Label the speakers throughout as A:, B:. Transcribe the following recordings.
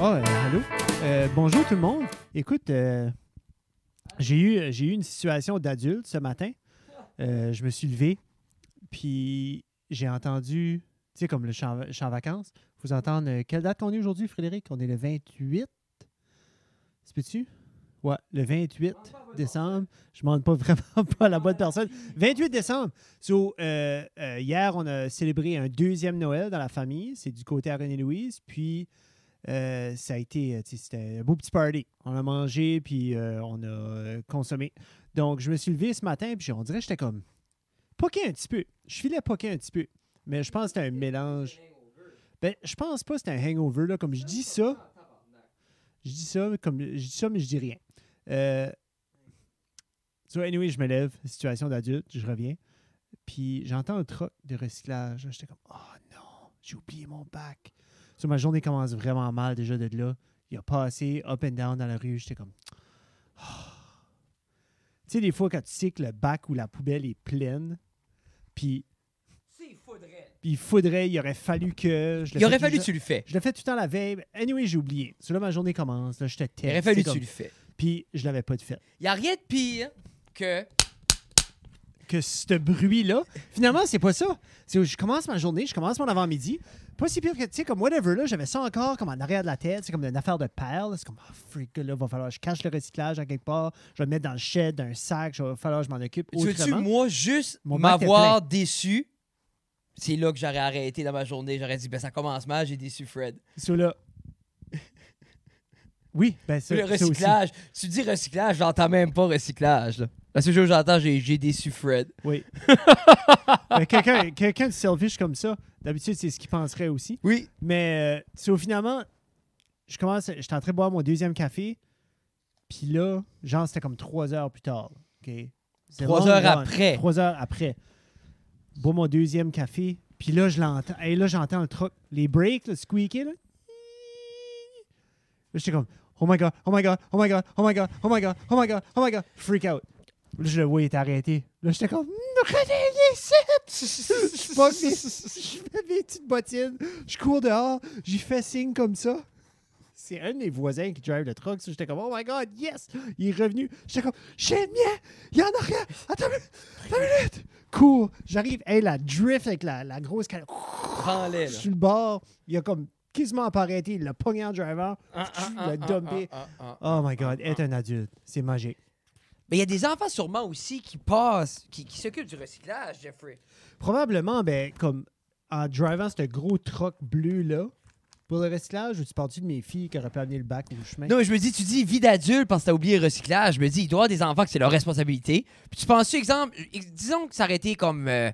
A: Ah, euh, Bonjour tout le monde. Écoute, euh, j'ai eu, j'ai eu une situation d'adulte ce matin. Euh, je me suis levé, puis j'ai entendu, tu sais, comme le chant, je suis en vacances, vous entendre euh, quelle date qu'on est aujourd'hui, Frédéric? On est le 28. C'est peux-tu? Ouais, le 28 décembre. Je ne demande pas vraiment pas à la bonne personne. 28 décembre. So, euh, euh, hier, on a célébré un deuxième Noël dans la famille. C'est du côté à René-Louise. Puis, euh, ça a été, euh, tu sais, c'était un beau petit party. On a mangé, puis euh, on a euh, consommé. Donc, je me suis levé ce matin, puis j'ai- on dirait que j'étais comme poqué un petit peu. Je filais poqué un petit peu. Mais je pense que c'était un mélange. Ben, je pense pas que c'était un hangover. Là. Comme je dis ça, je dis ça, comme je dis ça, mais je dis rien. Euh, so anyway, je me lève, situation d'adulte, je reviens. Puis j'entends un truc de recyclage. J'étais comme, oh non, j'ai oublié mon bac. So, ma journée commence vraiment mal déjà de là. Il a passé up and down dans la rue. J'étais comme, Ah. tu sais, des fois, quand tu sais que le bac ou la poubelle est pleine, puis
B: S'il faudrait.
A: puis il faudrait, il aurait fallu que. Je le
B: Il aurait
A: fais
B: fallu
A: tout-
B: que tu le fais.
A: Je l'ai fait tout le temps la veille. Anyway, j'ai oublié. C'est là ma journée commence. Là, j'étais
B: Il
A: tête.
B: aurait fallu que tu le fais.
A: Puis je l'avais pas de fait.
B: Il n'y a rien de pire que.
A: Que ce bruit-là, finalement, c'est pas ça. C'est où je commence ma journée, je commence mon avant-midi. Pas si pire que, tu sais, comme whatever, là, j'avais ça encore comme en arrière de la tête. C'est comme une affaire de perles. C'est comme, oh, freak, là, va falloir que je cache le recyclage à quelque part. Je vais le mettre dans le shed, dans un sac. Il va falloir que je m'en occupe.
B: Tu veux-tu,
A: autrement.
B: moi, juste
A: Mon bac
B: m'avoir déçu? C'est là que j'aurais arrêté dans ma journée. J'aurais dit, ben ça commence mal, j'ai déçu Fred.
A: So, là. Oui, ben ça,
B: le
A: ça aussi.
B: recyclage, tu dis recyclage, j'entends même pas recyclage. Là. La seule chose que j'entends, j'ai, j'ai déçu Fred.
A: Oui. Ben, quelqu'un, quelqu'un de selfish comme ça, d'habitude, c'est ce qu'il penserait aussi.
B: Oui.
A: Mais euh, so, finalement, je commence, j'étais en train de boire mon deuxième café. Puis là, genre, c'était comme trois heures plus tard. OK? C'est
B: Trois
A: long
B: heures
A: run.
B: après.
A: Trois heures après. Bois mon deuxième café. Puis là, je l'entends. Et là, j'entends le truc. Les breaks, le squeaky, là. Là, j'étais comme, oh my god, oh my god, oh my god, oh my god, oh my god, oh my god, oh my god. Freak out. Là, je le vois, il est arrêté. Là, j'étais comme, je pogne mes- je mets mes petites bottines, je cours dehors, j'y fais signe comme ça. C'est un de mes voisins qui drive le truck. ça. J'étais comme, oh my god, yes! Il est revenu. J'étais comme, j'ai le mien! Il y en a rien! Attends une minute! Attends une minute! Cours! J'arrive, hey, la drift avec la, la grosse canne.
B: Prends-les, là.
A: Sur le bord, il a comme quasiment pas arrêté. Il l'a pogné en driver,
B: Ah, ah,
A: il
B: ah,
A: l'a
B: ah,
A: dumpé.
B: ah, ah, ah.
A: Oh my god, être un adulte, c'est magique.
B: Mais il y a des enfants sûrement aussi qui passent, qui, qui s'occupent du recyclage, Jeffrey.
A: Probablement, ben, comme en drivant ce gros truck bleu-là, pour le recyclage, ou tu parles-tu de mes filles qui auraient pu amener le bac ou le chemin?
B: Non, mais je me dis, tu dis vie d'adulte parce que t'as oublié le recyclage. Je me dis, il doit y avoir des enfants que c'est leur responsabilité. Puis tu penses, exemple, ex- disons que ça aurait été comme euh,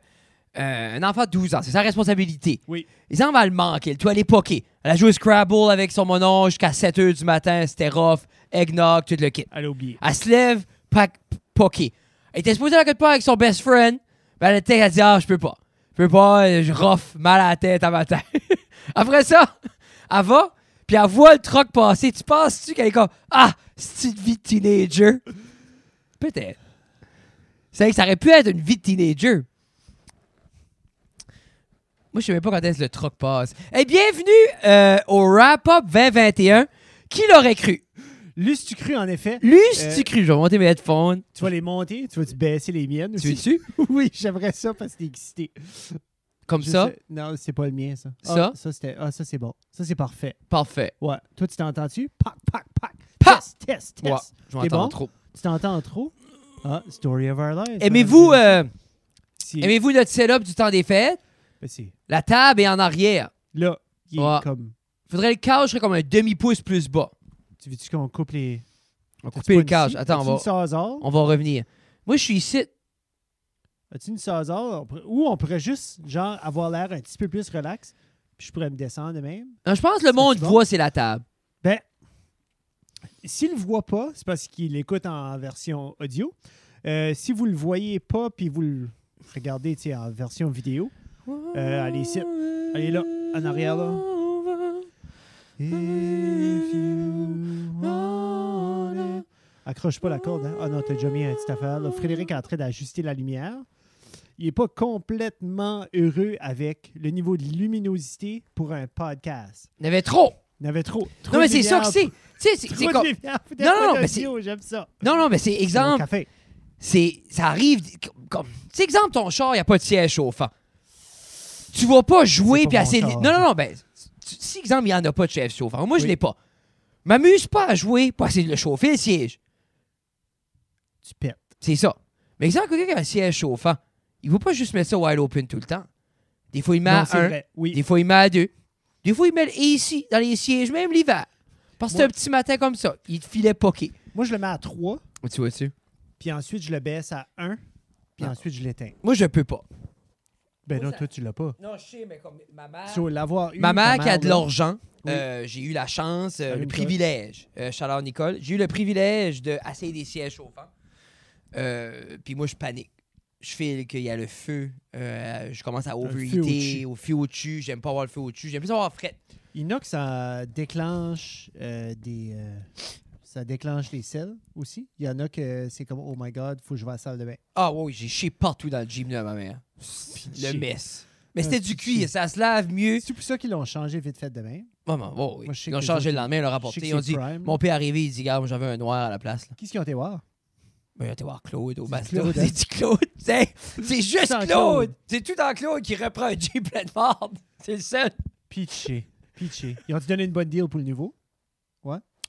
B: euh, un enfant de 12 ans, c'est sa responsabilité.
A: Oui.
B: Les enfants va le manquer, le tout aller poquer. Elle a joué au Scrabble avec son monon jusqu'à 7 h du matin, c'était rough, eggnog, tout le kit.
A: Elle a oublié.
B: Elle se lève, pack, poqué. Elle était supposée aller quelque part avec son best friend, mais elle était, elle dit, ah, je peux pas. Je peux pas, euh, je rough, mal à la tête à matin. Après ça, elle va, puis elle voit le truck passer. Tu penses-tu qu'elle est comme, ah, c'est une vie de teenager? Peut-être. C'est vrai que ça aurait pu être une vie de teenager. Moi, je sais même pas quand est-ce que le truck passe. Et bienvenue euh, au Wrap-Up 2021. Qui l'aurait cru?
A: Luce, tu cru, en effet.
B: Lui,
A: Euh,
B: si tu cru, je vais monter mes headphones.
A: Tu vas les monter, tu vas tu baisser les miennes
B: Tu
A: aussi.
B: veux-tu?
A: oui, j'aimerais ça parce que t'es excité.
B: Comme
A: Je
B: ça?
A: sais- Non, c'est pas le mien, ça. Ah,
B: Ça?
A: ça, c'était. Ah, ça, c'est bon. Ça, c'est parfait.
B: Parfait.
A: Ouais. Toi, tu t'entends-tu? Pac, pac, pac.
B: Pac!
A: Test, test, test.
B: Moi, je
A: T'es
B: m'entends
A: bon?
B: trop.
A: Tu t'entends trop? Ah, story of our lives.
B: Aimez-vous
A: Ah,
B: euh,
A: si-
B: aimez-vous notre setup du temps des fêtes?
A: Ben, si.
B: La table est en arrière.
A: Là, il est
B: Ouais.
A: comme.
B: Faudrait le cage serait comme un demi-pouce plus bas.
A: Tu veux-tu qu'on coupe les.
B: On va
A: As-tu
B: couper
A: pas
B: le
A: une
B: cage.
A: scie?
B: Attends,
A: As-tu
B: on
A: une
B: va,
A: sazard?
B: on va revenir. Moi, je suis ici.
A: As-tu une sazard? On pourrait- Ou on pourrait juste, genre, avoir l'air un petit peu plus relax, puis je pourrais me descendre de même.
B: Non, Hein, je pense que le monde
A: tu vas?
B: voit, c'est la table.
A: Ben, s'il ne le voit pas, c'est parce qu'il l'écoute en version audio. Euh, si vous le voyez pas, puis vous le regardez tu sais, en version vidéo. Euh, allez, ici. Allez, là, en arrière, là. Accroche pas la corde. hein. Ah non, t'as déjà mis un petit affaire. là. Frédéric est en train d'ajuster la lumière. Il n'est pas complètement heureux avec le niveau de luminosité pour un podcast.
B: Il y en avait trop.
A: Il Il y en avait trop. trop
B: Non, mais
A: de
B: c'est ça que
A: liards.
B: c'est. Tu sais, c'est- c'est
A: Trop
B: comme-
A: de liards.
B: Non, non,
A: Des
B: mais c'est-
A: audios, J'aime ça.
B: Non, non, mais c'est
A: Dans mon
B: exemple.
A: café.
B: c'est ça arrive comme- comme tu sais exemple ton char il n'y a pas de siège chauffant tu vas pas jouer
A: C'est
B: puis
A: pas mon
B: essayer de-
A: char. hein.
B: non non non ben tu- si exemple il n'y en a pas de siège chauffant moi je
A: Oui.
B: l'ai pas m'amuse pas à jouer pour essayer de le chauffer le siège
A: Tu pètes.
B: c'est ça mais exemple quelqu'un qui a un siège chauffant il ne va pas juste mettre ça wide open tout le temps des fois il met
A: Non,
B: à
A: c'est
B: un
A: vrai. Oui.
B: des fois il met à deux des fois il met le ici dans les sièges même l'hiver parce que c'est
A: Moi-
B: un petit matin comme ça il te filait poqué
A: Moi, je le mets à 3,
B: tu vois tu
A: puis ensuite, je le baisse à 1, puis
B: Ah.
A: ensuite, je l'éteins.
B: moi je peux pas
A: Ben
B: Moi,
A: non,
B: ça-
A: toi, tu l'as pas.
B: non je sais mais comme ma mère
A: Ah. Tu vas l'avoir eu.
B: Ma mère
A: ta
B: qui a de
A: là.
B: l'argent,
A: Oui.
B: euh, j'ai eu la chance, euh,
A: Salut,
B: le
A: Nicole.
B: privilège, euh, Chaleur Nicole, j'ai eu le privilège d'essayer des sièges chauffants. Euh, Puis moi, je panique. Je file qu'il y a le feu. euh, je commence à overheater,
A: feu
B: au feu au-dessus. J'aime pas avoir le feu au-dessus. J'aime plus avoir fret.
A: Inox, ça déclenche euh, des. euh, ça déclenche les selles aussi. Il y en a que c'est comme, oh my god, faut que je vais à la salle de bain.
B: Ah oui, j'ai chié partout dans le gym de ma mère. Le
A: chier.
B: mess. Mais
A: Ah,
B: c'était
A: tu
B: du cuir, ça se lave mieux.
A: C'est pour ça qu'ils l'ont changé vite fait demain.
B: Maman, oh, oui.
A: Moi, je sais
B: Ils ont
A: que
B: changé
A: les
B: le lendemain, ils l'ont
A: Je sais que
B: rapporté. Ils ont
A: c'est
B: dit
A: Prime.
B: Mon père est arrivé, il dit Garde, moi, j'avais un noir à la place.
A: Qu'est-ce qu'ils ont été voir?
B: Ben, t'es voir Claude au
A: C'est
B: Basta.
A: Claude, hein?
B: C'est du Claude. C'est c'est juste
A: C'est en
B: Claude.
A: Claude.
B: C'est tout en Claude qui reprend un Jeep plein de marde. C'est le seul.
A: Pitché. Pitché. Ils ont-tu donné une bonne deal pour le nouveau?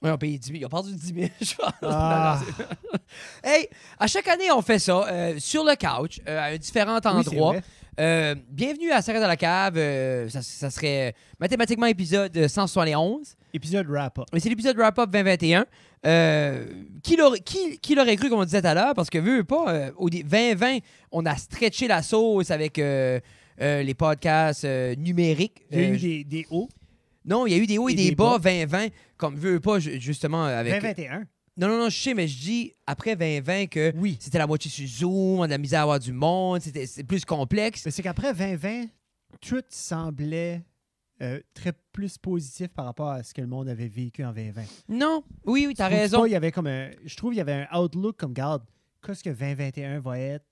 B: Oui, on paye 10 000. On parle du 10 000, je pense.
A: Ah.
B: Non, non, c'est- hey, à chaque année, on fait ça euh, sur le couch, euh, à un différent
A: Oui, c'est
B: endroit.
A: vrai.
B: Euh, bienvenue à Sarah de la cave. euh, ça, ça serait euh, mathématiquement épisode 171.
A: Épisode wrap-up.
B: Mais c'est l'épisode Wrap-Up 2021. Euh, qui l'aurait qui- qui l'aurait cru, comme on disait tout à l'heure? Parce que, vu pas, euh, au dé- 2020, on a stretché la sauce avec euh, euh, les podcasts euh, numériques.
A: Il y a
B: Euh,
A: eu
B: j-
A: des, des hauts.
B: Non, il y a eu des hauts et,
A: et
B: des,
A: des
B: bas, 2020, comme veut pas, ju- justement, avec...
A: 2021.
B: Non, non, non, je sais, mais je dis, après 2020, que
A: Oui.
B: c'était la moitié sur Zoom, on a de la misère à avoir du monde, c'était c'était plus complexe.
A: Mais c'est qu'après 2020, tout semblait euh, très plus positif par rapport à ce que le monde avait vécu en 2020.
B: Non, oui, oui, t'as
A: Trouves-tu
B: raison.
A: pas, il y avait comme un, je trouve qu'il y avait un outlook comme, garde, qu'est-ce que 2021 va être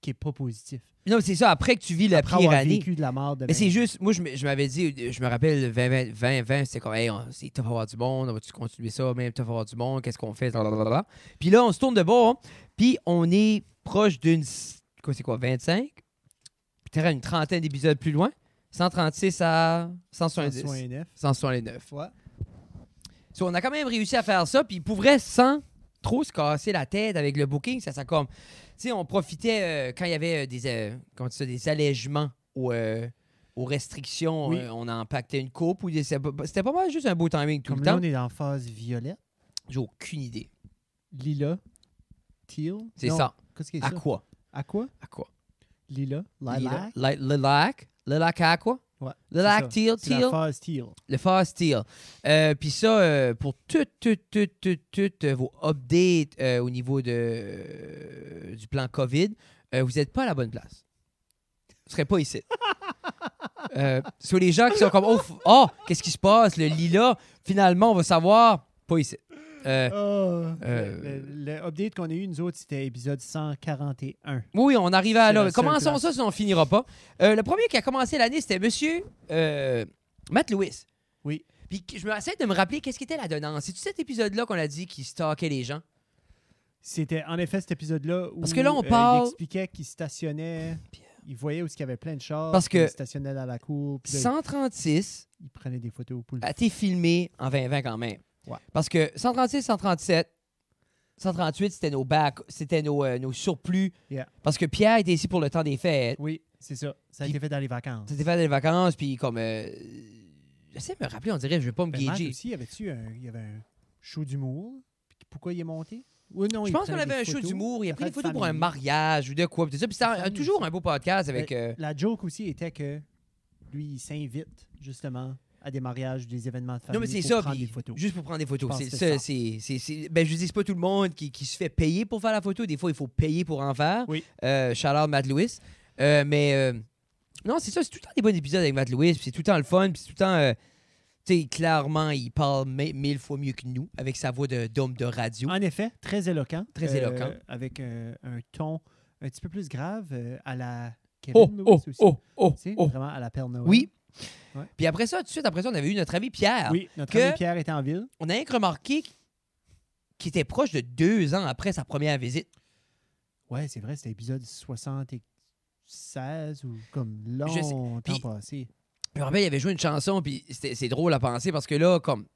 A: qui est pas positif?
B: Non, c'est ça, après que tu vis la
A: Après
B: pire
A: avoir
B: année...
A: vécu de la mort de
B: Mais c'est
A: 2020.
B: juste, moi, je me- je m'avais dit, je me rappelle 2020, 20, 20, c'était comme, hey, on- c'est tough avoir du monde, on va-tu continuer ça, même tough avoir du monde, qu'est-ce qu'on fait, blablabla. Puis là, on se tourne de bord, puis on est proche d'une, s- quoi, c'est quoi, 25? Peut-être une trentaine d'épisodes plus loin, 136 à 170,
A: 169.
B: 169.
A: Ouais.
B: So, on a quand même réussi à faire ça, puis pour vrai, sans trop se casser la tête avec le booking, ça, ça comme, tu sais, on profitait euh, quand il y avait euh, des, euh, comment on dit ça, des allègements aux, euh, aux restrictions,
A: Oui.
B: euh, on en pactait une coupe ou des- c'était pas- c'était pas mal juste un beau timing tout
A: Comme
B: le
A: là,
B: temps.
A: on est en phase violette,
B: J'ai aucune idée.
A: lila, teal.
B: C'est
A: Non,
B: ça.
A: Qu'est-ce que c'est
B: À
A: ça?
B: quoi?
A: À quoi?
B: À quoi?
A: Lila, lilac.
B: Lilac. Lilac. Lilac à quoi?
A: Ouais,
B: Lilac,
A: c'est
B: teal,
A: C'est la
B: teal.
A: phase teal.
B: Le Fast Steel. Euh, Puis ça, euh, pour toutes tout, tout, tout, tout, euh, vos updates euh, au niveau de, euh, du plan COVID, euh, vous n'êtes pas à la bonne place. Vous ne serez pas ici. euh, sur les gens qui sont comme, oh, f- oh, qu'est-ce qui se passe, le lilas, finalement, on va savoir, pas ici. Euh, Euh,
A: Le, le- le update qu'on a eu, nous autres, c'était épisode 141.
B: Oui, oui, on arrive à
A: C'est
B: là.
A: la seule
B: Commençons
A: place.
B: ça, sinon on finira pas. Euh, le premier qui a commencé l'année, c'était Monsieur euh, Matt Lewis.
A: Oui.
B: Puis que- je me essaie de me rappeler qu'est-ce qui était la donnance. C'est-tu cet épisode-là qu'on a dit qui stockait les gens?
A: C'était en effet cet épisode-là où
B: Parce que là, on
A: euh,
B: parle-
A: il expliquait qu'il stationnait, il voyait où il y avait plein de chars,
B: Parce
A: puis
B: que-
A: il stationnait dans la cour, puis là,
B: 136
A: il prenait des photos pour le...
B: a été filmé en 2020 quand même.
A: Ouais.
B: Parce que 136, 137, 138, c'était nos bacs, c'était nos, euh, nos surplus.
A: Yeah.
B: Parce que Pierre était ici pour le temps des fêtes.
A: Oui, c'est ça. Ça a
B: Puis-
A: été fait dans les vacances.
B: C'était fait des vacances, puis comme... euh, J'essaie de me rappeler, on dirait, je vais pas me
A: Ben, Matt
B: gager.
A: aussi, y avait-tu un, il y avait un show d'humour? Puis Pourquoi il est monté? Oui, non,
B: Je
A: il
B: pense qu'on
A: prenait
B: avait
A: des
B: un show
A: photos.
B: d'humour. Il a pris des
A: Affaire de
B: photos pour un
A: famille.
B: mariage ou de quoi. Puis tout ça. Puis c'était
A: Affaire de
B: un-
A: famille,
B: toujours un beau podcast avec. euh,
A: La joke aussi était que lui, il s'invite justement à des mariages, ou des événements de famille
B: Non, mais c'est
A: pour
B: ça.
A: prendre
B: puis
A: des photos.
B: Juste pour prendre des photos.
A: Je pense
B: C'est
A: que
B: ça.
A: c'est ça.
B: c'est- c'est- c'est- Ben, je dis, c'est pas tout le monde qui, qui se fait payer pour faire la photo. Des fois, il faut payer pour en faire.
A: Oui.
B: Euh, shout out Matt Lewis. Euh, mais euh, non, c'est ça. C'est tout le temps des bons épisodes avec Matt Lewis. Puis c'est tout le temps le fun. Puis c'est tout le temps. euh, tu sais, clairement, il parle mi- mille fois mieux que nous avec sa voix de- d'homme de, radio.
A: En effet, très éloquent.
B: Très éloquent.
A: Avec euh, un ton un petit peu plus grave euh, à la Kevin
B: Oh,
A: Lewis
B: oh,
A: aussi.
B: oh, oh,
A: Tu sais,
B: oh.
A: Vraiment à la Père Noël.
B: Oui,
A: Ouais.
B: Puis après ça, tout de suite, après ça, on avait eu notre ami Pierre.
A: Oui, notre
B: que-
A: ami Pierre était en ville.
B: On a rien que remarqué qu'il était proche de deux ans après sa première visite.
A: Ouais, c'est vrai, c'était épisode 76 ou comme
B: Je sais.
A: longtemps
B: Puis-
A: passé.
B: Je me rappelle, il avait joué une chanson, puis c'était- c'est drôle à penser parce que là, comme.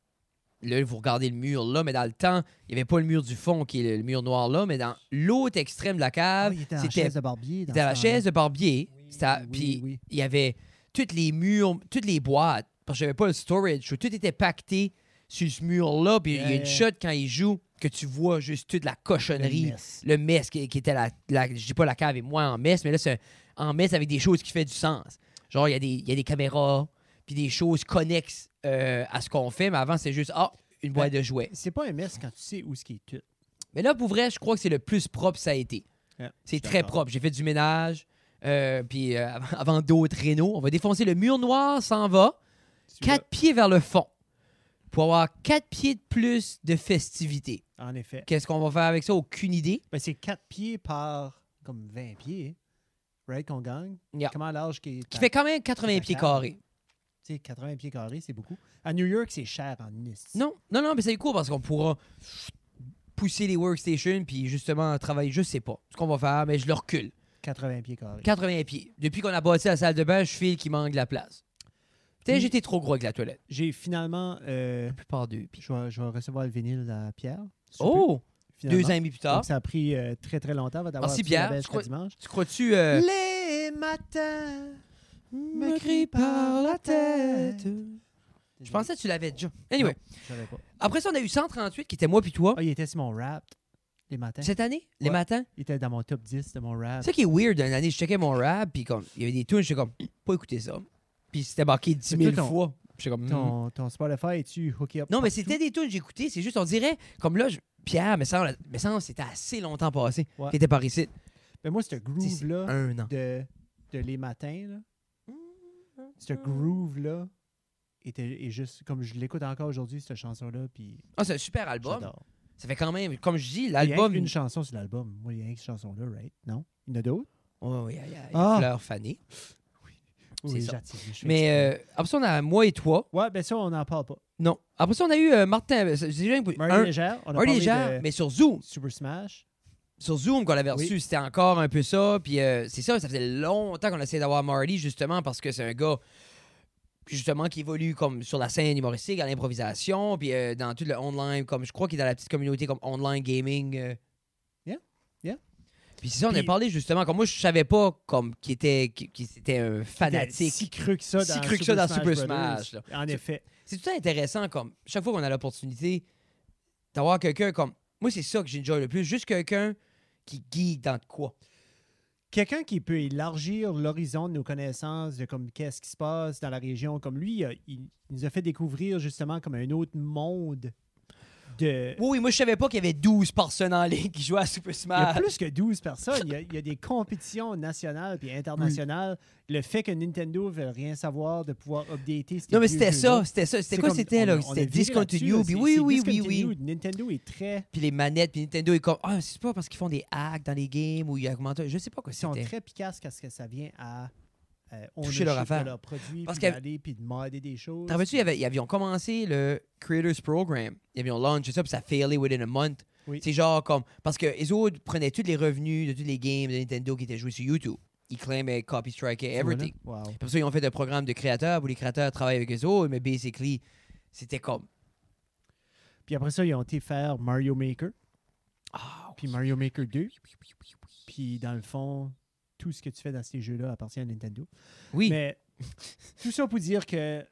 B: Là, vous regardez le mur là, mais dans le temps, il n'y avait pas le mur du fond qui est le, le mur noir là, mais dans l'autre extrême de la
A: Ah,
B: cave,
A: il était en
B: c'était
A: chaise de barbier. dans
B: C'était à la
A: ce temps-là.
B: chaise de barbier. C'était à-
A: oui,
B: puis
A: oui.
B: il y avait toutes les murs, toutes les boîtes. Parce que j'avais pas le storage. Tout était pacté sur ce mur-là. Puis il y a
A: Yeah,
B: une
A: yeah.
B: shot quand il joue que tu vois juste toute la cochonnerie.
A: Le mess.
B: Le mess qui, qui était la, la- Je dis pas la cave et moi en mess, mais là, c'est en mess avec des choses qui font du sens. Genre, il y, a des- il y a des caméras, puis des choses connexes euh, à ce qu'on fait. Mais avant, c'est juste, ah, une boîte de jouets.
A: C'est pas un mess quand tu sais où ce qui est tout.
B: Mais là, pour vrai, je crois que c'est le plus propre ça a été.
A: Ouais,
B: c'est
A: suis
B: très
A: d'accord.
B: propre. J'ai fait du ménage. euh, puis euh, avant- avant d'autres rénaux, on va défoncer le mur noir, s'en va. Quatre pieds vers le fond. Pour avoir quatre pieds de plus de festivité.
A: En effet.
B: Qu'est-ce qu'on va faire avec ça? Aucune idée.
A: Ben, c'est 4 pieds par comme 20 pieds, right, qu'on gagne.
B: Yeah.
A: Comment large qui est.
B: Qui
A: ta-
B: fait quand même 80
A: ta
B: pieds
A: cave?
B: carrés.
A: Tu sais, 80 pieds carrés, c'est beaucoup. À New York, c'est cher en Nice.
B: Non, non, non, mais c'est cool parce qu'on pourra pousser les workstations puis justement travailler, je sais pas ce qu'on va faire, mais je le recule.
A: 80 pieds carrés.
B: 80 pieds. Depuis qu'on a bâti la salle de bain, je file qu'il manque de la place. Tu sais,
A: Oui.
B: j'étais trop gros avec la toilette.
A: J'ai finalement. euh,
B: La plupart d'eux. puis-
A: je, vais, je vais recevoir le vinyle à Pierre. sous
B: Oh!
A: peu,
B: Deux
A: finalement.
B: ans et demi plus
A: Donc,
B: tard.
A: ça a pris euh, très très longtemps avant d'avoir
B: Merci,
A: reçu la
B: Pierre.
A: belle
B: Je
A: jusqu'à
B: crois-
A: dimanche.
B: Tu crois-tu. euh,
A: Les matins
B: me crie par la tête. Je pensais que tu l'avais déjà. Anyway,
A: Je savais pas.
B: après ça, on a eu 138 qui était moi puis toi.
A: Ah, il était sur mon rap les matins.
B: Cette année, les
A: Ouais.
B: matins.
A: Il était dans mon top 10 de mon rap.
B: C'est ça qui est weird. Une année, je checkais mon rap, puis comme, il y avait des tunes, j'étais comme, pas écouter ça. Puis c'était marqué 10 000
A: Mais toi, ton-
B: fois. J'étais comme, hmm.
A: Ton, ton Spotify, es-tu hooké up?
B: Non, mais
A: partout?
B: c'était des tunes que j'écoutais. C'est juste, on dirait, comme là, je- Pierre, mais ça, mais ça c'était assez longtemps passé.
A: Ouais.
B: Qui était par ici.
A: Mais Ben, moi, ce groove-là
B: Un an.
A: de, de les matins, là, ce groove-là était est juste. Comme je l'écoute encore aujourd'hui, cette chanson-là, puis
B: Ah, c'est un super album.
A: j'adore.
B: Ça fait quand même, comme je dis,
A: Il y a rien
B: l'album.
A: qu'une chanson sur l'album. Moi, il y a rien que cette chanson-là, right? Non? Il y en a d'autres?
B: Oh, oui, il y a, il y a
A: Ah.
B: Fleur Fanny. C'est
A: Oui,
B: ça.
A: j'attire, je fais
B: Mais
A: exprès.
B: euh, après ça, on a moi et toi.
A: Ouais, ben ça, on n'en parle pas.
B: Non. Après ça, on a eu euh, Martin. euh, c'est- c'est déjà un-
A: Marty
B: un-
A: Légère, on a
B: Marty
A: parlé
B: Légère,
A: de
B: mais sur Zoom.
A: Super Smash.
B: Sur Zoom qu'on l'avait reçu, c'était encore un peu ça. Puis euh, c'est ça, ça faisait longtemps qu'on essayait d'avoir Marty, justement, parce que c'est un gars, justement, qui évolue comme sur la scène humoristique, à l'improvisation, puis euh, dans tout le online, comme je crois qu'il est dans la petite communauté comme online gaming. euh.
A: Yeah, yeah.
B: Puis c'est ça, on a
A: Puis-
B: parlé justement, comme moi, je savais pas comme qu'il était, qu'il- qu'il était un
A: C'était
B: fanatique.
A: Si cru que ça
B: Si
A: dans,
B: cru que
A: Super,
B: ça dans
A: Smash
B: Super
A: Brothers.
B: Smash, là.
A: En
B: Tu-
A: effet.
B: c'est tout le temps intéressant, comme chaque fois qu'on a l'opportunité d'avoir quelqu'un comme. Moi, c'est ça que j'enjoy le plus, juste quelqu'un qui guide dans de quoi.
A: Quelqu'un qui peut élargir l'horizon de nos connaissances, de comme qu'est-ce qui se passe dans la région, comme lui, il, a- il- il nous a fait découvrir justement comme un autre monde de...
B: Oui, oui, moi, je savais pas qu'il y avait 12 personnes en ligne qui jouaient à Super
A: Il y a
B: Smash.
A: plus que 12 personnes. Il y a, il y a des compétitions nationales et internationales. Le fait que Nintendo ne veut rien savoir de pouvoir updater... ces
B: Non, mais
A: vieux jeux-là,
B: c'était ça, c'était ça. C'était
A: c'est
B: quoi,
A: comme-
B: c'était,
A: on-
B: là?
A: on a
B: C'était
A: viré là-dessus,
B: discontinu,
A: là.
B: puis
A: C'est-
B: oui,
A: c'est
B: oui, oui, oui.
A: discontinu. Nintendo est très...
B: Puis les manettes, puis Nintendo est comme, ah, c'est pas parce qu'ils font des hacks dans les games ou ils augmentent. Je sais pas quoi
A: Ils sont
B: c'était.
A: très picaces parce que ça vient à... euh, ownership
B: Toucher leur
A: de
B: affaire.
A: leurs produits,
B: Parce
A: puis
B: qu'il y a-
A: d'aller, puis de modder des choses.
B: T'en veux-tu, ils, avaient- ils avaient commencé le Creators Program. Ils avaient lancé ça, puis ça failé within a month.
A: Oui.
B: C'est genre comme. Parce que les autres prenaient tous les revenus de tous les games de Nintendo qui étaient joués sur YouTube. Ils claimaient copy strike et everything.
A: Voilà. Wow.
B: Puis Pour ça, ils ont fait un programme de créateurs où les créateurs travaillent avec eux autres, mais basically, c'était comme.
A: Puis après ça, ils ont été faire Mario Maker,
B: Ah,
A: puis Mario Maker 2. Puis dans le fond, tout ce que tu fais dans ces jeux-là appartient à Nintendo.
B: oui,
A: Mais tout ça pour dire que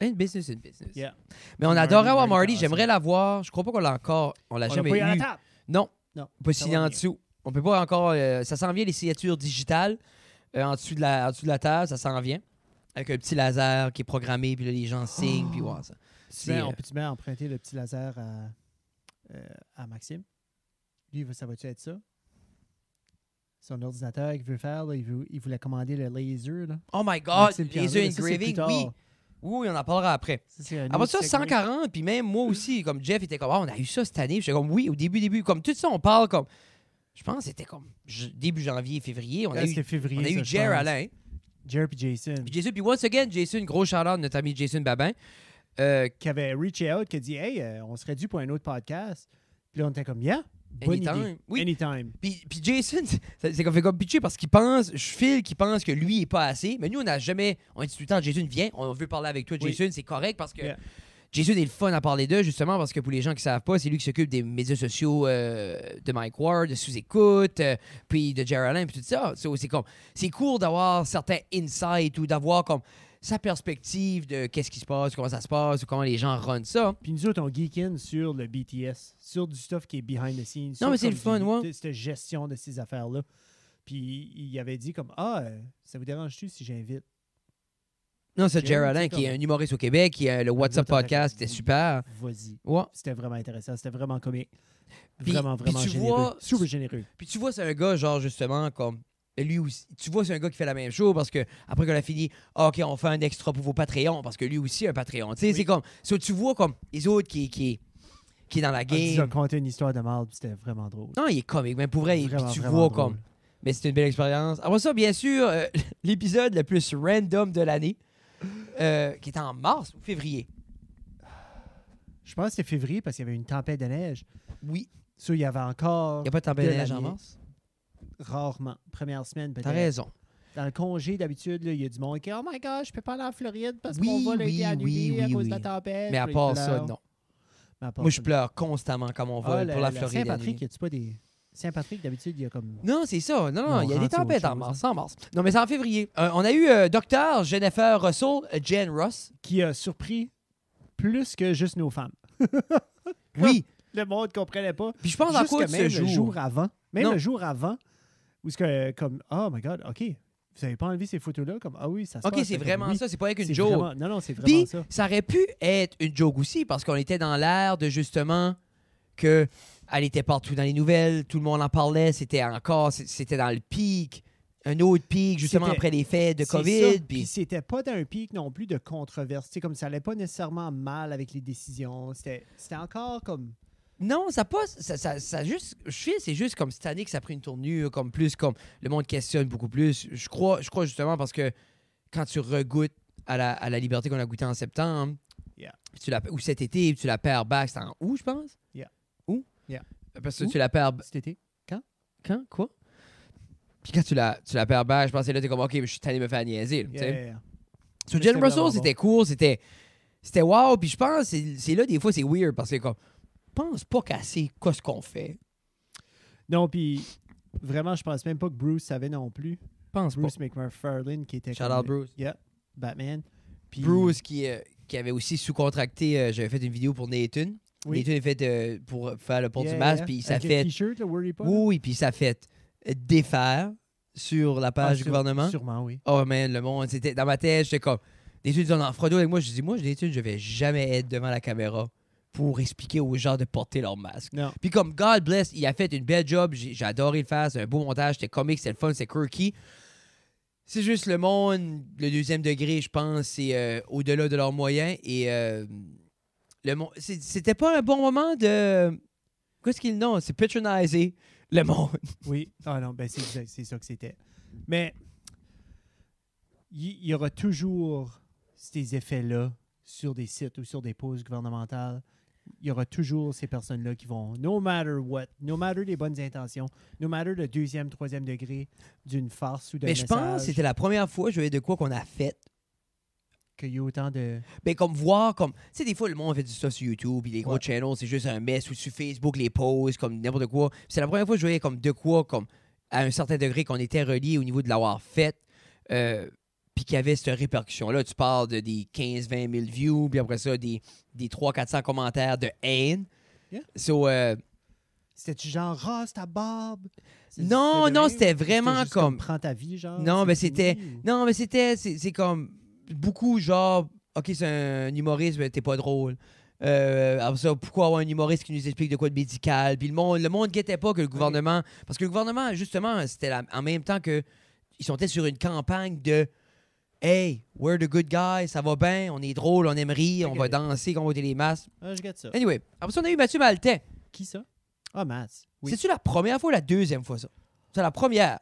B: une business, une business.
A: Yeah.
B: Mais on
A: Marty,
B: adorait avoir
A: Marty
B: Marty,
A: Carlson.
B: j'aimerais l'avoir. Je crois pas qu'on l'a encore. On l'a
A: on n'a
B: jamais
A: pas eu à la
B: eu.
A: table.
B: Non,
A: Non.
B: pas
A: Ça
B: signé
A: va
B: en
A: venir.
B: dessous. On peut pas encore. euh, ça s'en vient, les signatures digitales euh, en, dessous de la, en dessous de la table, ça s'en vient. Avec un petit laser qui est programmé, puis là, les gens signent, puis ouais,
A: Ah. Tu
B: ça.
A: mets,
B: C'est,
A: on
B: euh,
A: peut tu mets à emprunter le petit laser à, euh, à Maxime. Lui, il va- ça va-tu être ça? Son ordinateur qu'il veut faire, là, il, veut- il voulait commander le laser. Là.
B: Oh my god,
A: Maxime Pierre,
B: les
A: là,
B: yeux
A: mais ça, c'est plus
B: engraving,
A: tard.
B: oui. Oui, on en parlera après.
A: Ça, c'est un
B: Après
A: autre
B: ça,
A: segment.
B: 140, puis même moi aussi, comme Jeff était comme, Ah, on a eu ça cette année. Puis J'étais comme, oui, au début, début, comme tout ça, on parle comme, je pense que c'était comme je- début janvier, février. On
A: Là,
B: a eu,
A: C'était février.
B: on a
A: ça,
B: eu
A: je
B: Jer
A: pense.
B: Alain.
A: Jerry puis Jason,
B: Puis Jason, puis once again, Jason, gros shout de notre ami Jason Babin. Euh,
A: qui avait reaché out, qui a dit Hey, euh, on serait dû pour un autre podcast. Puis là, on était comme Yeah, bonne
B: Anytime.
A: idée.
B: Oui.
A: Anytime.
B: puis, puis Jason, c'est c'est comme fait comme pitcher parce qu'il pense, je file qu'il pense que lui est pas assez. Mais nous, on n'a jamais. On dit tout le temps, Jason, viens, on veut parler avec toi,
A: Oui.
B: Jason, c'est correct parce que.
A: Yeah.
B: Jason est le fun à parler d'eux, justement, parce que pour les gens qui savent pas, c'est lui qui s'occupe des médias sociaux euh, de Mike Ward, de Sous-Écoute, euh, puis de Jerry Allen, puis tout ça. So, c'est comme, c'est cool d'avoir certains insights ou d'avoir comme sa perspective de qu'est-ce qui se passe, comment ça se passe, ou comment les gens run ça.
A: Puis nous autres, on geek in sur le BTS, sur du stuff qui est behind the scenes. sur
B: mais c'est
A: comme
B: le fun,
A: du-
B: ouais.
A: de- Cette gestion de ces affaires-là. Puis il avait dit comme Ah, euh, ça vous dérange-tu si j'invite
B: Non, c'est
A: Jerry,
B: Jerry
A: c'est
B: Allen, qui est
A: comme-
B: un humoriste au Québec, qui a le WhatsApp
A: autres, on a-
B: podcast, c'était super.
A: Vas-y.
B: Ouais.
A: C'était vraiment intéressant, c'était vraiment comique.
B: Puis-
A: Vraiment,
B: puis
A: vraiment
B: tu
A: généreux.
B: vois-
A: Super généreux.
B: Puis tu vois, c'est un gars, genre, justement, comme. Lui aussi. Tu vois, c'est un gars qui fait la même chose parce que après qu'on a fini, Ah, OK, on fait un extra pour vos Patreons parce que lui aussi a un Patreon. Tu sais,
A: Oui.
B: c'est comme. so, tu vois, comme, les autres qui, qui, qui est dans la
A: Ah, Ils ont
B: game.
A: conté une histoire de mal, c'était vraiment drôle.
B: non, il est comique, mais pour vrai, il- puis
A: Vraiment,
B: tu
A: vraiment
B: vois,
A: drôle.
B: comme. Mais c'était une belle expérience. Après ça, bien sûr, euh, l'épisode le plus random de l'année, euh, qui est en mars ou février.
A: Je pense que c'était février parce qu'il y avait une tempête de neige.
B: Oui.
A: Ça, il y avait encore
B: Il n'y a pas de tempête de
A: De
B: neige en
A: l'année.
B: mars.
A: rarement. Première semaine,
B: Ben, T'as
A: peut-être.
B: raison.
A: Dans le congé, d'habitude, là, il y a du monde qui Oh my god, je peux pas aller en Floride parce que
B: Oui,
A: mon vol a
B: oui,
A: été annulé
B: oui,
A: à
B: oui,
A: cause de la
B: oui.
A: tempête.
B: Mais à
A: Puis
B: part
A: il
B: ça,
A: pleure.
B: non.
A: Mais à part
B: Moi,
A: ça,
B: je pleure constamment quand on
A: non.
B: va
A: Ah,
B: pour la, Floride.
A: Saint-Patrick, y a-tu pas des. Saint-Patrick, d'habitude, il y a comme.
B: Non, c'est ça. Non, non,
A: Non,
B: il y a
A: rendu
B: des
A: autre
B: tempêtes en
A: chose.
B: mars, en mars. Non, mais c'est en février. Euh, on a eu euh, Docteur Jennifer Russell, euh, Jen Ross.
A: Qui a surpris plus que juste nos femmes.
B: Oui.
A: Le monde ne comprenait pas.
B: Puis je pense
A: Ah. Jusqu'à
B: encore de ce
A: même
B: jour.
A: le jour avant. Même
B: Non.
A: le jour avant, où ce que, comme, oh my god, OK, vous avez pas enlevé ces photos-là? Comme, ah oui, ça se
B: OK,
A: passe.
B: c'est
A: Comme,
B: vraiment
A: oui,
B: ça. C'est pas avec
A: c'est
B: une joke.
A: vraiment- Non, non, c'est vraiment
B: Puis
A: ça.
B: ça aurait pu être une joke aussi parce qu'on était dans l'ère de justement que elle était partout dans les nouvelles, tout le monde en parlait, c'était encore, c'est- c'était dans le pic, un autre pic justement
A: C'était-
B: après les fêtes de
A: C'est ça.
B: COVID.
A: Puis
B: Puis
A: c'était pas d'un pic non plus de controverse. C'est comme ça allait pas nécessairement mal avec les décisions. C'était c'était encore comme.
B: Non, ça passe. Ça, ça, ça juste, je file, c'est juste comme cette année que ça a pris une tournure, comme plus, comme le monde questionne beaucoup plus. Je crois, je crois justement parce que quand tu regoutes à la, à la liberté qu'on a goûtée en septembre,
A: Yeah.
B: puis tu la, ou cet été, puis tu la perds back, c'est en août, je pense.
A: Yeah.
B: Où?
A: Yeah.
B: Parce que
A: Où?
B: tu la perds
A: Cet été.
B: quand, quoi? Puis quand tu la, tu la perds back, je pensais là, t'es comme, OK, mais je suis tanné de me faire niaiser. là, tu sais.
A: Yeah, yeah, yeah.
B: So,
A: Mais
B: Jen
A: c'était
B: Russell,
A: vraiment
B: c'était cool, c'était c'était wow. Puis je pense, c'est c'est là, des fois, c'est weird parce que comme, pense pas qu'assez quoi ce qu'on fait.
A: Non, puis vraiment, je pense même pas que Bruce savait non plus.
B: Pense pas.
A: Bruce McFarlane qui était.
B: Shout
A: comme euh,
B: out
A: le-
B: Bruce.
A: Yeah, Batman. Puis-
B: Bruce qui, euh, qui avait aussi sous-contracté, euh, j'avais fait une vidéo pour Nathan.
A: Oui.
B: Nathan a fait euh, pour faire le pont
A: Yeah,
B: du masque,
A: yeah.
B: puis ça
A: Avec
B: fait.
A: Le t-shirt, le Worry Pas. là.
B: Oui, puis ça fait défaire sur la
A: Ah,
B: page du
A: sûre-
B: gouvernement.
A: Sûrement, oui.
B: Oh man, le monde, c'était dans ma tête, j'étais comme. Nathan disant en frodo avec moi, je dis, moi, Nathan, je vais jamais être devant la caméra pour expliquer aux gens de porter leur masque.
A: Non.
B: Puis comme God bless, il a fait une belle job, j'ai j'ai adoré le faire, c'est un beau montage, c'était comique, c'était le fun, c'est quirky. C'est juste le monde, le deuxième degré, je pense, c'est euh, au-delà de leurs moyens et euh, le monde. c'est- C'était pas un bon moment de. Qu'est-ce qu'il nom? C'est patroniser le monde.
A: Oui. Ah non, ben c'est exact- c'est ça que c'était. Mais il il y, aura toujours ces effets-là sur des sites ou sur des pauses gouvernementales. Il y aura toujours ces personnes-là qui vont, no matter what, no matter les bonnes intentions, no matter le deuxième, troisième degré d'une farce ou d'un
B: Mais je pense que
A: message,
B: c'était la première fois, je vais de quoi qu'on a fait.
A: qu'il y a autant de...
B: Mais Ben, comme voir, comme. Tu sais, des fois, le monde fait du stuff sur YouTube, puis les gros
A: Ouais.
B: channels, c'est juste un mess, ou sur Facebook, les posts, comme n'importe quoi. Puis c'est la première fois que je voyais comme de quoi, comme à un certain degré, qu'on était relié au niveau de l'avoir fait, euh, puis qu'il y avait cette répercussion-là. Tu parles de des 15-20 000 views, puis après ça, des, des 300-400 commentaires de haine.
A: Yeah.
B: So, euh,
A: C'était-tu genre, rase ta barbe? C'est-
B: Non,
A: de
B: non,
A: même?
B: c'était vraiment
A: juste
B: comme-
A: Prends ta vie, genre.
B: Non,
A: c'est
B: mais c'était-
A: fini, ou-
B: Non, mais c'était. C'est c'est comme. Beaucoup, genre. Ok, c'est un humoriste, mais t'es pas drôle. Euh, après ça, pourquoi avoir un humoriste qui nous explique de quoi de médical? Puis le monde, le monde guettait pas que le gouvernement. Parce que le gouvernement, justement, c'était la- en même temps que. Ils sont peut-être sur une campagne de. Hey, we're the good guys, ça va bien, on est drôle, on aime rire, on va
A: Ok.
B: danser, on va voter les masses.
A: Ah, je garde ça.
B: Anyway, après ça, on a eu Mathieu Maltais.
A: Qui ça? Ah, Matt. Oui.
B: C'est-tu la première fois ou la deuxième fois, ça? C'est la première.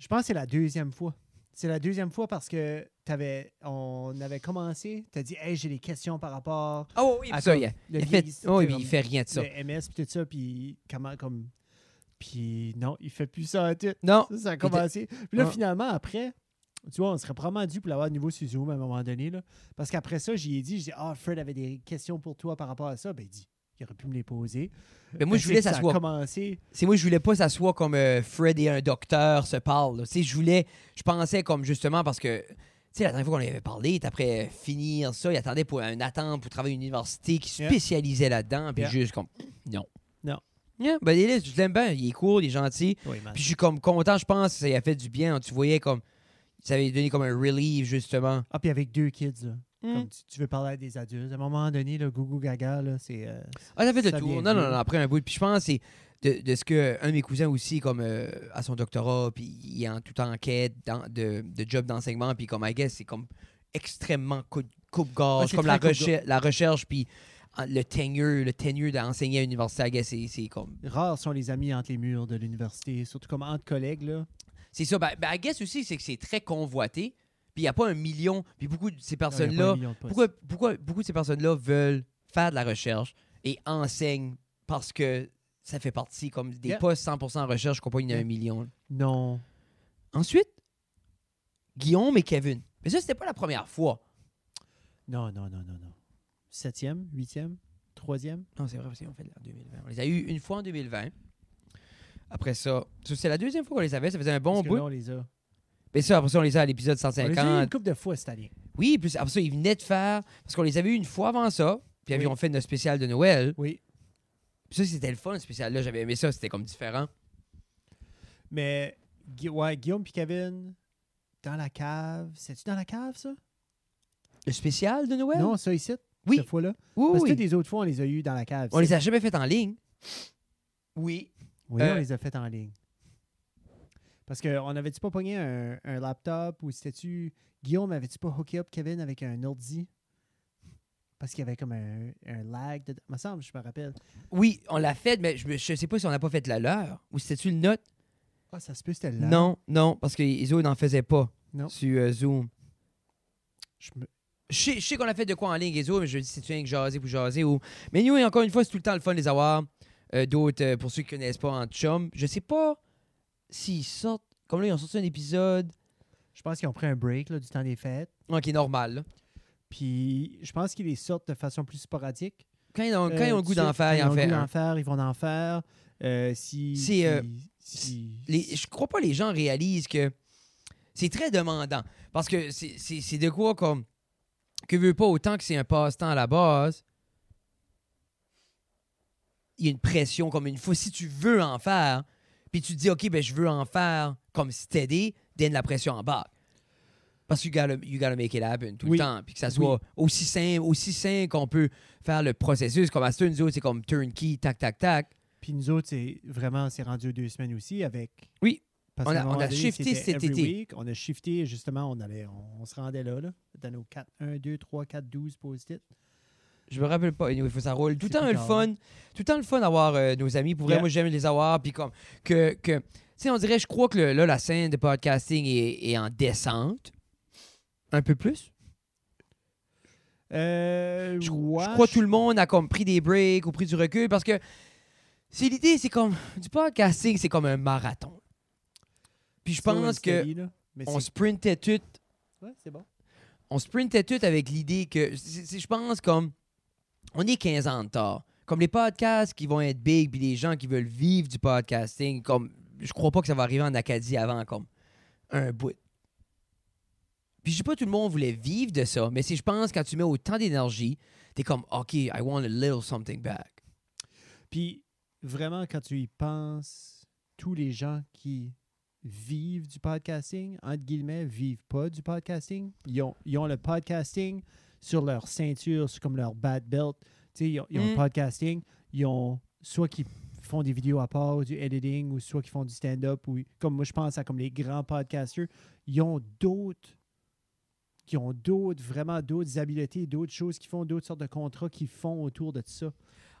A: Je pense que c'est la deuxième fois. C'est la deuxième fois parce que t'avais, on avait commencé, t'as dit, hey, j'ai des questions par rapport
B: Ah oui,
A: à
B: oui, ça,
A: comme
B: il, a-
A: le
B: il fait,
A: vieillissement,
B: oh, oui, il
A: comme
B: fait rien de ça.
A: le MS puis tout ça, puis comment, comme, puis non, il fait plus ça à tout.
B: Non,
A: Ça, ça a commencé. Puis là,
B: Ah.
A: finalement, après, tu vois, on serait probablement dû pour l'avoir de nouveau sur Zoom à un moment donné. Là, parce qu'après ça, j'y ai dit, j'ai dit, ah, Fred avait des questions pour toi par rapport à ça. Ben, il dit, il aurait pu me les poser.
B: mais moi, je
A: C'est
B: voulais
A: que ça a
B: s'asseoir.
A: commencé.
B: C'est moi, je voulais pas s'asseoir comme euh, Fred et un docteur se parlent. là. Tu sais, je voulais, je pensais comme justement parce que, tu sais, la dernière fois qu'on avait parlé, il après euh, finir ça, il attendait pour un attente pour travailler à une université qui
A: Yeah.
B: spécialisait là-dedans, puis
A: Yeah.
B: juste comme, non.
A: Non.
B: Yeah, ben, il est- je l'aime bien, il est cool, il est gentil.
A: Oui, man.
B: Puis je suis comme content, je pense que ça lui a fait du bien. Tu voyais comme. Ça avait donné comme un relief, justement.
A: Ah, puis avec deux kids, là.
B: Mm.
A: Comme tu, tu veux parler à des adultes. À un moment donné, le gougou gaga, là, c'est. euh,
B: Ah, ça fait le
A: Ça
B: tour.
A: vient
B: Non,
A: d'où?
B: non, non, après un bout. Puis je pense que c'est de, de ce que un de mes cousins aussi, comme euh, à son doctorat, puis il est en tout en quête d'en- de, de job d'enseignement, puis comme, I guess, c'est comme extrêmement cou-
A: Ah,
B: coupe-gorge,
A: c'est
B: comme la,
A: très coupe-gorge.
B: recher- la recherche, puis en- le tenure, le tenure d'enseigner à l'université, I guess, c'est- c'est comme.
A: rares sont les amis entre les murs de l'université, surtout comme entre collègues, là.
B: C'est ça. Ben, ben, I guess aussi, c'est que c'est très convoité, puis il n'y a pas un million, puis beaucoup de ces
A: Ah, il y a pas un
B: personnes-là.
A: million de postes.
B: Pourquoi, pourquoi beaucoup de ces personnes-là veulent faire de la recherche et enseignent parce que ça fait partie comme des
A: Yeah.
B: postes 100% recherche qu'on il y en a un
A: Yeah.
B: million.
A: Non.
B: Ensuite, Guillaume et Kevin. Mais ça, c'était pas la première fois.
A: Non, non, non, non, non. Septième, huitième, troisième.
B: Non, c'est vrai, parce qu'on fait de la 2020. On les a eu une fois en 2020. Après ça, ça, c'est la deuxième fois qu'on les avait. Ça faisait un bon
A: parce que
B: bout.
A: là, on les a.
B: Mais ça, après ça, on les a à l'épisode
A: On les a eu une
B: 150.
A: couple de fois cette année.
B: Oui, plus après ça, ils venaient de faire. Parce qu'on les avait eu une fois avant ça. Puis
A: Oui.
B: avions fait notre spécial de Noël.
A: Oui.
B: Puis ça, c'était le fun, le spécial-là. J'avais aimé ça. C'était comme différent.
A: Mais Gui- ouais, Guillaume puis Kevin, dans la cave. C'est-tu dans la cave, ça?
B: Le spécial de Noël?
A: Non, ça ici,
B: Oui.
A: cette fois-là.
B: Oui,
A: Parce que
B: oui.
A: toutes les autres fois, on les a eu dans la cave.
B: On les a jamais fait en ligne. Oui.
A: Oui,
B: Euh,
A: on les a faites en ligne. Parce qu'on avait-tu pas pogné un, un laptop ou c'était-tu. Guillaume, avait-tu pas hooké up Kevin avec un ordi? Parce qu'il y avait comme un, un lag. dedans. me semble, je me rappelle.
B: Oui, on l'a fait, mais je, me- je sais pas si on n'a pas fait la leur. Ou c'était-tu le nôtre?
A: Ah, ça se peut, c'était là.
B: Non, non, parce que Iso n'en faisait pas
A: Non.
B: sur euh, Zoom.
A: Je me-
B: Je sais, je sais qu'on a fait de quoi en ligne, Iso, mais je dis si tu viens que jaser pour jaser. Ou... Mais nous, encore une fois, c'est tout le temps le fun de les avoir. Euh, D'autres, euh, pour ceux qui connaissent pas, en chum. Je sais pas s'ils sortent. Comme là, ils ont sorti un épisode.
A: Je pense qu'ils ont pris un break là, du temps des fêtes.
B: Ouais, qui est normal. là.
A: Puis je pense qu'ils les sortent de façon plus sporadique.
B: Quand ils ont, quand ils
A: Euh,
B: ont le
A: tout
B: goût
A: de
B: d'en
A: suite,
B: faire, ils
A: quand
B: en
A: ont le
B: font
A: goût
B: un.
A: d'en faire, ils vont en faire. Euh, si,
B: C'est,
A: si-
B: euh,
A: si-
B: les- je crois pas les gens réalisent que c'est très demandant. Parce que c'est- c'est c'est de quoi comme. Que veut pas autant que c'est un passe-temps à la base. Il y a une pression comme une fois. Si tu veux en faire, puis tu te dis, OK, ben, je veux en faire comme si t'aider, donne la pression en bas. Parce que you gotta, you gotta make it happen tout
A: Oui.
B: le temps. Puis que ça soit aussi simple, aussi simple qu'on peut faire le processus. Comme à ça, nous autres, c'est comme turnkey, tac, tac, tac.
A: Puis nous autres, c'est vraiment, c'est rendu aux deux semaines aussi avec.
B: Oui.
A: Parce
B: On
A: qu'à
B: a-
A: un moment
B: on a
A: donné,
B: shifté
A: c'était
B: cet
A: every
B: été.
A: week. On a shifté, justement, on, allait, on, on se rendait là, là, dans nos 4, 1, 2, 3, 4, 12 post-it.
B: Je me rappelle pas. Anyway, faut ça roule. Tout le
A: C'est
B: temps
A: plus
B: le
A: tard.
B: fun. Tout le temps le fun d'avoir euh, nos amis. Pour vrai,
A: Yeah.
B: moi, j'aime les avoir. Puis comme que, que tu sais, on dirait, je crois que le- là, la scène de podcasting est, est en descente. Un peu plus.
A: Euh,
B: Je, je
A: ouais,
B: crois que tout le monde a comme pris des breaks ou pris du recul parce que c'est l'idée, c'est comme du podcasting, c'est comme un marathon. Puis je
A: slow and
B: pense que
A: steady, là. Mais
B: on
A: c'est
B: sprintait tout
A: ouais, c'est bon.
B: on sprintait tout avec l'idée que, c'est- c'est- je pense, comme on est 15 ans de tard. Comme les podcasts qui vont être big, puis les gens qui veulent vivre du podcasting, comme je crois pas que ça va arriver en Acadie avant comme un bout. Puis je sais pas, tout le monde voulait vivre de ça, mais si je pense, quand tu mets autant d'énergie, t'es comme, OK, I want a little something back.
A: Puis vraiment, quand tu y penses, tous les gens qui vivent du podcasting, entre guillemets, vivent pas du podcasting. Ils ont, ils ont le podcasting sur leur ceinture, sur comme leur bad belt. Tu sais, ils ont, ils ont le
B: Mm.
A: podcasting. Ils ont soit qui font des vidéos à part, ou du editing, ou soit qui font du stand-up, ou comme moi je pense à comme les grands podcasters, ils ont d'autres qui ont d'autres, vraiment d'autres habiletés, d'autres choses qui font, d'autres sortes de contrats qui font autour de ça.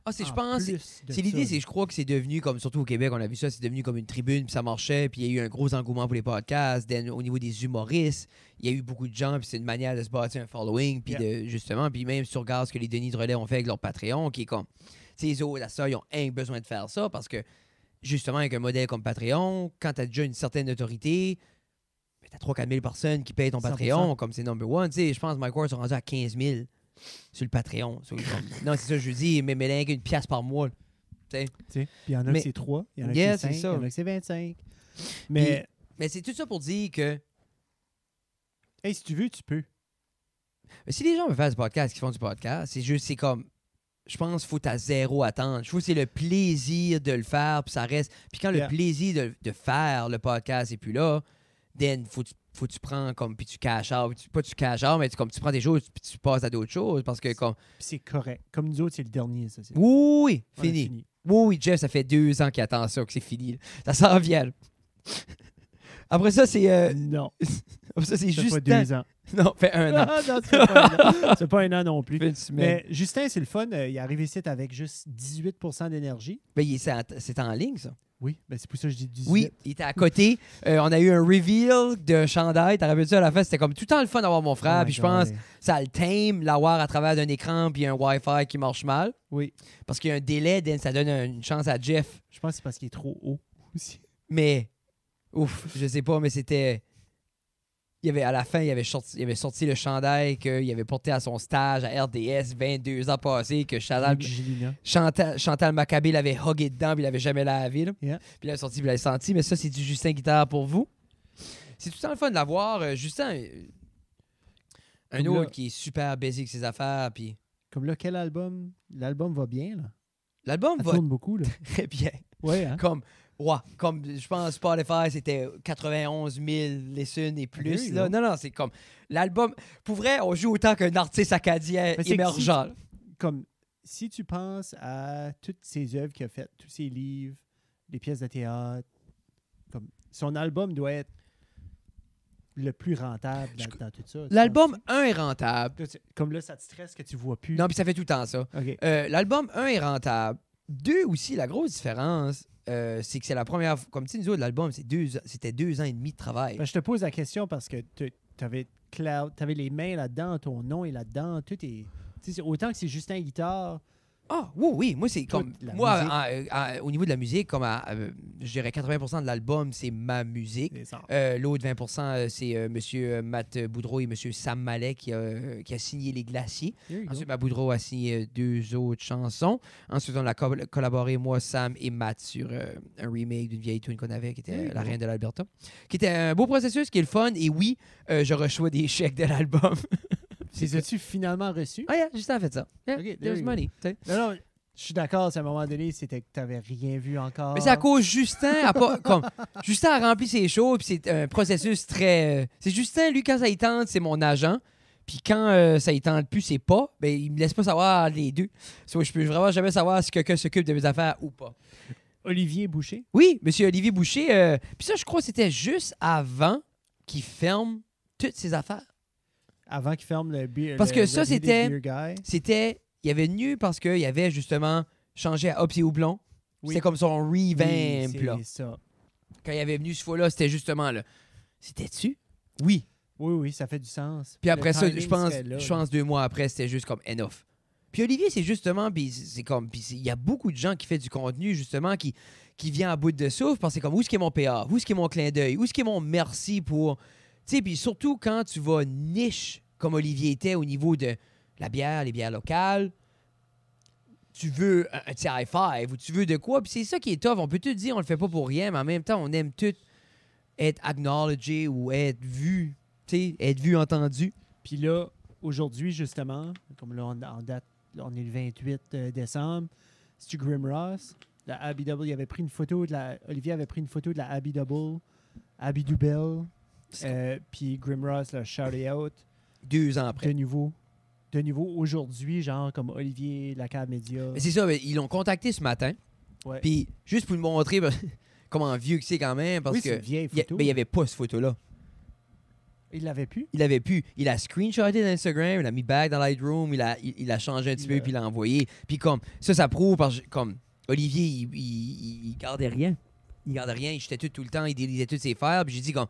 B: Ah, c'est, je
A: En
B: pense,
A: plus de
B: C'est l'idée,
A: ça,
B: c'est je crois que c'est devenu, comme surtout au Québec, on a vu ça, c'est devenu comme une tribune, puis ça marchait, puis il y a eu un gros engouement pour les podcasts. Then, au niveau des humoristes, il y a eu beaucoup de gens, puis c'est une manière de se bâtir un following, puis de justement, puis même sur regardes ce que les Denis de Relais ont fait avec leur Patreon, qui est comme, tu sais, les autres, la sœur, ils ont un besoin de faire ça, parce que justement, avec un modèle comme Patreon, quand t'as déjà une certaine autorité, ben, t'as 3-4 000 personnes qui payent ton
A: 100%.
B: Patreon, comme c'est number one, tu sais, je pense que Mike Ward sont rendus à 15 000 sur le Patreon. So, ils sont- non, c'est ça, je dis, mais mais une pièce par mois.
A: tu sais. Puis il y en a
B: Mais-
A: que c'est 3, il y en a
B: Yeah,
A: que c'est
B: c'est
A: 5, il y
B: ça.
A: en a que c'est 25. Mais
B: Mais c'est tout ça pour dire que
A: hey, si tu veux, tu peux.
B: mais si les gens veulent faire du podcast, qui font du podcast, c'est juste, c'est comme, je pense, faut à zéro attendre. Je trouve que c'est le plaisir de le faire, puis ça reste. Puis quand
A: Yeah.
B: le plaisir de, de faire le podcast est plus là, then faut tu- faut que tu prends comme puis tu cash out, puis tu- pas tu cash out, mais tu, comme tu prends des choses puis tu passes à d'autres choses parce que comme
A: Puis c'est correct. Comme nous autres, c'est le dernier, ça. c'est-
B: oui,
A: on a
B: fini. Oui, oui, Jeff, ça fait deux ans qu'il attend ça, que c'est fini. là. Ça s'en vient. là. Après ça, c'est euh,
A: Non,
B: après ça, c'est
A: c'est
B: juste
A: pas deux ans.
B: Non, fait un an.
A: Ah, non, c'est pas un an. C'est pas un an non plus.
B: Fait une semaine.
A: Mais Justin, c'est le fun. euh, il est arrivé ici avec juste 18 d'énergie.
B: Mais Ben, il- c'est en- c'est en ligne, ça.
A: Oui, ben c'est pour ça que je dis 18.
B: Oui, il était à côté. Euh, on a eu un reveal d'un chandail. T'as rappelé ça à la fin? C'était comme tout le temps le fun d'avoir mon frère.
A: Oh my
B: puis je
A: God,
B: pense
A: ouais.
B: ça le tame, l'avoir à travers d'un écran puis un Wi-Fi qui marche mal.
A: Oui.
B: Parce qu'il y a un délai, then ça donne une chance à Jeff.
A: Je pense que c'est parce qu'il est trop haut aussi.
B: Mais, ouf, je sais pas, mais c'était. Il y avait, à la fin, il avait sorti, il avait sorti le chandail qu'il avait porté à son stage à RDS 22 ans passés, que Chantal,
A: Luc Gélina.
B: Chantal, Chantal Maccabé l'avait hugué dedans, puis il l'avait jamais lavé. Là.
A: Yeah.
B: Puis il l'avait sorti, puis il l'avait senti. Mais ça, c'est du Justin Guitare pour vous. C'est tout le temps le fun de l'avoir. Euh, Justin, euh, un
A: Comme
B: autre
A: là.
B: qui est super baisé avec ses affaires. Puis
A: Comme là, quel album L'album va bien, là.
B: l'album
A: Ça
B: va
A: tourne beaucoup, là.
B: très bien.
A: Oui, hein?
B: Comme, ouais, comme je pense Spotify, c'était 91 000 lessons et plus.
A: Oui,
B: là.
A: non.
B: Non, non, c'est comme l'album. Pour vrai, on joue autant qu'un artiste acadien
A: Mais c'est que
B: émergent.
A: ben, Comme si tu penses à toutes ses œuvres qu'il a faites, tous ses livres, les pièces de théâtre, comme son album doit être le plus rentable dans,
B: Je-
A: dans tout ça. tu
B: L'album
A: penses-tu?
B: 1 est rentable.
A: Là, tu- Comme là, ça te stresse que tu vois plus.
B: Non, puis ça fait tout le temps ça.
A: OK.
B: Euh, l'album 1 est rentable. 2 aussi, la grosse différence, euh, c'est que c'est la première. Comme tu dis, nous autres, l'album, c'est deux- c'était deux ans et demi de travail.
A: Ben, je te pose la question parce que tu avais, les mains là-dedans, ton nom est là-dedans, tout est. tu sais, c'est- Autant que c'est Justin Guitare,
B: Ah, oui, oui. Moi, c'est comme.
A: la
B: Moi, en- en- au niveau de la musique, comme à, euh, je dirais 80 de l'album, c'est ma musique.
A: c'est ça.
B: Euh, L'autre 20 euh, c'est euh, Monsieur M. Matt Boudreau et M. Sam Mallet qui, a- euh, qui a signé Les Glaciers.
A: Here you go.
B: Ensuite, Matt Boudreau a signé euh, deux autres chansons. Ensuite, on a co- collaboré, moi, Sam et Matt, sur euh, un remake d'une vieille tune qu'on avait, qui était
A: Hey,
B: La
A: cool.
B: Reine de l'Alberta. Qui était un beau processus, qui est le fun. Et oui, euh, je reçois des chèques de l'album.
A: Les as-tu finalement reçus?
B: ah, yeah, juste en fait ça. Yeah,
A: Ok, there
B: there's
A: you go.
B: money. tu sais.
A: Non, non, je suis d'accord, c'est à un moment donné, c'était que tu n'avais rien vu encore.
B: Mais c'est à cause Justin a pas. comme, Justin a rempli ses shows, puis c'est un processus très. euh, c'est Justin, lui, quand ça y tente, c'est mon agent. Puis quand euh, ça y tente plus, c'est pas. Ben, il me laisse pas savoir les deux. So, je peux vraiment jamais savoir si quelqu'un s'occupe de mes affaires ou pas.
A: Olivier Boucher.
B: Oui, Monsieur Olivier Boucher. euh, Puis ça, je crois que c'était juste avant qu'il ferme toutes ses affaires.
A: Avant qu'il ferme le beer.
B: Parce
A: le
B: que ça,
A: Ready the
B: c'était-
A: Beer Guy.
B: C'était. Il y avait nu parce qu'il y avait justement changé à Hops et Houblon.
A: Oui.
B: C'était comme son revamp.
A: Oui,
B: là.
A: c'est ça.
B: Quand il avait venu ce fois-là, c'était justement là. C'était-tu? Oui.
A: Oui, oui, ça fait du sens.
B: Puis
A: Le
B: après ça,
A: timing
B: je pense,
A: serait là,
B: je
A: là.
B: pense deux mois après, c'était juste comme enough. Puis Olivier, c'est justement, puis c'est comme, puis c'est- il y a beaucoup de gens qui font du contenu justement qui qui vient à bout de souffle parce que c'est comme où est-ce qu'est mon PA, où est-ce qu'est mon clin d'œil, où est-ce qu'est mon merci pour, tu sais, puis surtout quand tu vas niche comme Olivier était au niveau de la bière, les bières locales, tu veux un, un petit high five ou tu veux de quoi, puis c'est ça qui est tough. On peut tout dire, on le fait pas pour rien, mais en même temps, on aime tout être acknowledgé ou être vu, tu sais, être vu, entendu.
A: Puis là, aujourd'hui, justement, comme là, on, en date, là, on est le 28 euh, décembre, Stu Grim Ross, la Abbey Double, il avait pris une photo de la. Olivier avait pris une photo de la Abbey Double, Abbey Double,
B: C'est
A: euh, puis Grim Ross l'a shouté out.
B: deux ans après.
A: De nouveau. De nouveau, aujourd'hui, genre comme Olivier, la cave média.
B: Mais c'est ça, mais ils l'ont contacté ce matin.
A: Ouais.
B: Puis juste pour nous montrer ben, comment vieux que c'est quand même, parce
A: oui, c'est
B: que
A: une vieille
B: il y a-
A: photo.
B: ben, il n'y avait pas cette photo-là.
A: Il l'avait pu.
B: Il avait pu. Il a screenshoté d'Instagram, il a mis back dans Lightroom, il a, il, il a changé un petit
A: Il
B: peu,
A: a-
B: puis il l'a envoyé. Puis comme, ça, ça prouve, parce que comme, Olivier, il, il, il gardait rien. Il gardait rien, il jetait tout, tout le temps, il délisait toutes ses fers. Puis j'ai dit comme,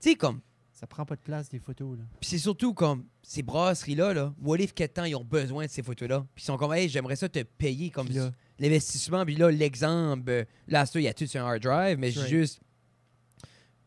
B: tu sais, comme,
A: Ça prend pas de place des photos. Là.
B: puis c'est surtout comme, ces brasseries-là, là, what if quel temps ils ont besoin de ces photos-là? Puis ils sont comme, hey, j'aimerais ça te payer comme
A: Puis là,
B: l'investissement. Puis là, l'exemple, euh, là, ça, il y a tout sur un hard drive, mais
A: That's
B: j'ai
A: right.
B: juste.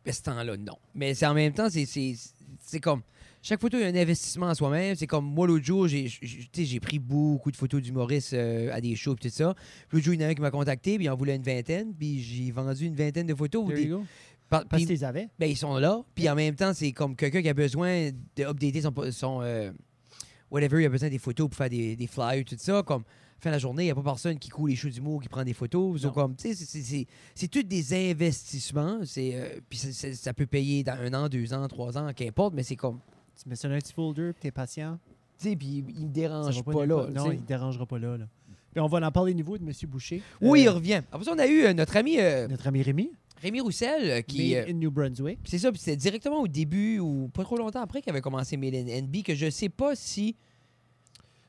B: Mais ce temps-là, non. Mais c'est en même temps, c'est- c'est c'est comme. Chaque photo, il y a un investissement en soi-même. C'est comme moi, l'autre jour, j'ai- j'- j'- tu sais, j'ai pris beaucoup de photos d'humoristes euh, à des shows et tout ça. Puis l'autre jour, il y en a un qui m'a contacté, puis il en voulait une vingtaine, puis j'ai vendu une vingtaine de photos.
A: there
B: Des-
A: you go.
B: par-
A: Parce
B: puis-
A: que tu les avais.
B: ben, ils sont là. Puis en même temps, c'est comme quelqu'un qui a besoin d'updater son. po- son euh, whatever, il a besoin des photos pour faire des, des flyers, tout ça. Comme, fin de la journée, il n'y a pas personne qui coule les choux du mot, qui prend des photos.
A: Non.
B: Ou comme, tu sais, c'est- c'est- c'est- c'est tous des investissements. c'est euh, puis c'est- c'est- ça peut payer dans un an, deux ans, trois ans, qu'importe, mais c'est comme.
A: Tu mets ça dans un petit folder, puis t'es patient.
B: Tu sais, puis il me
A: Ça
B: dérange
A: va
B: Ah, pas,
A: nulle
B: là.
A: part. Non,
B: tu sais.
A: il ne dérangera pas là. là. Puis on va en parler niveau de M. Boucher.
B: Oui, il
A: Euh,
B: revient. Après ça, on a eu euh, notre ami euh,
A: notre ami Rémi,
B: Rémi Roussel euh, qui.
A: qui
B: euh,
A: est in New Brunswick.
B: Puis C'est ça, puis c'était directement au début ou pas trop longtemps après qu'il avait commencé Made in NB que je sais pas si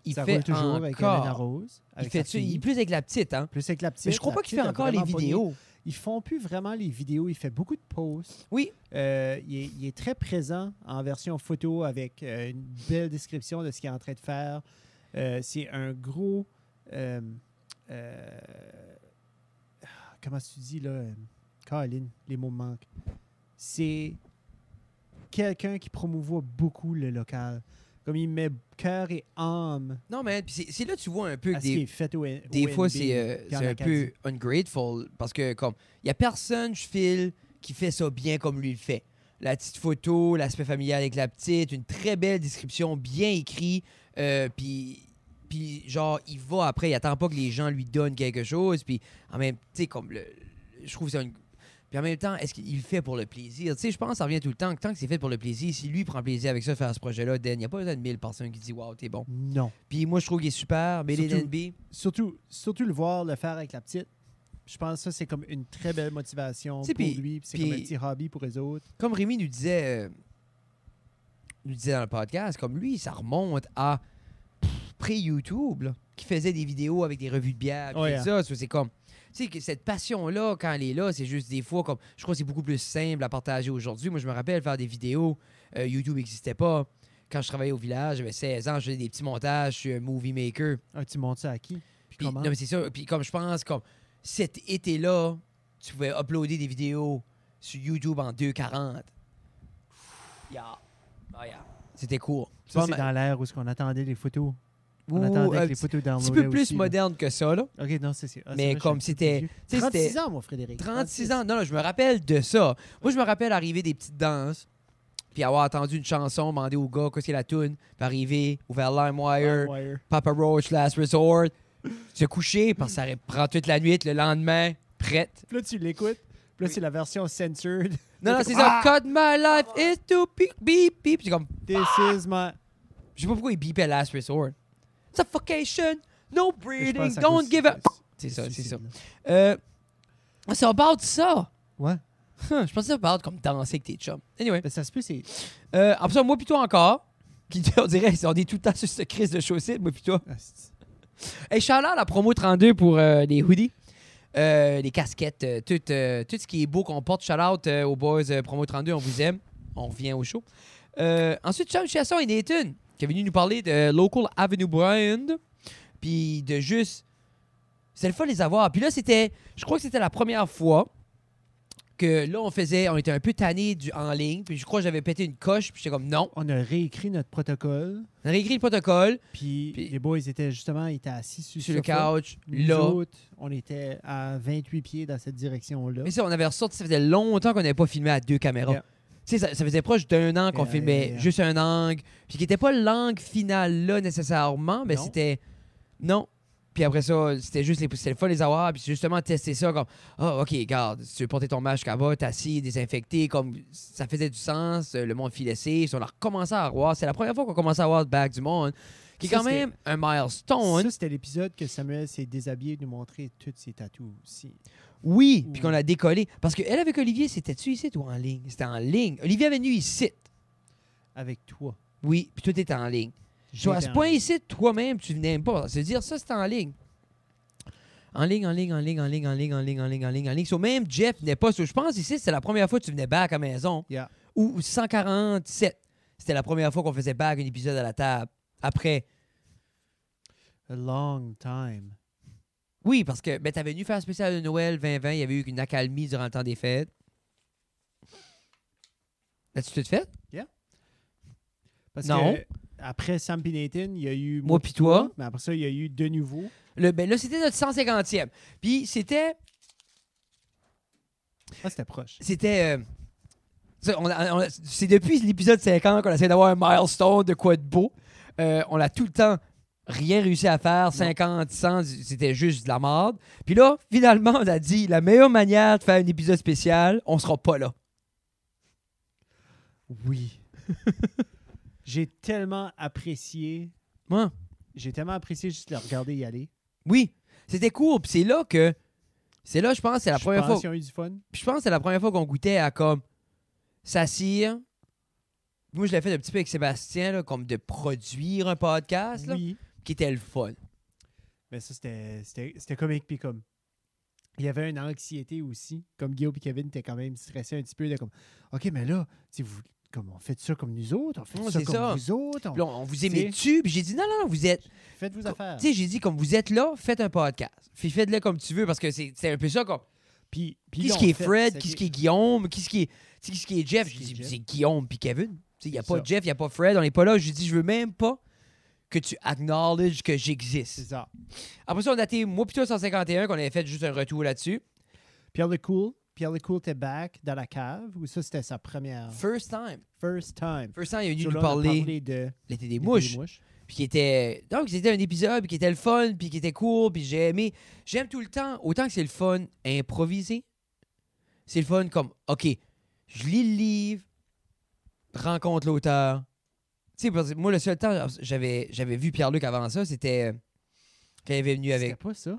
B: il
A: ça
B: fait
A: roule toujours
B: encore.
A: avec Elena Rose.
B: il
A: Avec
B: fait
A: sa
B: ça, il
A: fille.
B: est plus avec la petite hein.
A: Plus avec la petite.
B: Mais je crois
A: la
B: pas qu'il fait
A: petite a
B: encore les
A: vraiment pogné.
B: vidéos.
A: Ils font plus vraiment les vidéos. Il fait beaucoup de posts.
B: Oui.
A: Euh, il, est, il est très présent en version photo avec euh, une belle description de ce qu'il est en train de faire. Euh, c'est un gros. euh, euh, ah, comment tu dis là euh, Caroline, les mots me manquent. C'est quelqu'un qui promouvoit beaucoup le local. Comme il met cœur et âme
B: Non mais puis c'est- c'est là que tu vois un peu
A: à
B: que
A: ce qui
B: des
A: est fait au N-
B: des
A: au
B: fois
A: NB,
B: c'est euh,
A: puis en
B: c'est un
A: Acadie.
B: peu ungrateful parce que comme il y a personne je file qui fait ça bien comme lui le fait. La petite photo, l'aspect familial avec la petite, une très belle description, bien écrit, euh, puis puis genre il va après, il attend pas que les gens lui donnent quelque chose, puis en même tu sais comme le, le- je trouve ça une puis en même temps, est-ce qu'il le fait pour le plaisir? Tu sais, je pense que ça revient tout le temps. que Tant que c'est fait pour le plaisir, si lui prend plaisir avec ça, faire ce projet-là, Dan, il n'y a pas besoin de mille personnes qui disent « Wow, t'es bon
A: Non. ».
B: Puis moi, je trouve qu'il est super. Mais les
A: Surtout-
B: NB,
A: surtout, surtout le voir le faire avec la petite. Je pense que ça, c'est comme une très belle motivation
B: Tu sais,
A: pour
B: puis-
A: lui. puis C'est
B: puis-
A: comme un petit hobby pour les autres.
B: comme Rémi nous disait, euh, nous disait dans le podcast, comme lui, ça remonte à pff, pré-YouTube, là, qui faisait des vidéos avec des revues de bière, puis
A: Ouais,
B: tout
A: hein.
B: ça. So, C'est comme, tu sais, que cette passion-là, quand elle est là, c'est juste des fois, comme, je crois que c'est beaucoup plus simple à partager aujourd'hui. Moi, je me rappelle faire des vidéos, euh, YouTube n'existait pas. Quand je travaillais au village, j'avais 16 ans, je faisais des petits montages, je suis un movie maker.
A: Ah, tu montes ça à qui? Puis
B: Puis,
A: comment?
B: non, mais c'est ça. Puis comme je pense, comme cet été-là, tu pouvais uploader des vidéos sur YouTube en 2,40. Yeah. Ah, yeah. C'était court.
A: ça, c'est dans l'ère où ce qu'on attendait les photos. On
B: Ouh,
A: attendait
B: un
A: que les
B: petit,
A: photos
B: petit
A: downloadaient
B: peu plus
A: aussi, là.
B: moderne que ça, là.
A: OK, non, c'est c'est- ah, c'est
B: Mais
A: vrai, je suis
B: comme
A: un petit peu
B: c'était-
A: vieux.
B: sais,
A: 36
B: c'était-
A: ans, mon Frédéric.
B: Ah, 36 ans. Non, non, je me rappelle de ça. Moi, je me rappelle arriver des petites danses, puis avoir attendu une chanson, demander au gars qu'est-ce qu'il y a la tune, puis arriver, ouvert LimeWire,
A: Wire.
B: Papa Roach, Last Resort, se coucher, parce que ça prend toute la nuit, le lendemain, prête.
A: Puis là, tu l'écoutes. Puis là, c'est la version censored.
B: Non, non,
A: T'es
B: c'est
A: comme,
B: ça. Cut my life is to beep, beep, beep. C'est comme,
A: This is
B: Ah,
A: my...
B: je sais pas pourquoi il beepait Last Resort. Suffocation,
A: Je
B: no
A: pense
B: breathing,
A: à
B: don't
A: cause
B: give
A: du-
B: up. C'est
A: du
B: ça, c'est ça.
A: suicide, là.
B: Euh, c'est about ça.
A: Ouais.
B: Huh, je pensais about comme danser avec tes chums. Anyway,
A: Ben, ça se peut, c'est...
B: euh, après ça, moi plutôt encore. Qui, on dirait, on est tout le temps sur cette crise de chaussette, moi plutôt.
A: Ah, c'est-
B: Hey, shout out à promo 32 pour euh, les hoodies, euh, les casquettes, euh, tout, euh, tout ce qui est beau qu'on porte. Shout out euh, aux boys euh, promo 32, on vous aime. On revient au show. Euh, ensuite, Chum Chasson et Nathan, qui est venu nous parler de Local Avenue Brand, puis de juste. C'est le fun de les avoir. Puis là, c'était. Je crois que c'était la première fois que là, on faisait. On était un peu tanné du en ligne. Puis je crois que j'avais pété une coche. Puis j'étais comme non.
A: On a réécrit notre protocole.
B: On a réécrit le protocole.
A: Puis,
B: Puis-
A: les boys étaient justement ils étaient assis sur,
B: Sur le
A: sofa.
B: couch.
A: Nous
B: Là.
A: autres, on était à 28 pieds dans cette direction-là.
B: Mais ça, on avait ressorti, ça faisait longtemps qu'on n'avait pas filmé à deux caméras.
A: Yeah.
B: Tu sais, ça, ça faisait proche d'un an qu'on
A: Yeah,
B: filmait
A: yeah, yeah.
B: juste un angle, puis qui n'était pas l'angle final là nécessairement, mais
A: Non.
B: c'était. Non. Puis après ça, c'était juste les, c'était le fun les avoir, puis justement tester ça comme Ah, ok, garde, si tu veux porter ton masque à bas, assis, désinfecté, comme ça faisait du sens, euh, le monde filait safe, on a recommencé à avoir. C'est la première fois qu'on commençait à avoir le back du monde, qui est
A: Ça,
B: quand
A: c'était-
B: même un milestone.
A: Ça, c'était l'épisode que Samuel s'est déshabillé de nous montrer toutes ses tatous aussi.
B: Oui,
A: Ou-
B: puis qu'on a décollé. Parce qu'elle avec Olivier, c'était-tu ici ou en ligne? C'était en ligne. Olivier est venu ici.
A: avec toi.
B: Oui, puis tout est en ligne. Tu vois, à
A: J'étais
B: ce
A: en
B: point
A: ligne.
B: ici, toi-même, tu venais même pas. C'est-à-dire, ça, c'est en ligne. En ligne, en ligne, en ligne, en ligne, en ligne, en ligne, en ligne, en ligne, en ligne. So, même Jeff venait pas. So, je pense ici, c'est la première fois que tu venais back à maison.
A: Yeah.
B: Ou 147. C'était la première fois qu'on faisait back un épisode à la table. Après.
A: A long time.
B: Oui, parce que ben, t'avais venu faire un spécial de Noël 2020. Il y avait eu une accalmie durant le temps des fêtes. L'as-tu tout fait?
A: Parce
B: Non.
A: que après Sam pis Nathan, il y a eu
B: Moi puis toi.
A: Mais après ça, il y a eu de nouveau.
B: Le, ben là, c'était notre 150e. Puis c'était.
A: Ah, c'était proche.
B: C'était. euh, ça, on a- on a- c'est depuis l'épisode 50 qu'on essaie d'avoir un milestone de quoi de beau. Euh, on a tout le temps rien réussi à faire. 50, 100, c'était juste de la merde. Puis là, finalement, on a dit la meilleure manière de faire un épisode spécial, on sera pas là.
A: Oui. J'ai tellement apprécié.
B: Hein?
A: J'ai tellement apprécié juste de le regarder y aller.
B: Oui, c'était cool. Puis c'est là que. C'est là, je pense, c'est la
A: Je
B: première
A: pense
B: fois.
A: qu'ils ont eu du fun.
B: Puis je pense que c'est la première fois qu'on goûtait à comme s'assire. Moi, je l'ai fait un petit peu avec Sébastien, là, comme de produire un podcast, là,
A: Oui.
B: qui était le fun.
A: Mais ça, c'était- c'était c'était comique. Puis comme, il y avait une anxiété aussi. Comme Guillaume et Kevin étaient quand même stressés un petit peu. De comme, OK, mais là, tu sais, vous, comme on fait ça comme nous autres, on fait
B: Ouais,
A: ça
B: c'est
A: comme
B: ça.
A: vous autres. on-
B: Puis là, on vous aimait-tu? Puis j'ai dit, non, non, non, vous êtes.
A: Faites vos affaires.
B: Tu sais, j'ai dit, comme vous êtes là, faites un podcast. Puis faites-le comme tu veux, parce que c'est c'est un peu ça. Comme,
A: Puis, puis
B: qui
A: ils
B: ce
A: l'ont
B: qui est
A: fait,
B: Fred?
A: ça
B: Qui ce
A: a
B: qui
A: été-
B: est Guillaume? Qui ce qui est, tu sais, qui ce qui est Jeff?
A: Qui
B: J'ai
A: ce qui est
B: dit,
A: Jeff?
B: c'est Guillaume puis Kevin. Il n'y a
A: C'est
B: pas
A: ça.
B: Jeff, il n'y a pas Fred, on n'est pas là. J'ai dit, je veux même pas que tu acknowledges que
A: C'est
B: j'existe.
A: ça.
B: Après ça, on a été, moi, plutôt 151, qu'on avait fait juste un retour là-dessus.
A: Pierre Lecool. Pierre Lecool était back dans la cave. Ou ça, c'était sa première.
B: First time.
A: First time.
B: First time, il est venu
A: So
B: nous
A: là, on a
B: parler
A: parlé de
B: l'été des
A: des
B: mouches.
A: mouches.
B: Puis qui était. Donc, c'était un épisode qui était le fun, puis qui était court, puis j'ai aimé. J'aime tout le temps, autant que c'est le fun improvisé. C'est le fun comme, OK, je lis le livre, rencontre l'auteur. Tu sais, parce que moi, le seul temps, j'avais j'avais vu Pierre-Luc avant ça, c'était. euh, Quand il avait venu
A: C'était
B: avec.
A: pas ça.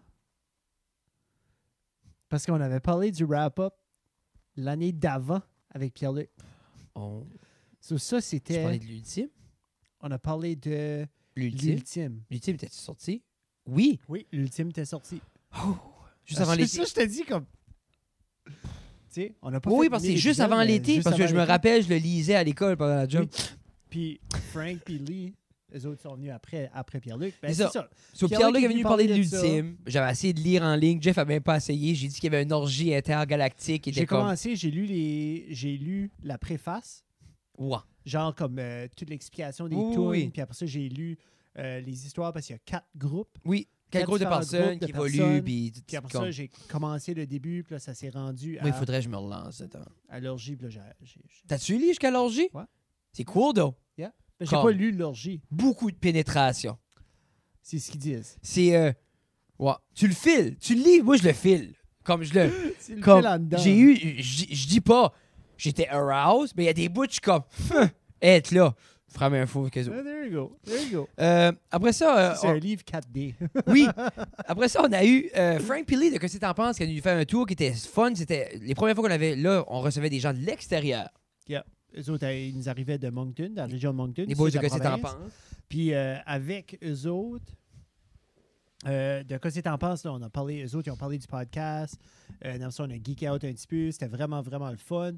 A: Parce qu'on avait parlé du wrap-up l'année d'avant avec Pierre-Luc.
B: On...
A: So, ça,
B: Tu parlais
A: c'était.
B: de l'ultime
A: On a parlé de
B: L'ultime
A: l'ultime.
B: L'ultime, t'es-tu sorti Oui.
A: Oui, l'ultime était sorti.
B: Oh, juste
A: Ah,
B: avant
A: c'est
B: l'été.
A: Ça, je te dis comme. Tu sais, on n'a pas
B: Oui,
A: fait
B: oui, parce que
A: mille
B: c'est juste
A: épisodes,
B: avant
A: mais
B: l'été,
A: juste
B: parce que
A: avant
B: je me
A: l'été.
B: rappelle, je le lisais à l'école pendant la job.
A: Puis Frank puis Lee, eux autres sont venus après, après Pierre-Luc. Ben,
B: C'est
A: c'est
B: ça.
A: ça.
B: So,
A: Pierre-Luc
B: Pierre-Luc
A: est
B: est
A: venu
B: venu parler de
A: parler de ça.
B: l'ultime. J'avais essayé de lire en ligne. Jeff avait même pas essayé. J'ai dit qu'il y avait une orgie intergalactique. Il
A: J'ai
B: était comme.
A: commencé, j'ai lu, les... j'ai lu la préface,
B: Ouah.
A: genre comme euh, toute l'explication des
B: Oui, oui,
A: tunes,
B: oui.
A: Puis après ça, j'ai lu euh, les histoires parce qu'il y a quatre groupes.
B: Oui. Quel
A: Quatre
B: groupe de
A: différents
B: personnes
A: groupes de
B: qui évoluent.
A: personnes.
B: Puis tout-
A: Puis après
B: comme-
A: ça, Ah. j'ai commencé le début, puis là, ça s'est rendu à,
B: Moi, il faudrait que je me relance. attends.
A: à l'orgie. Puis là, j'ai- j'ai- j'ai-
B: T'as-tu lu jusqu'à l'orgie?
A: Ouais.
B: C'est cool, donc.
A: Ben, j'ai
B: Comme.
A: pas lu l'orgie.
B: Beaucoup de pénétration.
A: C'est ce qu'ils disent.
B: C'est. euh, Ouais. Tu le files. Tu le lis. Moi, je le file. Comme je le.
A: C'est le
B: comme
A: fil en dedans.
B: j'ai eu je je dis pas j'étais aroused mais il y a des bouts je suis comme être là Frappe un fou que
A: Ah, there you go. There you go.
B: euh, après ça, euh,
A: C'est un livre 4D.
B: on- oui. Après ça, on a eu euh, Frank Pilly de Que c'est en penses qui a dû faire un tour qui était fun. C'était les premières fois qu'on avait là, on recevait des gens de l'extérieur.
A: eux autres, euh, ils nous arrivaient de Moncton, de la région de Moncton.
B: Les boys
A: ici,
B: de
A: la
B: Que c'est en
A: province.
B: penses.
A: Puis euh, avec eux autres, euh, de quoi c'est en penses, là, on a parlé, eux autres, ils ont parlé du podcast. Euh, dans ça, on a geeké out un petit peu. C'était vraiment, vraiment le fun.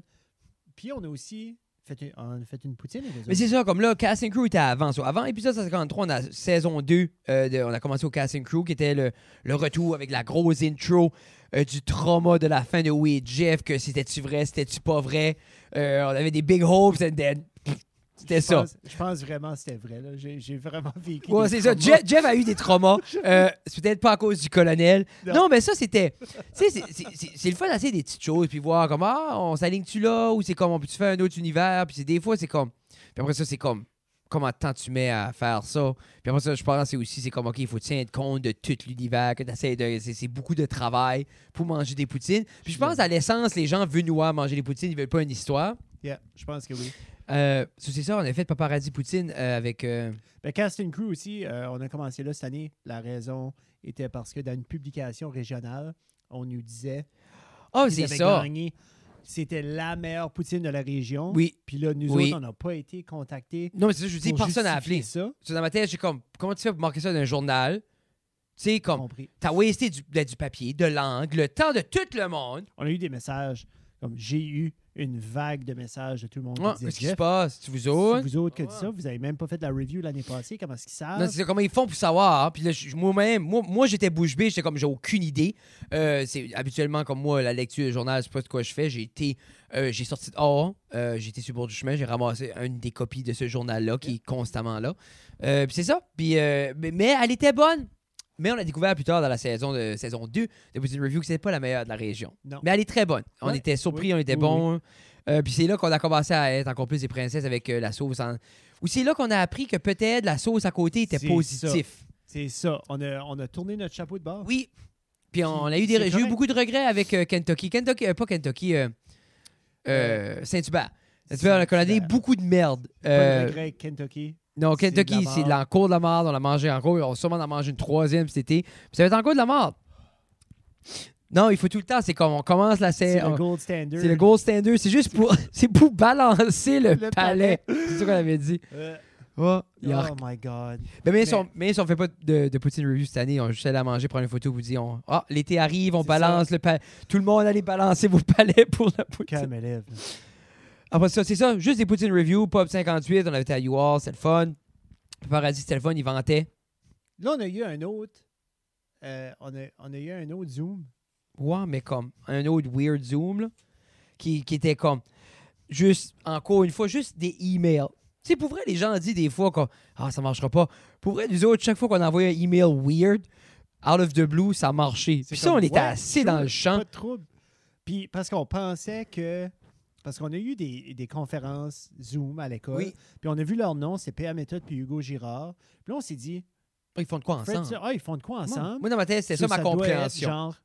A: Puis on a aussi fait une, on a fait une poutine avec eux
B: Mais
A: autres.
B: c'est ça, comme là, Casting Crew était avant. So, avant épisode 153, on a saison 2, euh, de- on a commencé au Casting Crew, qui était le, le retour avec la grosse intro euh, du trauma de la fin de We Jeff, que c'était-tu vrai, c'était-tu pas vrai. Euh, on avait des big hopes, and then, pff, c'était
A: Je
B: ça.
A: pense- Je pense, vraiment que c'était vrai. là. J'ai j'ai vraiment vécu.
B: Ouais,
A: des
B: c'est ça.
A: traumas.
B: Jeff, Jeff a eu des traumas. Euh, c'est peut-être pas à cause du colonel.
A: Non.
B: Non, mais ça, c'était. Tu sais, c'est- c'est- c'est c'est le fun d'essayer des petites choses, puis voir comme, ah, on s'aligne-tu là, ou c'est comme, on peut-tu faire un autre univers, puis c'est des fois, c'est comme. Puis après ça, c'est comme, comment de temps tu mets à faire ça. Puis après ça, je pense que c'est aussi, c'est comme, OK, il faut tenir compte de tout l'univers, que t'essayes de. C'est c'est beaucoup de travail pour manger des poutines. Puis je pense, à l'essence, les gens veulent nous voir manger des poutines, ils veulent pas une histoire.
A: Yeah, je pense que oui.
B: Euh, so, c'est ça, on a fait Paparazzi Poutine euh, avec. euh,
A: Ben, Casting Crew aussi, euh, on a commencé là cette année. La raison était parce que dans une publication régionale, on nous disait
B: Oh,
A: qu'ils
B: c'est
A: avaient
B: ça!
A: gagné C'était la meilleure poutine de la région.
B: Oui.
A: Puis là, nous
B: Oui.
A: autres, on n'a pas été contactés.
B: Non, mais c'est ça, je vous dis,
A: pour
B: personne n'a
A: justifier
B: appelé.
A: ça.
B: So, Dans ma tête, j'ai comme, comment tu fais pour marquer ça dans un journal? Tu sais, comme,
A: Compris.
B: t'as wasté du, ben, du papier, de l'angle, le temps de tout le monde.
A: On a eu des messages. Comme j'ai eu une vague de messages de tout le monde
B: Ouais,
A: qui
B: Qu'est-ce qui
A: disait
B: se
A: Jeff,
B: passe? Tu vous
A: c'est
B: autres?
A: vous autres qui dites
B: Ouais.
A: ça, vous n'avez même pas fait de la review l'année passée, comment est-ce qu'ils savent?
B: Non, c'est ça, comment ils font pour savoir. hein? Puis là, je- moi-même, moi, moi j'étais bouche bée, j'étais comme, j'ai aucune idée. Euh, c'est habituellement comme moi, la lecture, le journal, c'est pas de quoi je fais. J'ai été, euh, j'ai sorti de or, euh, j'étais sur le bord du chemin, j'ai ramassé une des copies de ce journal-là qui est constamment là. Euh, puis c'est ça. Puis, euh, mais, mais elle était bonne. Mais on a découvert plus tard dans la saison de saison 2 de Poutine Review que c'était pas la meilleure de la région.
A: Non.
B: Mais elle est très bonne. On
A: Ouais.
B: était surpris,
A: Oui.
B: on était
A: Oui,
B: bons. Euh, puis c'est là qu'on a commencé à être encore plus des princesses avec euh, la sauce en, ou c'est là qu'on a appris que peut-être la sauce à côté était
A: C'est
B: positif.
A: C'est ça. On a, on a tourné notre chapeau de bord.
B: Oui. Puis on a eu
A: C'est
B: des j'ai eu
A: correct.
B: beaucoup de regrets avec euh, Kentucky, Kentucky euh, pas Kentucky euh, euh, Saint-Hubert. Saint-Hubert qu'on a donné
A: Saint-Hubert.
B: beaucoup de merde.
A: Pas
B: Euh,
A: de regret, Kentucky.
B: non,
A: C'est de la
B: Kentucky, c'est
A: marde.
B: de l'encours de la marde. On l'a mangé encore. On va sûrement en manger une troisième cet été. Puis ça va être encore de la marde. Non, il faut tout le temps. C'est comme on commence la
A: C'est
B: saison.
A: le gold standard.
B: C'est le gold standard. C'est juste pour, c'est pour balancer le,
A: Le
B: palais.
A: palais.
B: C'est ça qu'on avait dit.
A: Euh,
B: Ouais.
A: oh my God.
B: Ben, mais,
A: Mais-
B: si on- mais si on fait pas de, de poutine review cette année, on juste aller à manger, prendre une photo, vous dit on ah l'été arrive, on
A: C'est
B: balance le palais. Tout le monde allez balancer vos palais pour la poutine.
A: Calme élève.
B: Après ça, c'est ça, juste des poutine review, Pop 58, on avait été à UR, c'était le fun. Le paradis, c'était le fun, ils vantaient.
A: Là, on a eu un autre. euh, on, a, on a eu un autre Zoom.
B: Ouais, mais comme un autre weird zoom là, qui, qui était comme juste encore une fois juste des emails. Tu sais, pour vrai, les gens disent des fois qu'on ah ça marchera pas. Pour vrai, nous autres, chaque fois qu'on envoyait un email weird out of the blue, ça marchait.
A: C'est
B: Puis ça, on
A: comme,
B: était
A: ouais,
B: assez
A: sure,
B: dans le champ.
A: Pas de trouble. Puis parce qu'on pensait que. Parce qu'on a eu des, des conférences Zoom à l'école.
B: Oui.
A: Puis on a vu leur nom, c'est PA Méthode puis Hugo Girard. Puis là, on s'est dit,
B: Ils font de quoi
A: Fred,
B: ensemble?
A: ça- ah, ils font de quoi ensemble?
B: Moi, dans ma tête, c'était ça,
A: doit
B: ma
A: être
B: compréhension.
A: genre,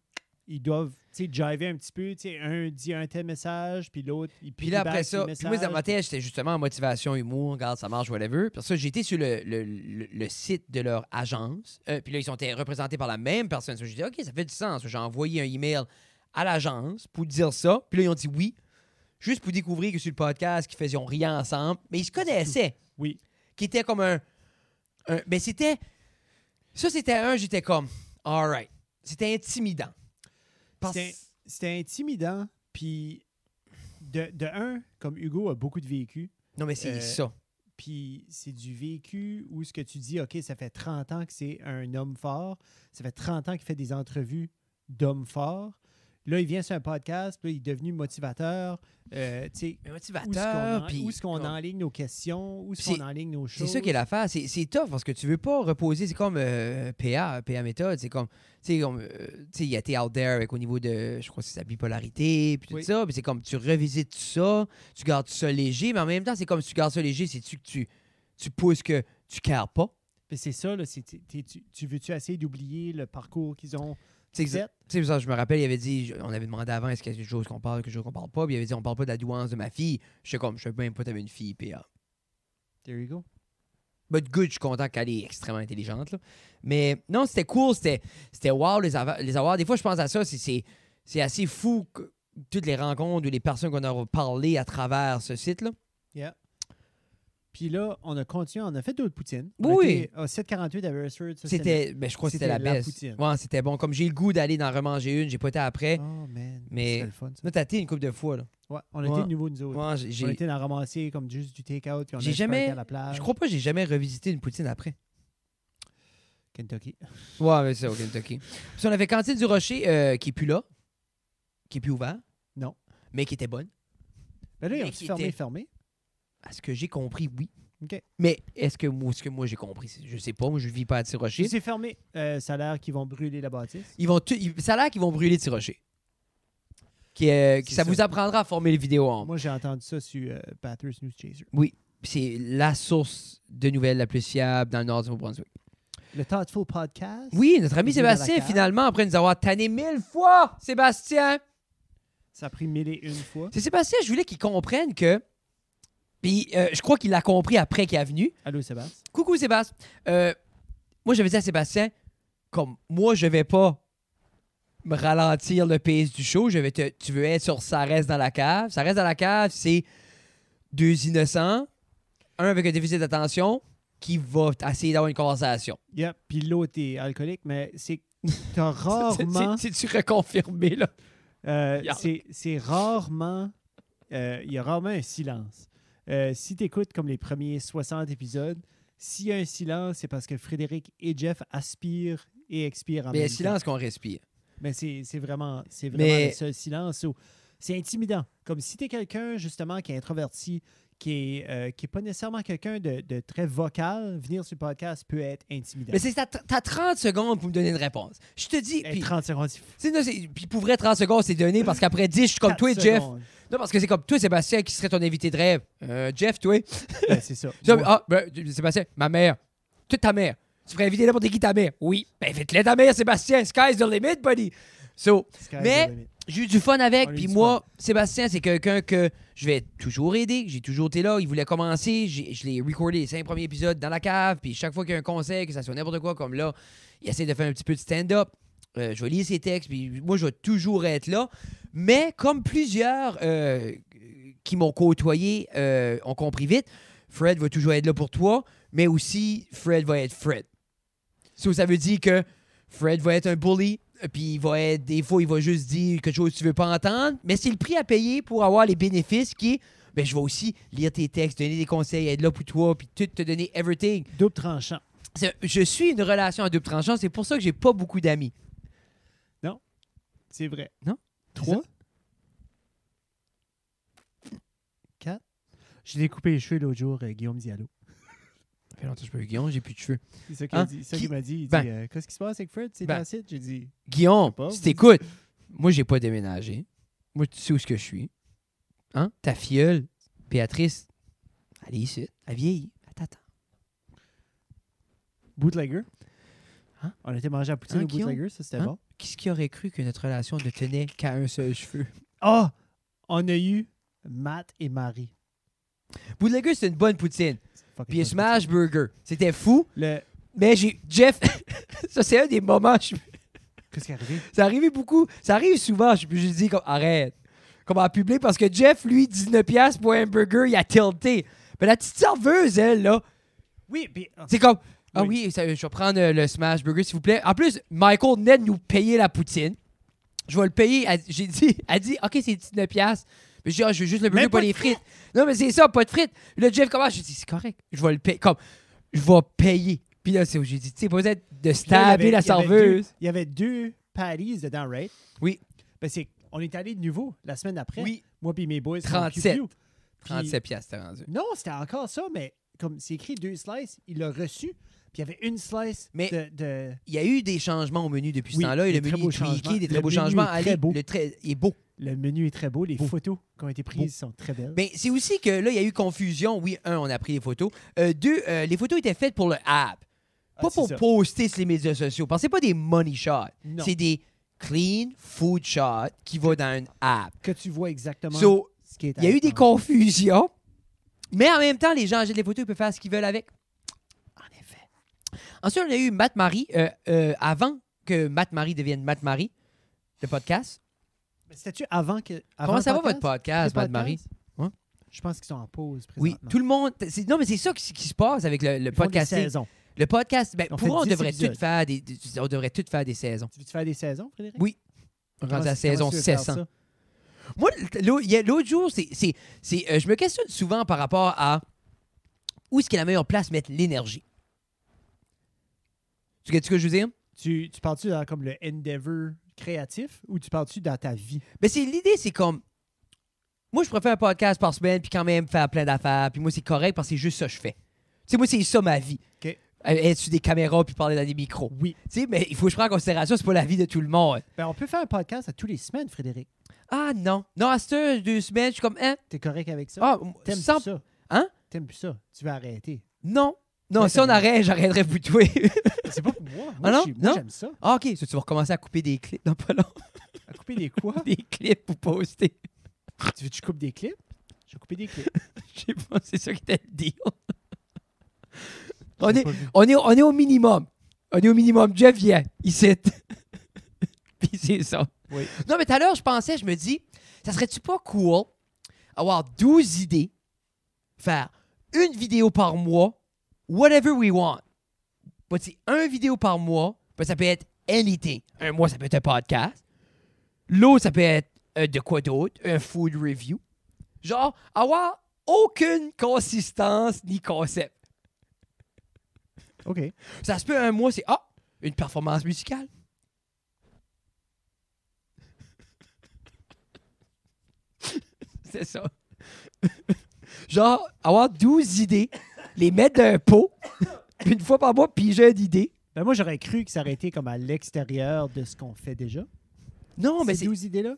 A: ils doivent, tu sais, jiver un petit peu. Tu sais, un dit un tel message, puis l'autre, il
B: Puis là, après ça, puis moi, dans ma
A: message.
B: tête, j'étais justement en motivation, humour, regarde, ça marche, whatever. Puis ça, j'étais sur le, le- le- le site de leur agence. Euh, puis là, ils sont été représentés par la même personne. So, J'ai dit, OK, ça fait du sens. J'ai envoyé un email à l'agence pour dire ça. Puis là, ils ont dit oui. Juste pour découvrir que sur le podcast, qu'ils faisaient rien ensemble. Mais ils se connaissaient.
A: Oui.
B: Qui était comme un. un- mais c'était. Ça, c'était un, j'étais comme, all right. C'était intimidant. Parce-
A: C'était- C'était intimidant. Puis de, de un, comme Hugo a beaucoup de vécu,
B: Non, mais c'est
A: Euh,
B: ça.
A: puis c'est du vécu où ce que tu dis, OK, ça fait 30 ans que c'est un homme fort, ça fait 30 ans qu'il fait des entrevues d'hommes forts. Là, il vient sur un podcast, puis là, il est devenu motivateur. Euh, tu sais,
B: Mais
A: où est-ce qu'on
B: motivateur,
A: en-
B: puis-
A: où est-ce qu'on
B: comme-
A: enligne nos questions, où est-ce
B: Puis
A: qu'on enligne nos
B: C'est
A: choses.
B: ça qui est l'affaire. C'est, c'est tough parce que tu veux pas reposer. C'est comme euh, PA, PA méthode. C'est comme, tu sais, comme, euh, tu sais, il a été out there avec au niveau de, je crois que c'est sa bipolarité, puis tout
A: Oui.
B: ça. Puis c'est comme, tu revisites ça, tu gardes ça léger, mais en même temps, c'est comme si tu gardes ça léger, c'est-tu que tu, tu pousses que tu cares pas.
A: Mais c'est ça, là, c'est- t'es- t'es- tu, tu veux-tu essayer d'oublier le parcours qu'ils ont
B: Tu sais, exa-
A: fait?
B: Tu sais, ça, je me rappelle, il avait dit, je- on avait demandé avant, est-ce qu'il y a quelque chose qu'on parle, quelque chose qu'on parle pas, puis il avait dit, on parle pas de la douance de ma fille. Je sais comme, je sais même pas, t'avais une fille, PA.
A: There you go.
B: But good, je suis content qu'elle est extrêmement intelligente. là. Mais non, c'était cool, c'était, c'était wow les, ava- les avoir. Des fois, je pense à ça, c'est, c'est, c'est assez fou que toutes les rencontres ou les personnes qu'on a parlé à travers ce site-là.
A: Puis là, on a continué, on a euh, fait d'autres poutines.
B: Oui, oui.
A: À 748 à Beresford, ça,
B: c'était, ben, je crois que c'était,
A: c'était
B: la
A: la
B: baisse.
A: poutine.
B: Ouais, c'était bon. Comme j'ai le goût d'aller d'en remanger une, j'ai pas été après.
A: Oh man,
B: Mais-
A: c'était le fun. ça.
B: Là, t'as été une couple de fois. Là.
A: Ouais, on a
B: Ouais.
A: été de nouveau nous autres.
B: Ouais, j'ai,
A: On a
B: j'ai-
A: été dans ramasser comme juste du take-out puis on a
B: J'ai
A: été
B: jamais-
A: parquer à la plage.
B: je crois pas que j'ai jamais revisité une poutine après.
A: Kentucky.
B: Ouais, mais c'est au Kentucky. Puis on avait Cantine du Rocher euh, qui est plus là, qui est plus ouvert.
A: Non.
B: Mais qui était bonne.
A: Ben là, ils
B: Mais
A: ont
B: qui
A: fermé,
B: était-
A: fermé.
B: À ce que j'ai compris, oui.
A: OK.
B: Mais est-ce que moi, ce que moi j'ai compris, c'est- je sais pas, moi je vis pas à Tirocher.
A: C'est fermé. Euh, ça a l'air qu'ils vont brûler la bâtisse.
B: Ils vont tout- ils- ça a l'air qu'ils vont brûler Tirocher. Qui, euh, qui-
A: C'est
B: ça,
A: ça.
B: vous apprendra à former les vidéos en
A: Moi, j'ai entendu ça sur euh, Bathurst News Chaser.
B: Puis C'est la source de nouvelles la plus fiable dans le nord du Nouveau-Brunswick.
A: Le Thoughtful Podcast.
B: Oui, notre ami
A: Vous venez à la
B: Sébastien,
A: cave.
B: finalement, après nous avoir tanné mille fois, Sébastien,
A: Ça a pris mille et une fois.
B: c'est Sébastien, je voulais qu'il comprenne que. Puis euh, je crois qu'il l'a compris après qu'il est venu.
A: Allô, Sébastien.
B: Coucou Sébastien. Euh, moi, j'avais dit à Sébastien, comme moi, je vais pas me ralentir le pace du show. Je vais te- tu veux être sur Ça reste dans la cave. Ça reste dans la cave, c'est deux innocents, un avec un déficit d'attention qui va essayer d'avoir une conversation.
A: Yep. Puis l'autre est alcoolique, mais c'est t'as
B: C'est-
A: rarement.
B: c'est- C'est-tu reconfirmé, là?
A: euh,
B: Yark.
A: c'est- c'est rarement. euh, Il y a rarement un silence. Euh, si tu écoutes comme les premiers 60 épisodes, s'il y a un silence, c'est parce que Frédéric et Jeff aspirent et expirent en
B: Ah, Mais
A: même
B: le silence qu'on respire.
A: temps. Mais c'est c'est vraiment, c'est vraiment
B: Mais-
A: le seul silence. où- C'est intimidant. Comme si tu es quelqu'un, justement, qui est introverti, qui est, euh, qui est pas nécessairement quelqu'un de, de très vocal, venir sur le podcast peut être intimidant.
B: Mais c'est t'as t'as 30 secondes pour me donner une réponse. Je te dis.
A: Hey,
B: puis-
A: 30 secondes, c'est
B: c'est- non, c'est- Puis pour vrai, 30 secondes, c'est donné parce qu'après 10, je suis comme
A: quatre
B: toi, Jeff.
A: secondes.
B: Non, parce que c'est comme toi, Sébastien, qui serait ton invité de rêve. Euh, Jeff, toi.
A: Ben, c'est ça.
B: Ça,
A: Moi,
B: Ah, ben, tu- Sébastien, ma mère. Toute ta mère. Tu ferais inviter n'importe qui ta mère. Oui. Ben, faites-le ta mère, Sébastien. Sky's the limit, buddy. So,
A: Sky's
B: Ah, mais-
A: the limit.
B: j'ai eu du fun
A: On
B: avec.
A: a eu
B: Puis
A: du
B: moi, Sébastien, c'est quelqu'un que je vais toujours aider. J'ai toujours été là. Il voulait commencer. J'ai- Je l'ai recordé les cinq premiers épisodes dans la cave. Puis chaque fois qu'il y a un conseil, que ça soit n'importe quoi comme là, il essaie de faire un petit peu de stand-up. Euh, je vais lire ses textes. Puis moi, je vais toujours être là. Mais comme plusieurs euh, qui m'ont côtoyé euh, ont compris vite, Fred va toujours être là pour toi. Mais aussi, Fred va être Fred. So, ça veut dire que Fred va être un bully, euh, puis il va être, des fois, il va juste dire quelque chose que tu veux pas entendre, mais c'est le prix à payer pour avoir les bénéfices qui est, ben, je vais aussi lire tes textes, donner des conseils, être là pour toi, puis tout te donner everything.
A: Double tranchant.
B: C'est- Je suis une relation à double tranchant, c'est pour ça que j'ai pas beaucoup d'amis.
A: C'est vrai.
B: Non?
A: Trois? Quatre? Je l'ai coupé les cheveux l'autre jour, euh, Guillaume Diallo.
B: Ça fait longtemps que je peux Guillaume, j'ai plus de cheveux.
A: C'est ça qu'il
B: Hein?
A: a dit- c'est ça
B: Qui-
A: qu'il m'a dit. Il
B: Ben.
A: dit euh, Qu'est-ce qui se passe avec Fred C'est
B: Ben.
A: acide J'ai dit
B: Guillaume,
A: pas,
B: si
A: vous-
B: t'écoutes, moi j'ai pas déménagé. Moi tu sais où ce que je suis. Hein? Ta filleule, Béatrice, elle est ici, elle vieillit, elle t'attend.
A: Bootlegger.
B: Hein?
A: On était mangé à Poutine
B: Hein,
A: au
B: Guillaume?
A: Bootlegger, ça c'était
B: Hein?
A: bon.
B: Qu'est-ce qui aurait cru que notre relation ne tenait qu'à un seul cheveu?
A: Ah On a eu Matt et Marie.
B: Bootlegger, c'est une bonne poutine.
A: Fucking
B: Puis
A: bon.
B: Smash Burger, c'était fou.
A: Le...
B: Mais j'ai. Jeff, ça, c'est un des moments. je-
A: Qu'est-ce qui est arrivé
B: Ça arrivait beaucoup. Ça arrive souvent. Je peux juste dire, comme, arrête. Comme en public, parce que Jeff, lui, 19$ pour un burger, il a tilté. Mais la petite serveuse, elle, là,
A: Oui, puis. ah,
B: c'est comme. Ah
A: Oui.
B: oui, ça- je vais prendre euh, le Smash Burger, s'il vous plaît. En plus, Michael venait de nous payer la poutine. Je vais le payer. Elle- J'ai dit, elle dit, OK, c'est 19$. piastres. Mais je dis, Ah, je veux juste le burger,
A: Même
B: pas,
A: pas de
B: les frites. Non, mais c'est ça, pas de frites. Le Jeff commence. Je dis, c'est correct. Je vais le payer. Comme, je vais payer. Puis là, c'est où j'ai dit, tu sais, pas besoin de
A: puis là, il y avait-
B: stabber la
A: il y avait
B: serveuse.
A: deux- Il y avait deux patties dedans, right
B: Oui.
A: Ben, c'est... On est allé de nouveau la semaine après.
B: Oui,
A: Moi puis mes boys.
B: 37.
A: on QQ. Puis-
B: 37$, piastres, t'as rendu.
A: Non, c'était encore ça, mais comme c'est écrit deux slices, il l'a reçu, puis il y avait une slice
B: Mais-
A: de, de-
B: Il y a eu des changements au menu depuis
A: Oui,
B: ce temps-là. Et
A: des
B: le
A: très
B: menu
A: beaux
B: est tweaké,
A: changements.
B: des
A: Le
B: très beaux
A: menu est
B: changements.
A: très
B: Allez,
A: beau.
B: le trait il est beau.
A: Le menu est très beau, les
B: Beau.
A: photos qui ont été prises sont très belles.
B: Ben, c'est aussi que là, il y a eu confusion. Oui, un, on a pris les photos. Euh, deux, euh, les photos étaient faites pour le app.
A: Ah,
B: Pas
A: c'est
B: pour
A: ça.
B: poster sur les médias sociaux. Parce que c'est pas des money shots.
A: Non.
B: C'est des clean food shots qui vont dans une app.
A: que tu vois exactement
B: So,
A: ce qui est
B: il y a
A: à
B: eu des
A: l'écran.
B: confusions. Mais en même temps, les gens achètent les photos, ils peuvent faire ce qu'ils veulent avec. En effet. Ensuite, on a eu Matt Marie euh, euh, avant que Matt Marie devienne Matt Marie, le podcast.
A: Mais C'était-tu avant que. avant
B: Comment
A: le
B: ça va votre
A: podcast?
B: podcast,
A: Le
B: Matt Marie?
A: podcast?
B: Hein?
A: Je pense qu'ils sont en pause
B: Oui,
A: présentement.
B: tout le monde. c'est- Non, mais c'est ça qui, qui se passe avec le, le
A: Ils font des
B: podcasting.
A: saisons.
B: Le podcast, ben,
A: On
B: pour
A: fait
B: eux, on
A: 10
B: devrait
A: épisodes.
B: tout faire des, des- on devrait tout faire des saisons.
A: Tu veux-tu faire des saisons, Frédéric?
B: Oui, On est
A: Comment-
B: rendu à
A: comment
B: saison hein.
A: tu veux faire
B: 600.
A: ça?
B: Moi, l'au- il y a- l'autre jour, c'est, c'est- c'est, euh, je me questionne souvent par rapport à où est-ce qu'il y a la meilleure place de mettre l'énergie. Tu sais ce que je veux dire?
A: Tu, tu parles-tu dans comme le endeavor créatif ou tu parles-tu dans ta vie?
B: Mais Ben, c'est l'idée, c'est comme. Moi, je préfère un podcast par semaine, puis quand même faire plein d'affaires, puis moi, c'est correct parce que c'est juste ça que je fais. Tu sais, moi, c'est ça ma vie.
A: OK.
B: Euh, Être sur des caméras, puis parler dans des micros.
A: Oui.
B: Tu sais, mais il faut que je prenne en considération, c'est pas la vie de tout le monde.
A: Ben, on peut faire un podcast à tous les semaines, Frédéric.
B: Ah non. Non, à cette heure, deux semaines, je suis comme, hein?
A: T'es correct avec ça?
B: Ah,
A: T'aimes
B: sans-
A: plus ça?
B: Hein?
A: T'aimes plus ça? Tu vas arrêter.
B: Non. Non,
A: Ouais,
B: si on
A: t'as
B: arrête, j'arrêterai plus toi.
A: C'est pas pour moi. Moi,
B: Ah non?
A: je suis- moi,
B: Non?
A: j'aime ça.
B: ah, ok. Ça, tu vas recommencer à couper des clips dans pas long.
A: À couper des quoi?
B: Des clips pour poster.
A: tu veux que je coupe des clips? Je vais couper des clips.
B: Je sais pas, c'est ça qui t'a dit.
A: Je
B: on,
A: l'ai
B: est,
A: pas vu.
B: on, est, on est au minimum. On est au minimum. Jeff vient. Il cite. Puis c'est ça.
A: Oui.
B: Non, mais tout à l'heure, je pensais, je me dis, ça serait-tu pas cool avoir 12 idées, faire une vidéo par mois, whatever we want. But c'est un vidéo par mois, ben, ça peut être anything. Un mois, ça peut être un podcast. L'autre, ça peut être euh, de quoi d'autre, un food review. Genre, avoir aucune consistance ni concept.
A: OK.
B: Ça se peut un mois, c'est ah, une performance musicale. c'est ça. Genre, avoir 12 idées, les mettre dans un pot, puis une fois par mois, piger une idée.
A: Ben, moi, j'aurais cru que ça aurait été comme à l'extérieur de ce qu'on fait déjà.
B: Non, mais
A: Ces
B: c'est.
A: 12 idées-là,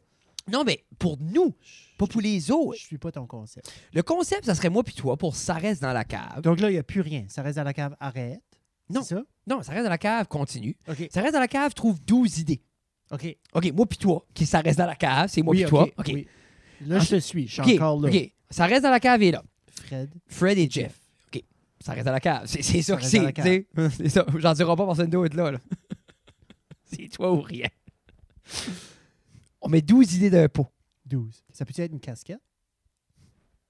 B: Non, mais pour nous, pas pour les
A: je
B: autres.
A: suis pas ton concept.
B: Le concept, ça serait moi puis toi pour ça reste dans la cave.
A: Donc là, il n'y a plus rien. Ça reste à la cave, arrête.
B: Non.
A: C'est ça?
B: Non, ça reste dans la cave, continue.
A: OK.
B: Ça reste dans la cave, trouve 12 idées.
A: OK.
B: OK, moi puis toi, qui ça reste dans la cave, c'est moi
A: Oui,
B: puis toi.
A: OK, oui. Là, je te suis. Je suis
B: OK,
A: encore là.
B: OK. Ça reste dans la cave et là.
A: Fred.
B: Fred et Jeff. OK. Ça reste à la cave. C'est, c'est
A: Ça
B: ça, que
A: reste à
B: c'est.
A: la
B: tu sais. C'est ça. J'en dirai pas personne d'autre là. là. c'est toi ou rien. On met 12 idées d'un pot.
A: 12. Ça peut être une casquette?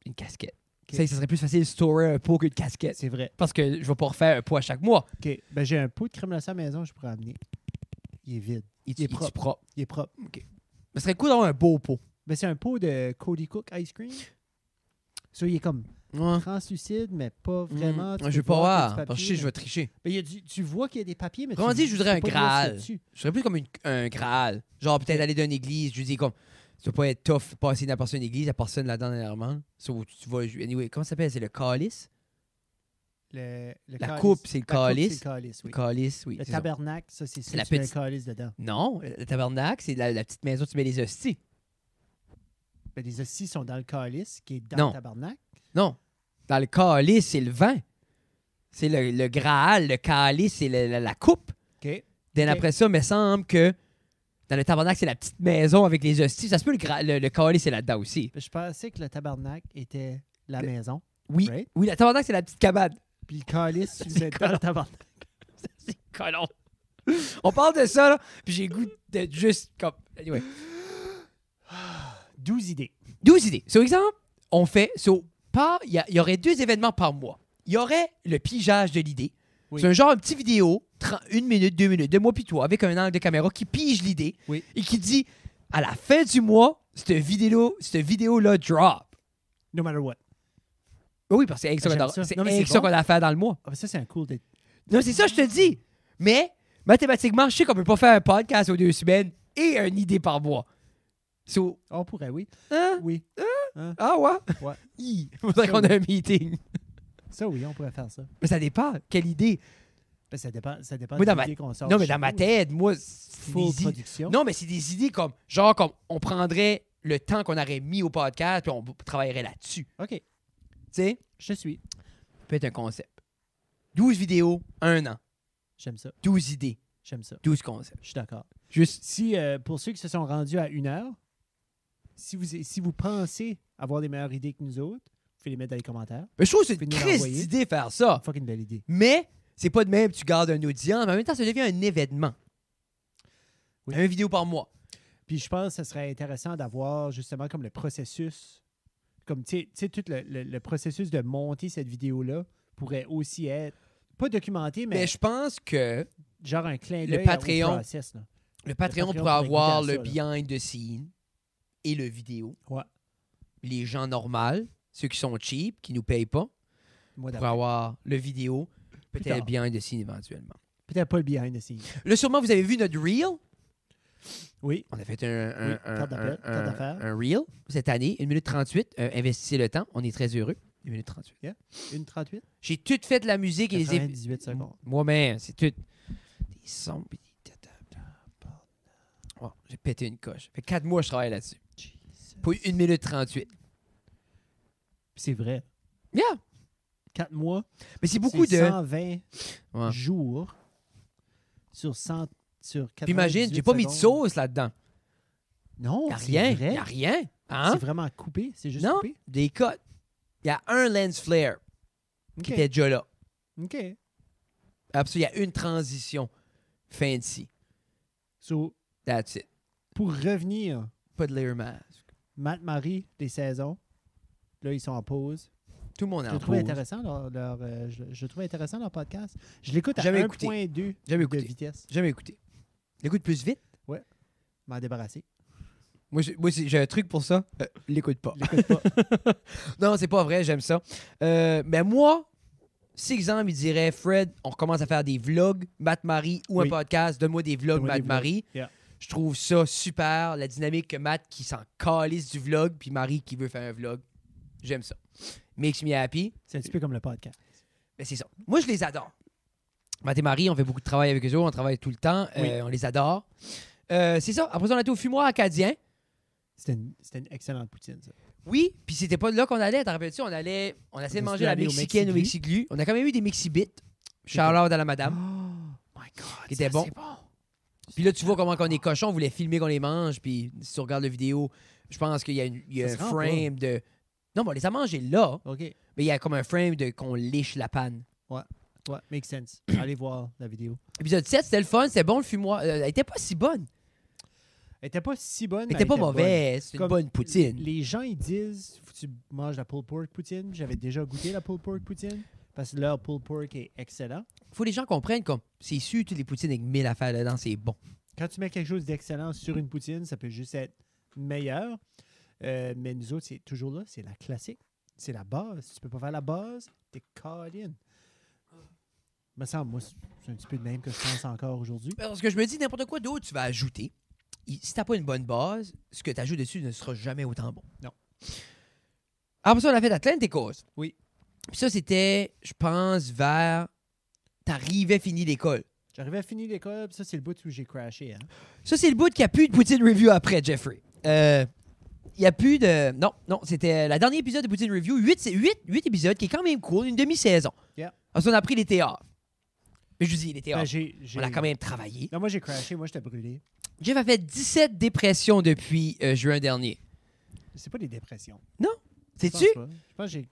B: Une casquette.
A: OK.
B: Ça, ça serait plus facile de storer un pot qu'une casquette.
A: C'est vrai.
B: Parce que je vais pas refaire un pot à chaque mois.
A: OK. Ben, j'ai un pot de crème glacée à la maison, je pourrais amener. Il est vide.
B: Il est propre.
A: Il est propre.
B: Mais ce serait cool d'avoir un beau pot.
A: Ben, c'est un pot de Cody Cook Ice Cream. Ça, il est comme
B: Ouais. Mm.
A: translucide, mais pas vraiment. Tu
B: Hein? Hmm. Ah, je
A: peux
B: veux pas
A: voir qu'il y a
B: voir.
A: du
B: Parce que je sais,
A: papier,
B: je vais tricher.
A: mais- Ben, il y a du- tu vois qu'il y a des papiers, mais tu-
B: Comment dire, je voudrais
A: tu peux
B: un
A: pas lire ça
B: Graal.
A: dessus.
B: Je serais plus comme une- un Graal. Genre, peut-être aller d'une église, je dis comme, tu vas pas être tough, passer d'aperçu une église, à personne là-dedans dernièrement. So, tu vas, anyway, comment ça s'appelle C'est le calice
A: Le- le
B: La
A: calice.
B: coupe, c'est le
A: La coupe,
B: calice.
A: c'est le calice,
B: Le
A: oui.
B: calice, oui.
A: Le
B: c'est ça.
A: tabernacle, ça, c'est ça.
B: la
A: Tu mets un
B: petite-
A: calice dedans.
B: Non, le tabernacle, c'est la, la petite maison où tu mets les hosties.
A: Ben, les hosties sont dans le calice, qui est dans
B: Non.
A: le tabernacle.
B: Non. Dans le calice, c'est le vin. C'est le, le Graal, le calice, c'est le- la, la coupe.
A: OK.
B: Then
A: Ok.
B: après ça, il me semble que dans le tabernacle, c'est la petite maison avec les hosties. Ça se peut, le, gra- le, le calice, c'est là-dedans aussi.
A: Ben, je pensais que le tabernaque était la
B: Le-
A: maison.
B: Oui,
A: Right.
B: oui, le tabernacle, c'est la petite cabane.
A: Puis le calice, tu le
B: C'est
A: mets dans le tabernacle.
B: C'est colon. On parle de ça, là, puis j'ai le goût d'être juste comme. Anyway.
A: 12 idées.
B: 12 idées. Sur exemple, on fait. so, par- Il y, a- il y aurait deux événements par mois. Il y aurait le pigeage de l'idée.
A: Oui.
B: C'est un genre, une petite vidéo, 30 une minute, deux minutes, de moi puis toi, avec un angle de caméra qui pige l'idée
A: Oui.
B: et qui dit à la fin du mois, cette vidéo-là cette vidéo drop.
A: No matter what.
B: Oui, parce que c'est avec ça
A: Ah, J'aime
B: qu'on a-
A: ça.
B: c'est
A: Non, mais
B: avec
A: c'est
B: ça
A: bon.
B: qu'on a à faire dans le mois.
A: Ah, ben, ça, c'est un cool dé-
B: Non, c'est ça, je te dis. Mais mathématiquement, je sais qu'on peut pas faire un podcast aux deux semaines et une idée par mois. So,
A: On pourrait, oui.
B: hein?
A: Oui.
B: Ah ouais?
A: Ouais.
B: Il faudrait qu'on ait un meeting.
A: Ça, oui, on pourrait faire ça.
B: Mais ça dépend. Quelle idée?
A: Ben, ça dépend, ça dépend
B: Moi, dans
A: de
B: ma-
A: l'idée qu'on sort.
B: Non, mais
A: chez
B: dans ma
A: nous.
B: tête, moi, c'est
A: Full
B: des idées-
A: production.
B: Non, mais c'est des idées comme, genre, comme on prendrait le temps qu'on aurait mis au podcast puis on travaillerait là-dessus.
A: OK,
B: Tu sais?
A: je te suis.
B: Ça peut être un concept. 12 vidéos, un an.
A: J'aime ça.
B: 12 idées,
A: J'aime ça.
B: 12 concepts.
A: Je suis d'accord.
B: Juste.
A: Si, euh, pour ceux qui se sont rendus à une heure, si vous, si vous pensez avoir des meilleures idées que nous autres, vous pouvez les mettre dans les commentaires.
B: Mais je trouve que c'est
A: Puis
B: une
A: nous
B: crise
A: l'envoyer.
B: d'idée faire ça.
A: Fucking belle idée.
B: Mais c'est pas de même, tu gardes un audience, mais en même temps, ça devient un événement.
A: Oui.
B: Une vidéo par mois.
A: Puis je pense que ce serait intéressant d'avoir justement comme le processus, comme tu sais- tu sais, tout le, le- le processus de monter cette vidéo-là pourrait aussi être, pas documenté,
B: Mais,
A: mais,
B: je pense que
A: genre un clin
B: le
A: d'œil au
B: Patreon.
A: process, là.
B: le Patreon,
A: Patreon
B: pourrait
A: pourrait
B: avoir
A: goûter
B: le
A: à ça,
B: behind the scene et le vidéo.
A: Ouais.
B: Les gens normaux, ceux qui sont cheap, qui nous payent pas,
A: Moi,
B: pourraient
A: d'après.
B: avoir le vidéo,
A: Plus
B: peut-être le
A: tard.
B: behind the scene éventuellement.
A: Peut-être pas le behind the scenes.
B: Là, sûrement, vous avez vu notre reel.
A: Oui,
B: On a fait un, un,
A: Oui,
B: un-
A: carte d'appel,
B: un-
A: carte
B: un-
A: d'affaires.
B: un reel cette année, 1 minute 38. euh, investissez le temps, on est très heureux. 1 minute 38.
A: une 38,
B: J'ai tout fait de la musique et les effets.
A: 98 secondes.
B: Moi-même, c'est tout. Des sons, pis des tata- Oh, j'ai pété une coche. Fait quatre mois, je travaille là-dessus. Pour une minute 38.
A: C'est vrai.
B: Yeah!
A: 4 mois,
B: Mais c'est beaucoup
A: beaucoup
B: de.
A: 120
B: Ouais.
A: jours sur 100 sur 98
B: Puis imagine, j'ai pas mis de
A: secondes.
B: sauce là-dedans.
A: Non,
B: Y'a
A: c'est
B: rien.
A: vrai.
B: Y'a rien. Hein?
A: C'est vraiment coupé, c'est juste
B: Non.
A: coupé.
B: Des cotes. Y'a un lens flare qui
A: OK.
B: était déjà là.
A: OK.
B: Après ça, il y a une transition fancy.
A: So,
B: That's it.
A: pour revenir,
B: Pas de layer mask.
A: Matt Marie des saisons. Là, ils sont en pause.
B: Tout le monde est
A: Je
B: en
A: trouve
B: pause.
A: intéressant leur, leur, euh, je, je trouve intéressant leur podcast. Je l'écoute à
B: Jamais écouté.
A: 1.2 de
B: Jamais écouté.
A: vitesse.
B: Jamais écouté. L'écoute plus vite.
A: M'en débarrasser.
B: Moi, j'ai, moi, c'est- j'ai un truc pour ça. Euh, l'écoute pas.
A: L'écoute pas.
B: non, c'est pas vrai, j'aime ça. Euh, mais moi, si exemple, il dirait Fred, on commence à faire des vlogs, Matt Marie ou
A: Oui.
B: un podcast, donne-moi des vlogs,
A: Donne-moi des
B: Matt
A: vlogs.
B: Marie.
A: Yeah.
B: Je trouve ça super, la dynamique que Matt qui s'en calisse du vlog, puis Marie qui veut faire un vlog. J'aime ça. Makes me happy.
A: C'est un petit peu comme le podcast.
B: Mais c'est ça. Moi, je les adore. Matt et Marie, on fait beaucoup de travail avec eux autres, on travaille tout le temps,
A: Oui.
B: euh, on les adore. Euh, c'est ça. Après ça, on a été au fumoir acadien.
A: C'était une, c'était une excellente poutine, ça.
B: Oui, puis c'était pas là qu'on allait, t'en rappelles-tu? On allait, on essayait de
A: On
B: manger
A: s'est
B: la
A: allé au
B: mexicaine au Mexiglu. On a quand même eu des Mexibits. Charlotte à la madame.
A: Oh my God.
B: Il était
A: ça,
B: bon.
A: c'est bon.
B: Puis là, tu vois comment on est cochon, on voulait filmer qu'on les mange. Puis si tu regardes la vidéo, je pense qu'il y a, une- il y a
A: Ça se
B: un
A: rend pas.
B: frame de. Non, bon, on les a mangés là,
A: OK.
B: mais il y a comme un frame de qu'on liche la panne.
A: Ouais, make sense. Allez voir la vidéo.
B: Épisode 7, c'était le fun, c'était bon le fumoir. Euh, elle était pas si bonne.
A: Elle était pas si bonne.
B: Elle
A: mais
B: était pas
A: bonne.
B: mauvaise. C'est une
A: Comme-
B: bonne poutine.
A: Les gens, ils disent faut que tu manges la pulled pork poutine. J'avais déjà goûté la pulled pork poutine parce que leur pulled pork est excellent.
B: Faut que les gens comprennent comme c'est issu toutes les poutines avec mille affaires dedans, c'est bon.
A: Quand tu mets quelque chose d'excellent sur une poutine, ça peut juste être meilleur. Euh, mais nous autres, c'est toujours là. C'est la classique. C'est la base. Si tu peux pas faire la base, t'es colline. Me semble, moi, c'est c'est un petit peu de même que je pense encore aujourd'hui.
B: Parce que je me dis, n'importe quoi d'autre, tu vas ajouter. Il- Si t'as pas une bonne base, ce que tu ajoutes dessus ne sera jamais autant bon.
A: Non.
B: Après ça, on a fait l'Atlanticos.
A: Oui.
B: Puis ça, c'était, je pense, vers. T'arrivais fini l'école.
A: J'arrivais à finir l'école, puis ça, c'est le bout où j'ai crashé. Hein?
B: Ça, c'est le bout qu'il n'y a plus de Poutine Review après, Jeffrey. Euh, Il n'y a plus de. Non, non, c'était la dernier épisode de Poutine Review. 8, c'est 8, épisodes qui est quand même court, une demi-saison.
A: Yeah.
B: Ensuite, on a pris les théâtres. Mais je vous dis, les
A: Ben,
B: théâtres.
A: j'ai- j'ai-
B: oh, on a quand même travaillé.
A: Non, moi, j'ai crashé. Moi, j'étais brûlé.
B: Jeff a fait 17 dépressions depuis euh, juin dernier.
A: C'est pas des dépressions. Je pense
B: C'est-tu?
A: pas. Je pense que j'ai-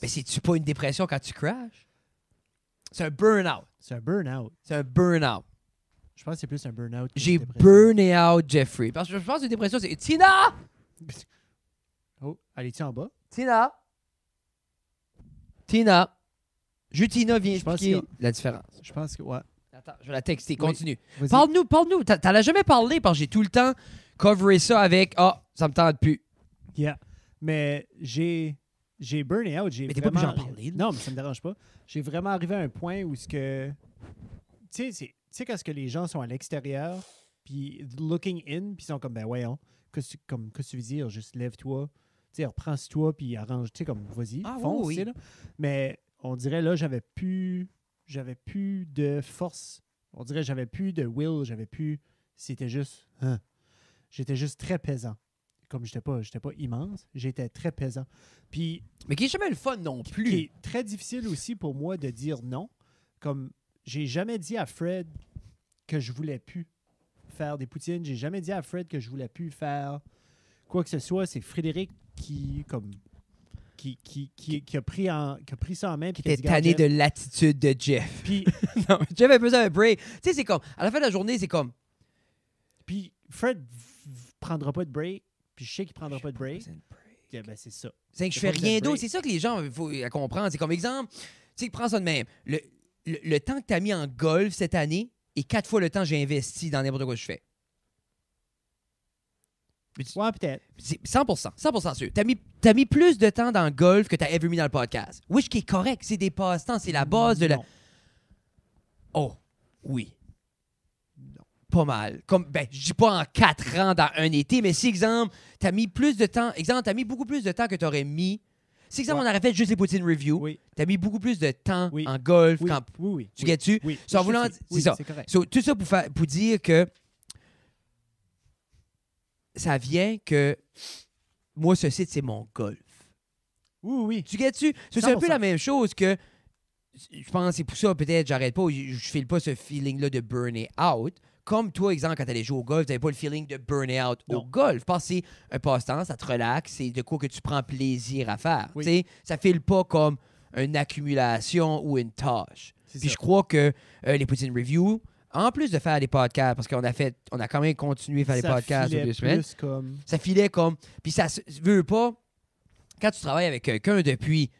B: Mais c'est-tu pas une dépression quand tu crashes? C'est un burn-out.
A: C'est un burn-out.
B: C'est un burn-out.
A: Je pense que c'est plus un burn-out. qu'une
B: J'ai
A: dépression.
B: burné out Jeffrey. Parce que je pense que une dépression, c'est Tina!
A: Oh, allez-tu en bas?
B: Tina! Tina! Juste Tina vient
A: Je pense
B: expliquer
A: qu'il
B: la différence.
A: Je pense que, ouais.
B: Attends, je vais la texter.
A: Oui.
B: Continue.
A: Vas-y.
B: Parle-nous, parle-nous. T'en t'en as jamais parlé parce que j'ai tout le temps coveré ça avec Ah, ça me tente plus.
A: Yeah. Mais j'ai j'ai burné out, j'ai
B: Mais t'es pas
A: vraiment-
B: obligé d'en parler, là.
A: Non, mais ça me dérange pas. J'ai vraiment arrivé à un point où ce que tu sais c'est- tu sais quand ce que les gens sont à l'extérieur puis looking in puis ils sont comme ben voyons, qu'est-ce que tu- comme qu'est-ce que tu veux dire juste lève-toi, tu sais reprends-toi puis arrange, tu sais comme vas-y,
B: Ah, oui,
A: fonce,
B: oui.
A: tu sais, là. Mais on dirait là j'avais plus j'avais plus de force. On dirait j'avais plus de will, j'avais plus c'était juste hein. j'étais juste très pesant comme j'étais pas j'étais pas immense, j'étais très pesant. Puis
B: Mais qui est jamais le fun non plus.
A: qui est très difficile aussi pour moi de dire non, comme j'ai jamais dit à Fred que je voulais plus faire des poutines, j'ai jamais dit à Fred que je voulais plus faire quoi que ce soit, c'est Frédéric qui comme qui, qui, qui, qui a pris en, qui a pris ça en main
B: qui
A: puis a
B: était
A: dit, Garde,
B: tanné de
A: Jeff,
B: l'attitude de Jeff.
A: puis
B: Non, mais Jeff a besoin d'un break. Tu sais, c'est comme, à la fin de la journée, c'est comme.
A: puis Fred v- v- prendra pas de break, puis je sais qu'il prendra pas de break. Yeah, ben, c'est ça.
B: C'est que je
A: J'ai
B: fais
A: pas besoin
B: rien
A: de
B: d'autre.
A: break.
B: C'est ça que les gens, il faut euh, comprendre. C'est comme exemple, tu sais, prends ça de même. Le, le, le temps que tu as mis en golf cette année est quatre fois le temps que j'ai investi dans n'importe quoi que je fais.
A: Ouais, peut-être.
B: C'est 100%, 100% sûr. Tu as, t'as mis plus de temps dans le golf que tu as ever mis dans le podcast. Oui, ce qui est correct, c'est des passe-temps, c'est la base de la.
A: Non.
B: Oh, oui. Pas mal. Comme, ben, je dis pas en quatre ans dans un été, mais si, exemple, t'as mis plus de temps, exemple, t'as mis beaucoup plus de temps que t'aurais mis. Si, exemple,
A: Ouais.
B: on aurait fait juste les poutines review,
A: Oui.
B: t'as mis beaucoup plus de temps
A: Oui.
B: en golf
A: Oui,
B: qu'en-
A: oui, oui.
B: Tu
A: oui.
B: gagnes-tu?
A: Oui.
B: Sans
A: Je
B: vouloir
A: sais.
B: dire-
A: Oui,
B: c'est ça.
A: C'est correct.
B: So, tout ça pour, faire- pour dire que ça vient que moi, ce site, c'est mon golf.
A: Oui, oui, oui.
B: Tu gagnes-tu? So, C'est un peu
A: 100%.
B: la même chose que. Je pense que c'est pour ça, peut-être, j'arrête pas, je je file pas ce feeling-là de burner out. Comme toi, exemple, quand t'allais jouer au golf, t'avais pas le feeling de burner out au
A: Non.
B: golf. Parce que c'est un passe-temps, ça te relaxe, c'est de quoi que tu prends plaisir à faire.
A: Oui.
B: Tu sais, Ça file pas comme une accumulation ou une tâche.
A: C'est
B: Puis
A: ça.
B: je crois que euh, les poutine review, en plus de faire des podcasts, parce qu'on a fait, on a quand même continué à faire des
A: Ça
B: podcasts
A: filait
B: aux deux semaines,
A: plus comme...
B: ça filait comme. Puis ça se veut pas. Quand tu travailles avec quelqu'un depuis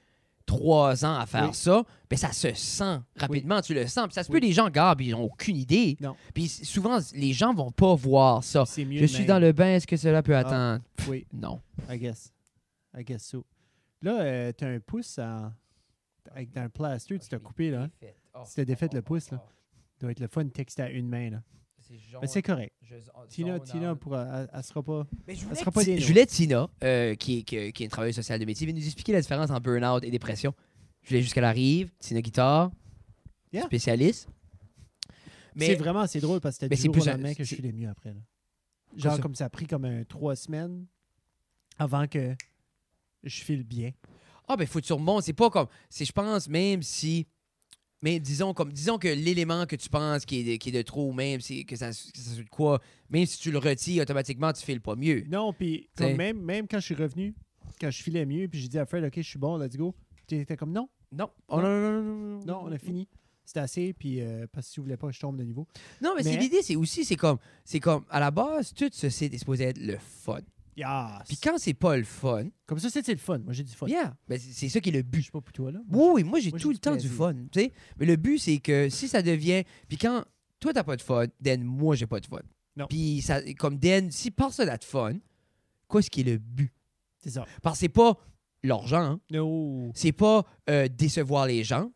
B: trois ans à faire
A: Oui.
B: ça, ben ça se sent rapidement, tu le sens. Puis ça se peut,
A: Oui.
B: les gens gardent, ils n'ont aucune idée.
A: Non.
B: Puis s- souvent, les gens vont pas voir ça.
A: C'est Ah. mieux
B: Ah, Je suis dans le bain, est-ce que cela peut attendre?
A: Oui,
B: Non.
A: I guess. I guess so. Là, euh, t'as un pouce en- avec dans le plaster, tu t'as coupé, là. Tu t'es défait le pouce, là. Ça doit être le fun de texter à une main, là. Mais c'est correct. Tina, Tina, pourra, elle, elle sera pas...
B: Mais je
A: Elle
B: voulais,
A: sera pas
B: Ti-
A: des
B: je voulais Tina, euh, qui, est- qui, est- qui est une travailleuse sociale de métier, va nous expliquer la différence entre burn-out et dépression. Je voulais jusqu'à l'arrive, Tina guitare,
A: Yeah.
B: spécialiste.
A: C'est
B: Mais
A: vraiment, c'est drôle parce que
B: Mais
A: c'était du jour
B: c'est
A: au
B: plus un-
A: lendemain que je
B: c'est-
A: suis les mieux après, là. Genre,
B: ça?
A: comme ça a pris comme un, trois semaines avant que je file bien.
B: ah ben faut que tu remontes, c'est pas comme c'est je pense même si mais disons comme disons que l'élément que tu penses qui est de, qui est de trop même si que ça que ça soit de quoi même si tu le retires automatiquement tu files pas mieux.
A: Non, puis
B: T'sais.
A: comme même, même quand je suis revenu, quand je filais mieux, puis j'ai dit à Fred, OK, je suis bon, let's go. Tu étais comme, non,
B: Non. Oh, non, non, non, non, non.
A: non, on a fini. C'était assez, puis euh, parce que si vous voulez pas, que je tombe de niveau.
B: Non, mais, c'est
A: Mais-
B: l'idée, c'est aussi, c'est comme, c'est comme, à la base, tout ceci est supposé être le fun.
A: Yes.
B: Puis quand c'est pas le fun,
A: Comme ça, c'est c'est le fun. Moi, j'ai du fun.
B: yeah, ben, c'est c'est ça qui est le
A: Je
B: but.
A: suis pas pour toi, là.
B: Oui, oui, moi, j'ai
A: moi, j'ai
B: tout
A: du
B: le temps du
A: plaisir.
B: fun, tu sais. Mais le but, c'est que si ça devient, puis quand toi, t'as pas de fun, then moi, j'ai pas de fun.
A: Non.
B: Puis ça, comme then, si personne a de fun, quoi ce qui est le but?
A: C'est ça.
B: Parce que c'est pas l'argent, hein.
A: No.
B: c'est pas euh, décevoir les gens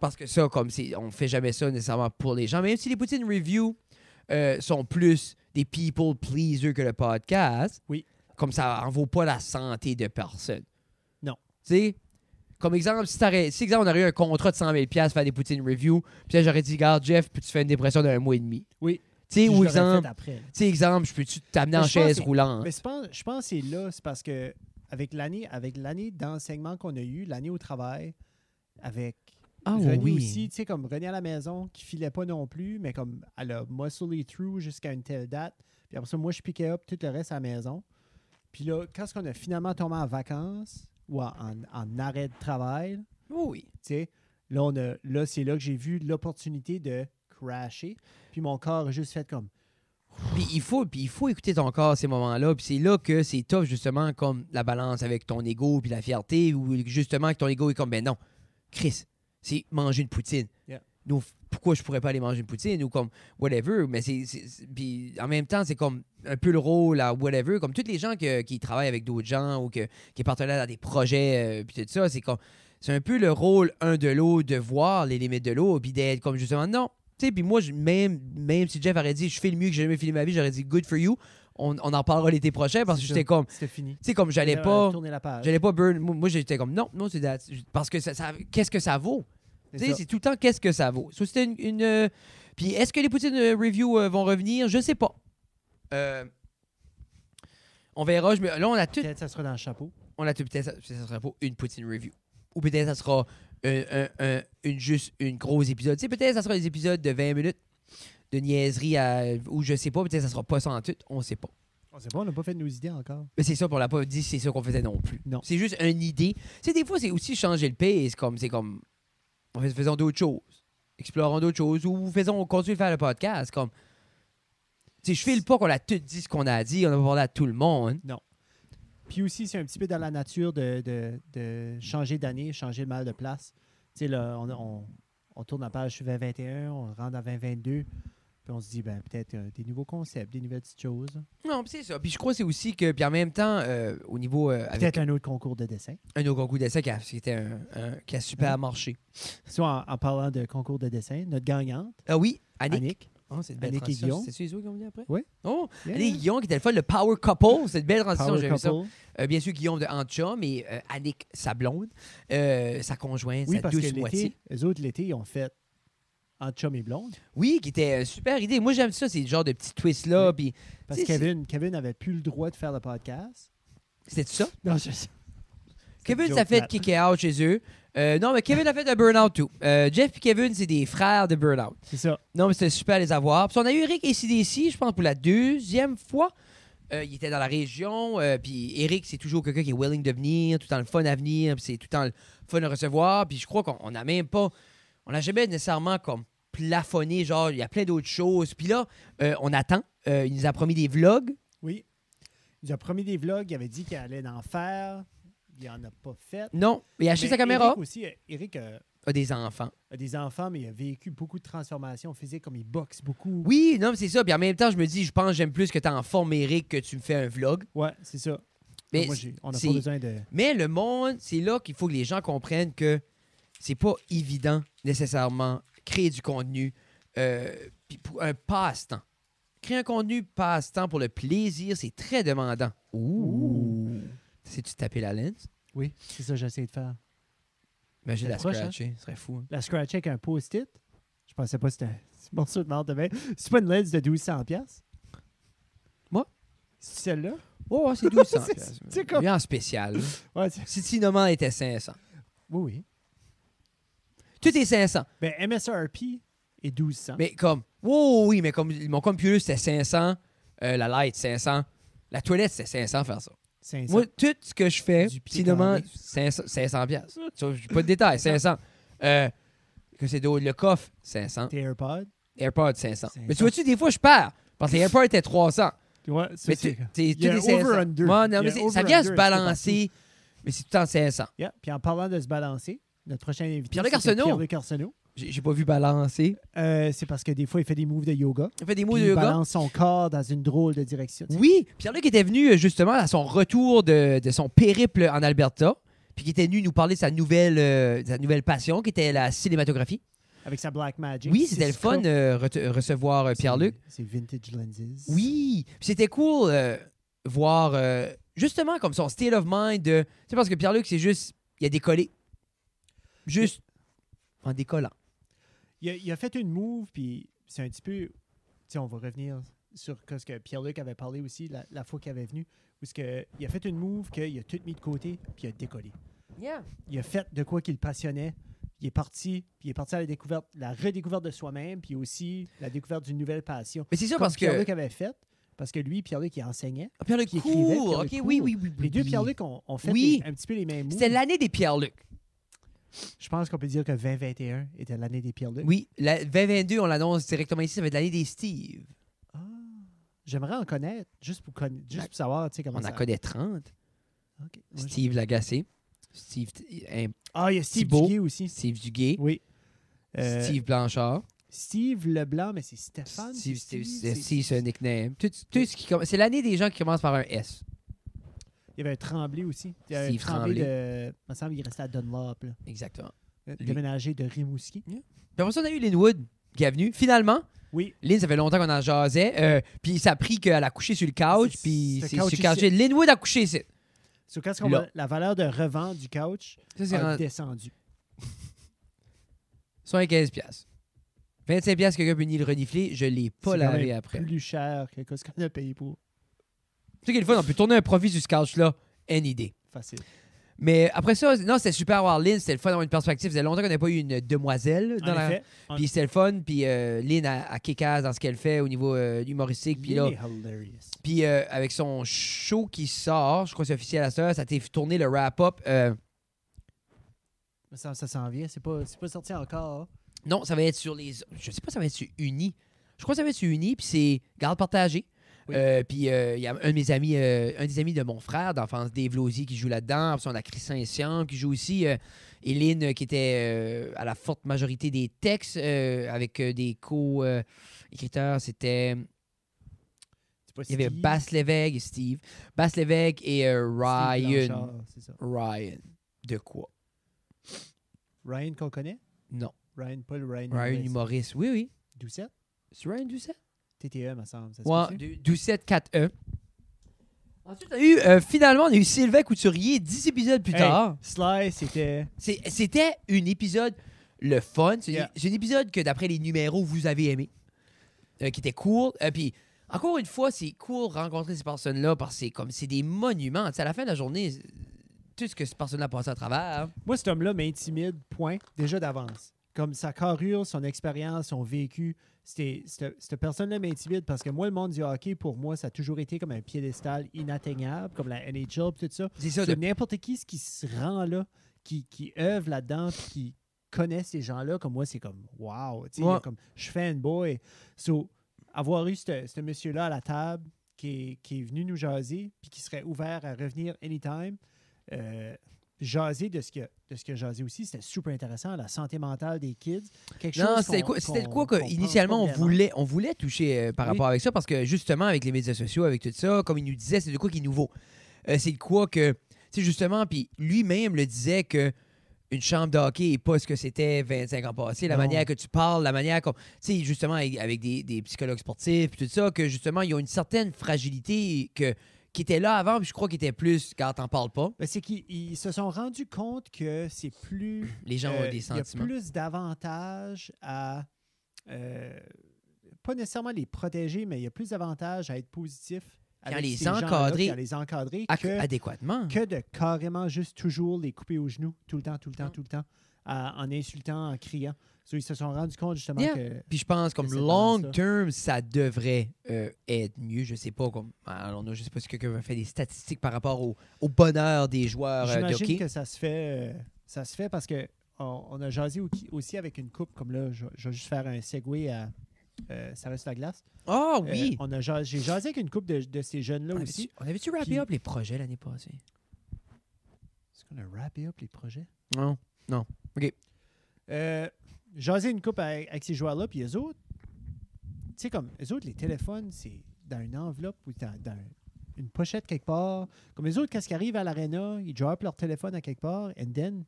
B: parce que ça comme c'est on fait jamais ça nécessairement pour les gens même si les poutines review euh, sont plus des people pleasers que le podcast
A: Oui.
B: comme ça en vaut pas la santé de personne
A: Non.
B: tu sais comme exemple si, t'aurais- si exemple, on aurait eu un contrat de 100 000 pièces faire des poutines review puis là, j'aurais dit garde Jeff puis tu fais une dépression d'un mois et demi
A: Oui.
B: tu
A: Puis
B: sais
A: je
B: ou
A: l'aurais fait
B: exemple
A: après.
B: tu sais exemple je peux tu t'amener
A: Mais
B: en
A: je pense
B: chaise
A: que-
B: roulante
A: Mais je pense, je pense que c'est là, c'est parce que avec l'année, avec l'année d'enseignement qu'on a eue, l'année au travail, avec
B: ah
A: René aussi, tu sais, comme René à la maison, qui filait pas non plus, mais comme elle a musclé through jusqu'à une telle date. Puis après ça, moi, je piquais up tout le reste à la maison. Puis là, quand on a finalement tombé en vacances ou en, en- en arrêt de travail, tu
B: Oh oui
A: sais, là, on a- là c'est là que j'ai vu l'opportunité de crasher. Puis mon corps a juste fait comme
B: Puis il faut, puis il faut écouter ton corps à ces moments-là. Puis c'est là que c'est tough justement comme la balance avec ton ego puis la fierté ou justement que ton ego est comme ben non, Chris, c'est manger une poutine.
A: Yeah.
B: Nous, f- pourquoi je pourrais pas aller manger une poutine ou comme whatever. Mais c'est, c'est- c'est- puis en même temps c'est comme un peu le rôle à whatever. Comme tous les gens que- qui travaillent avec d'autres gens ou que, qui partent là dans des projets euh, puis tout ça, c'est comme c'est un peu le rôle un de l'autre de voir les limites de l'autre puis d'être comme justement non tu sais, puis moi, je- même, même si Jeff aurait dit je fais le mieux que j'ai jamais filmé ma vie, j'aurais dit good for you. On, on en parlera l'été prochain parce que
A: C'est
B: j'étais
A: ça.
B: comme, tu
A: c'était fini.
B: sais, comme j'allais
A: Euh,
B: pas,
A: Tourner la page.
B: j'allais pas burn. Moi, moi, j'étais comme non, non, c'est that. parce que ça, ça- qu'est-ce que ça vaut? Tu
A: C'est
B: sais,
A: ça.
B: c'est tout le temps qu'est-ce que ça vaut. So, c'était une. une, euh, Puis est-ce que les poutines euh, review euh, vont revenir? Je sais pas. Euh, on verra. Je me- Là, on a tout
A: Peut-être ça sera dans le chapeau.
B: on a peut-être ça, ça sera pas une poutine review. Ou peut-être ça sera un- un- un- une juste une grosse épisode. Tu sais, peut-être ça sera des épisodes de 20 minutes de niaiserie à, ou je sais pas, peut-être ça sera pas sans tout, on sait pas.
A: On sait pas, on n'a pas fait de nos idées encore.
B: Mais c'est ça, puis on l'a pas dit, c'est ça qu'on faisait non plus.
A: Non.
B: C'est juste une idée. Tu sais, des fois, c'est aussi changer le pays, c'est comme, c'est comme, on fait- faisons d'autres choses, explorons d'autres choses, ou faisons, on continue de faire le podcast, comme, tu sais, je file pas qu'on a tout dit ce qu'on a dit, on a pas parlé à tout le monde.
A: Puis aussi, c'est un petit peu dans la nature de, de- de changer d'année, changer le mal de place. Tu sais, là, on, on- on tourne la page sur 2021, on rentre à 2022, puis on se dit, ben peut-être euh, des nouveaux concepts, des nouvelles petites choses.
B: Non, puis c'est ça. Puis je crois que c'est aussi que, puis en même temps, euh, au niveau, euh, avec-
A: Peut-être un autre concours de dessin.
B: un autre concours d'essai qui a, qui était un- un- qui a
A: Hein?
B: super marché.
A: Soit en, en parlant de concours de dessin, notre gagnante,
B: Ah oui, Annick.
A: Annick.
B: Oh, c'est une belle
A: Annick et
B: transition.
A: Guillaume.
B: C'est ceux qui ont venu après?
A: Oui.
B: Oh,
A: Yeah.
B: Annick et Guillaume qui était le fun, le Power Couple. C'est une belle transition,
A: Power
B: j'aime ça.
A: couple.
B: Euh, bien sûr, Guillaume de Antcha, mais euh, Annick, sa blonde, euh, sa conjointe,
A: Oui,
B: sa
A: parce que
B: douce moitié.
A: l'été, eux autres, l'été, ils ont fait entre chum et blonde.
B: Oui, qui était une super idée. Moi, j'aime ça, ces genres de petits twists-là.
A: Oui.
B: Puis
A: Parce
B: Tu
A: que
B: sais,
A: Kevin, Kevin avait plus le droit de faire le podcast.
B: c'était ça.
A: Non, je...
B: Kevin
A: une
B: ça
A: joke
B: fait
A: plate.
B: kick out chez eux. Euh, non, mais Kevin a fait un burn-out, tout. Euh, Jeff et Kevin, c'est des frères de burn-out.
A: C'est ça.
B: Non, mais c'était super à les avoir. Puis on a eu Eric et CDC, je pense, pour la deuxième fois. Euh, il était dans la région. euh, puis Eric, c'est toujours quelqu'un qui est willing de venir, tout le temps le fun à venir, puis c'est tout le temps le fun à recevoir. Puis je crois qu'on on n'a même pas. On n'a jamais nécessairement comme plafonné, genre, il y a plein d'autres choses. Puis là, euh, on attend. Euh, il nous a promis des vlogs.
A: Oui. Il nous a promis des vlogs, il avait dit qu'il allait en faire. Il en a pas fait.
B: Non, il a acheté
A: Mais
B: sa caméra.
A: Eric aussi, euh, Eric euh,
B: A des enfants.
A: a des enfants, mais il a vécu beaucoup de transformations physiques, comme il boxe beaucoup.
B: Oui, non, mais c'est ça. Puis en même temps, je me dis, je pense que j'aime plus que tu en forme, Eric, que tu me fais un vlog.
A: Ouais, c'est ça.
B: Mais,
A: Ah, Moi, j'ai- on n'a
B: c'est-
A: pas besoin de.
B: mais le monde, c'est là qu'il faut que les gens comprennent que c'est pas évident nécessairement créer du contenu euh, puis pour un passe-temps. Créer un contenu passe-temps pour le plaisir, c'est très demandant. Ouh! Sais-tu taper la lens?
A: Oui, c'est ça que j'essaie de faire.
B: Imagine
A: C'est
B: la
A: proche, hein?
B: scratcher, ce serait fou. hein.
A: La scratch avec un post-it. Je pensais pas que c'était un c'est un morceau de merde de main. C'est pas une lens de 1200$? piastres?
B: Moi?
A: C'est celle-là?
B: Oh, c'est 1200
A: C'est-
B: piastres.
A: c'est comme-
B: Lui, en spécial. là.
A: Ouais, c'est-
B: si Tinoman était 500.
A: oui, oui.
B: Tout est 500.
A: Ben, MSRP est 1200.
B: Mais comme, wow, oui, mais comme mon computer, c'était 500. euh, la light, 500. La toilette, c'était 500 faire ça.
A: 500.
B: Moi, tout ce que je fais,
A: Du pied
B: finalement,
A: carré.
B: 500, 500 piastres. Tu vois, j'ai pas de détails, 500. Euh, que c'est d'autres, le coffre, 500.
A: Tes AirPods.
B: AirPod, 500.
A: 500.
B: Mais tu vois-tu, des fois, je perds. Parce que les AirPods étaient 300.
A: Ouais, ça,
B: mais
A: c'est-
B: tu- t'es-
A: Il y a
B: tout
A: un
B: est 500.
A: over-under.
B: Ouais, non,
A: Il y a
B: mais
A: un
B: c'est- ça vient à se
A: over-under, c'est
B: balancer, mais c'est tout en 500.
A: Yeah. Puis en parlant de se balancer, notre prochain invité.
B: Pierre-Luc
A: c'était
B: Arsenault.
A: Pierre-Luc Arsenault.
B: J'ai j'ai pas vu balancer.
A: Euh, c'est parce que des fois, il fait des moves de yoga.
B: Il fait des mots
A: Puis
B: de
A: il
B: yoga.
A: balance son corps dans une drôle de direction.
B: Oui, Pierre-Luc était venu euh, justement à son retour de, de son périple en Alberta, puis qui était venu nous parler de sa nouvelle, euh, de sa nouvelle passion, qui était la cinématographie.
A: Avec sa Black Magic.
B: Oui, c'était le fun euh, re- recevoir euh,
A: C'est-
B: Pierre-Luc.
A: C'est Vintage Lenses.
B: Oui, puis c'était cool euh, voir euh, justement comme son state of mind. de- tu sais, parce que Pierre-Luc, c'est juste, il a décollé. Juste en décollant.
A: Il a, il a fait une move, puis c'est un petit peu. Tu sais, on va revenir sur ce que Pierre-Luc avait parlé aussi la, la fois qu'il avait venu. Où ce que, il a fait une move qu'il a tout mis de côté, puis il a décollé. Il a fait de quoi qu'il passionnait. Il est parti, puis il est parti à la découverte, la redécouverte de soi-même, puis aussi la découverte d'une nouvelle passion.
B: Mais c'est sûr
A: Comme
B: parce que.
A: Pierre-Luc avait fait, parce que lui, Pierre-Luc, il enseignait.
B: Ah, Pierre-Luc
A: qui
B: court.
A: écrivait,
B: Ok,
A: Pierre-Luc
B: oui,
A: court.
B: oui, oui, oui.
A: Les deux
B: oui.
A: Pierre-Luc ont, ont fait
B: Oui.
A: des- un petit peu les mêmes moves.
B: C'était l'année des Pierre-Luc.
A: Je pense qu'on peut dire que 2021 était l'année des Pierre-Luc.
B: Oui, la 2022, on l'annonce directement ici, ça va être l'année des Steve.
A: Ah. J'aimerais en connaître, juste pour, conna- juste
B: La-
A: pour savoir tu sais, comment
B: On
A: ça...
B: en connaît 30.
A: Ok. Moi, je-
B: Steve Lagacé, Steve, hein,
A: Ah, il y a Steve
B: Thibault.
A: Duguay aussi.
B: Steve Duguay,
A: Oui. Euh,
B: Steve Blanchard,
A: Steve Leblanc, mais c'est Stéphane.
B: Steve,
A: c'est
B: Steve,
A: Steve,
B: Steve,
A: c'est-
B: Steve, c'est un nickname. Tout- tout ce qui commence- C'est l'année des gens qui commencent par un S.
A: Il y avait un Tremblay aussi. Il y avait un
B: Steve
A: Tremblay, de... Il me semble qu'il restait à Dunlop. Là. Euh,
B: Exactement. Lui.
A: Déménagé de Rimouski.
B: Puis après ça, on a eu Linwood qui est venu. Finalement,
A: Oui.
B: Lynn, ça fait longtemps qu'on en jasait. euh, puis ça a pris qu'elle a couché sur le couch.
A: C'est-
B: Puis
A: c'est
B: c'est
A: couch
B: sur le
A: ici.
B: couch. Linwood a couché ici.
A: So, quand est-ce qu'on
B: Là.
A: va- La valeur de revente du couch
B: Ça, c'est
A: a
B: rendu
A: descendu.
B: 75 piastres. 25 piastres, quelqu'un peut venir le renifler. Je l'ai pas
A: C'est quand
B: lavé
A: même
B: après.
A: Plus cher que ce qu'on a payé pour.
B: Tu sais, quelquefois, on peut tourner un profit sur ce couch-là. Une idée.
A: Facile.
B: Mais après ça, non, c'était super avoir Lynn. C'était le fun d'avoir une perspective. Ça faisait longtemps qu'on n'avait pas eu une demoiselle dans
A: en
B: la.
A: effet,
B: Puis c'était le fun. Puis euh, Lynn a, a kick-ass dans ce qu'elle fait au niveau euh, humoristique. Puis
A: il
B: là,
A: est hilarious.
B: Puis euh, avec son show qui sort, je crois que c'est officiel à ça, ça a été tourné le wrap-up. euh,
A: Mais Ça, ça s'en vient. C'est pas, c'est pas sorti encore.
B: non, ça va être sur les. Je sais pas, ça va être sur Uni. Je crois que ça va être sur Uni, puis c'est garde partagée.
A: Oui.
B: Euh, puis euh, il y a un de mes amis, euh, un des amis de mon frère d'enfance, Dave Lausier, qui joue là-dedans. Après ça, on a Chris Saint-Sian qui joue aussi. euh, Hélène, euh, qui était euh, à la forte majorité des textes, euh, avec euh, des co-écriteurs, c'était.
A: C'est pas
B: Il y avait
A: Steve,
B: Bass Lévesque et Steve. Bass Lévesque et euh,
A: Steve
B: Ryan.
A: Blanchard, c'est ça.
B: Ryan. De quoi?
A: Ryan qu'on connaît?
B: Non.
A: Ryan, pas le Ryan.
B: Ryan
A: humoriste.
B: humoriste. Oui, oui.
A: Doucette?
B: C'est Ryan Doucette?
A: TTE, me semble. ça se
B: Ouais,
A: peut-tu?
B: du- Doucette 4E. Ensuite, on a eu, euh, finalement, on a eu Sylvain Couturier 10 épisodes plus
A: Hey,
B: tard.
A: Sly, c'était.
B: C'est- C'était un épisode le fun. C'est
A: Yeah.
B: c'est un épisode que, d'après les numéros, vous avez aimé, euh, qui était cool. Euh, Puis, encore une fois, c'est cool de rencontrer ces personnes-là parce que c'est comme c'est des monuments. Tu sais, à la fin de la journée, c'est- tout ce que ces personnes-là passent à travers.
A: Moi, cet homme-là m'intimide, point, déjà d'avance. Comme sa carrure, son expérience, son vécu. c'était- Cette cette personne-là m'intimide parce que moi, le monde du hockey, pour moi, ça a toujours été comme un piédestal inatteignable, comme la NHL et tout ça.
B: C'est ça,
A: C'est
B: de
A: n'importe qui ce qui se rend là, qui, qui œuvre là-dedans, puis qui, connais ces gens-là, comme moi, c'est comme wow. Tu sais,
B: Ouais.
A: comme je suis fanboy. So, avoir eu ce ce monsieur-là à la table qui est, qui est venu nous jaser puis qui serait ouvert à revenir anytime, euh, jaser de ce que de ce que jasé aussi, c'était super intéressant. La santé mentale des kids. Quelque
B: Non,
A: chose
B: c'était
A: qu'on-
B: quoi, c'était
A: qu'on-
B: quoi que
A: qu'on pense
B: initialement
A: pas
B: on
A: vraiment.
B: voulait, on voulait toucher euh, par
A: Oui.
B: rapport avec ça parce que justement avec les médias sociaux, avec tout ça, comme il nous disait, c'est de quoi qui est nouveau. Euh, c'est de quoi que, tu sais justement, puis lui-même le disait que une chambre de hockey n'est pas ce que c'était 25 ans passé, la
A: Non.
B: manière que tu parles, la manière qu'on, tu sais justement avec, avec des, des psychologues sportifs puis tout ça, que justement ils ont une certaine fragilité que qui était là avant, puis je crois qu'il était plus quand t'en parles pas,
A: Ben, c'est qu'ils ils se sont rendus compte que c'est plus
B: les gens
A: Euh,
B: ont des sentiments.
A: Il y a plus d'avantages à. euh, pas nécessairement les protéger, mais il y a plus d'avantages à être positif.
B: Puis à
A: avec
B: les
A: ces gens-là,
B: encadrer.
A: puis à les encadrer
B: Ac-
A: que,
B: Adéquatement.
A: que de carrément juste toujours les couper aux genoux, tout le temps, tout le temps,
B: Mm.
A: tout le temps, à- en insultant, en criant. So, ils se sont rendus compte justement
B: Yeah.
A: que.
B: Puis je pense comme
A: Cette
B: long
A: balance-là.
B: term, ça devrait euh, être mieux. Je sais pas comme alors, je sais pas si quelqu'un a fait des statistiques par rapport au, au bonheur des joueurs euh, de
A: J'imagine
B: hockey.
A: que ça se fait, euh, ça se fait parce que on, on a jasé au- aussi avec une coupe, comme là, je, je vais juste faire un segue à euh, Ça reste la glace.
B: Ah
A: Euh,
B: oui. Ah,
A: on a jasé- J'ai jasé avec une coupe de, de ces jeunes-là
B: on
A: aussi.
B: avait-tu on avait-tu wrappé
A: Puis-
B: up les projets l'année passée
A: Est-ce qu'on a wrappé up les projets?
B: Non.
A: Euh, jaser une coupe avec, avec ces joueurs-là, puis eux autres, tu sais, comme eux autres, les téléphones, c'est dans une enveloppe ou dans, dans une pochette quelque part. Comme les autres, qu'est-ce qui arrive à l'aréna, ils drop leur téléphone à quelque part, and then,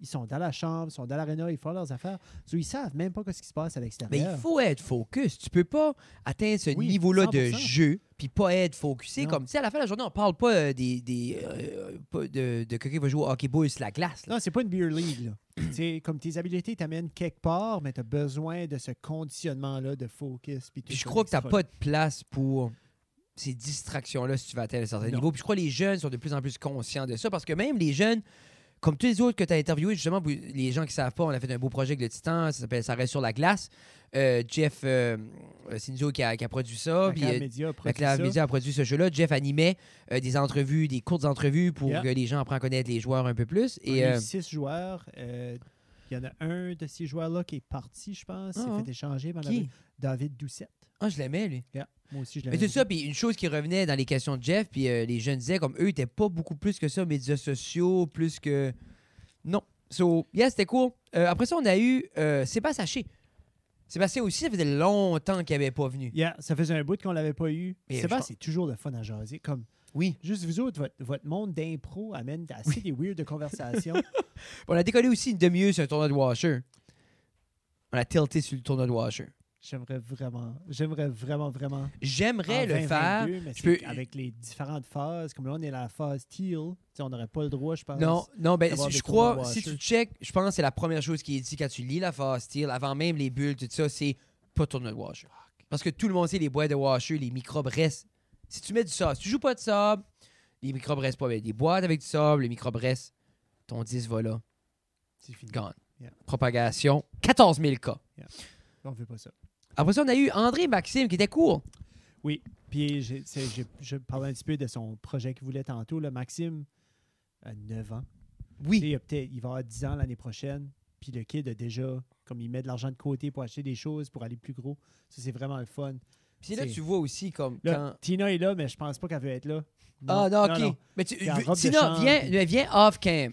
A: ils sont dans la chambre, ils sont dans l'aréna, ils font leurs affaires. So, ils savent même pas ce qui se passe à
B: Mais
A: l'extérieur.
B: Ben, il faut être focus. Tu peux pas atteindre ce
A: Oui,
B: niveau-là de
A: 100%.
B: jeu puis pas être focusé.
A: Non.
B: Comme tu sais, à la fin de la journée, on parle pas euh, des, des euh, pas de, de quelqu'un qui va jouer au hockey ball sur la glace. là.
A: Non, c'est pas une beer league. là. Tu sais, comme tes habiletés t'amènent quelque part, mais tu as besoin de ce conditionnement-là de focus. puis
B: Puis
A: tout
B: je
A: ça,
B: crois que t'as
A: extra.
B: pas de place pour ces distractions-là si tu veux atteindre un certain
A: Non.
B: niveau. Puis je crois que les jeunes sont de plus en plus conscients de ça parce que même les jeunes, comme tous les autres que tu as interviewés, justement, vous- les gens qui savent pas, on a fait un beau projet avec le Titan, ça s'appelle Ça reste sur la glace. Euh, Jeff euh, euh, Sinzo qui a, qui a produit ça. puis,
A: Maclave
B: euh,
A: Media a produit
B: McLaren
A: ça.
B: Media a produit ce jeu-là. Jeff animait euh, des entrevues, des courtes entrevues pour
A: Yeah.
B: que les gens apprennent à connaître les joueurs un peu plus.
A: On a eu
B: Et, euh,
A: six joueurs. euh, Il y en a un de ces joueurs-là qui est parti, je pense.
B: Ah,
A: s'est fait échanger. mais on
B: qui?
A: avait David Doucette.
B: Ah, je l'aimais, lui.
A: Moi aussi, je l'avais.
B: Mais tout
A: dit.
B: ça, puis une chose qui revenait dans les questions de Jeff, puis euh, les jeunes disaient, comme eux, ils étaient pas beaucoup plus que ça, médias sociaux, plus que. Non. So, yeah, c'était cool. Euh, après ça, on a eu euh, Sébastien Haché. Sébastien aussi, ça faisait longtemps qu'il n'avait pas venu.
A: Yeah, ça faisait un bout qu'on l'avait pas eu.
B: Mais
A: C'est pas,
B: je-
A: c'est toujours le fun à jaser. Comme
B: Oui.
A: juste vous autres, votre, votre monde d'impro amène assez des weird de conversations.
B: On a décollé aussi une demi-heure sur un tournoi de Washer. On a tilté sur le tournoi de Washer.
A: j'aimerais vraiment, j'aimerais vraiment, vraiment.
B: J'aimerais
A: en
B: le faire.
A: 2022, mais c'est
B: je peux-
A: Avec les différentes phases, comme là, on est dans la phase teal. Tu sais, On n'aurait pas le droit, je pense.
B: Non, non, ben,
A: d'avoir
B: je
A: des tournois
B: crois, si tu
A: Washer.
B: check, je pense que c'est la première chose qui est dit quand tu lis la phase style, avant même les bulles, tout ça, c'est pas tournoi de washer. Parce que tout le monde sait les boîtes de washer, les microbes restent. Si tu mets du sable, si tu joues pas de sable, les microbes restent pas. Mais des boîtes avec du sable, les microbes restent. Ton 10 va là,
A: C'est fini.
B: gone.
A: Yeah.
B: Propagation, 14 000 cas.
A: On ne fait pas ça.
B: Après ça, on a eu André Maxime qui était court.
A: Puis j'ai- c'est- j'ai- je parlais un petit peu de son projet qu'il voulait tantôt. Là. Maxime a 9 ans. Tu sais,
B: Oui.
A: Il, a peut-être- il va avoir 10 ans l'année prochaine. Puis le kid a déjà, comme il met de l'argent de côté pour acheter des choses, pour aller plus gros. Ça, c'est vraiment le fun.
B: Puis là,
A: c'est-
B: tu vois aussi comme
A: Là,
B: quand.
A: Tina est là, mais je pense pas qu'elle veut être là.
B: Ah non, ok. Mais tu,
A: Puis en robe de
B: Tina,
A: chambre,
B: viens, viens off cam.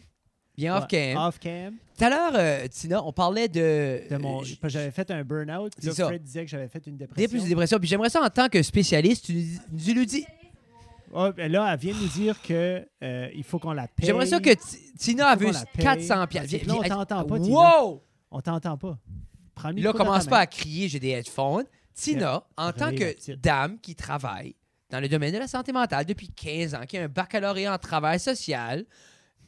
B: Viens off
A: Ouais,
B: cam.
A: Off-cam.
B: Tout à l'heure, euh, Tina, on parlait de.
A: de mon-
B: euh,
A: parce que J'avais fait un burn-out. puis
B: C'est
A: Là,
B: ça.
A: Fred disait que j'avais fait une
B: des
A: dépression.
B: plus de dépression. Puis j'aimerais ça en tant que spécialiste, tu nous- tu nous dis.
A: Ah, ben là, elle vient nous dire que euh, il faut qu'on la paye.
B: J'aimerais ça que Ti- Tina a
A: Faut
B: vu
A: qu'on la paye.
B: 400 piastres.
A: C'est que là, on t'entend pas, Tina.
B: Wow!
A: On t'entend pas. Prends le
B: Là,
A: micro dans ta
B: commence
A: main.
B: pas à crier, j'ai des headphones. Tina, en tant
A: Réveille la
B: que
A: petite.
B: dame qui travaille dans le domaine de la santé mentale depuis 15 ans, qui a un baccalauréat en travail social,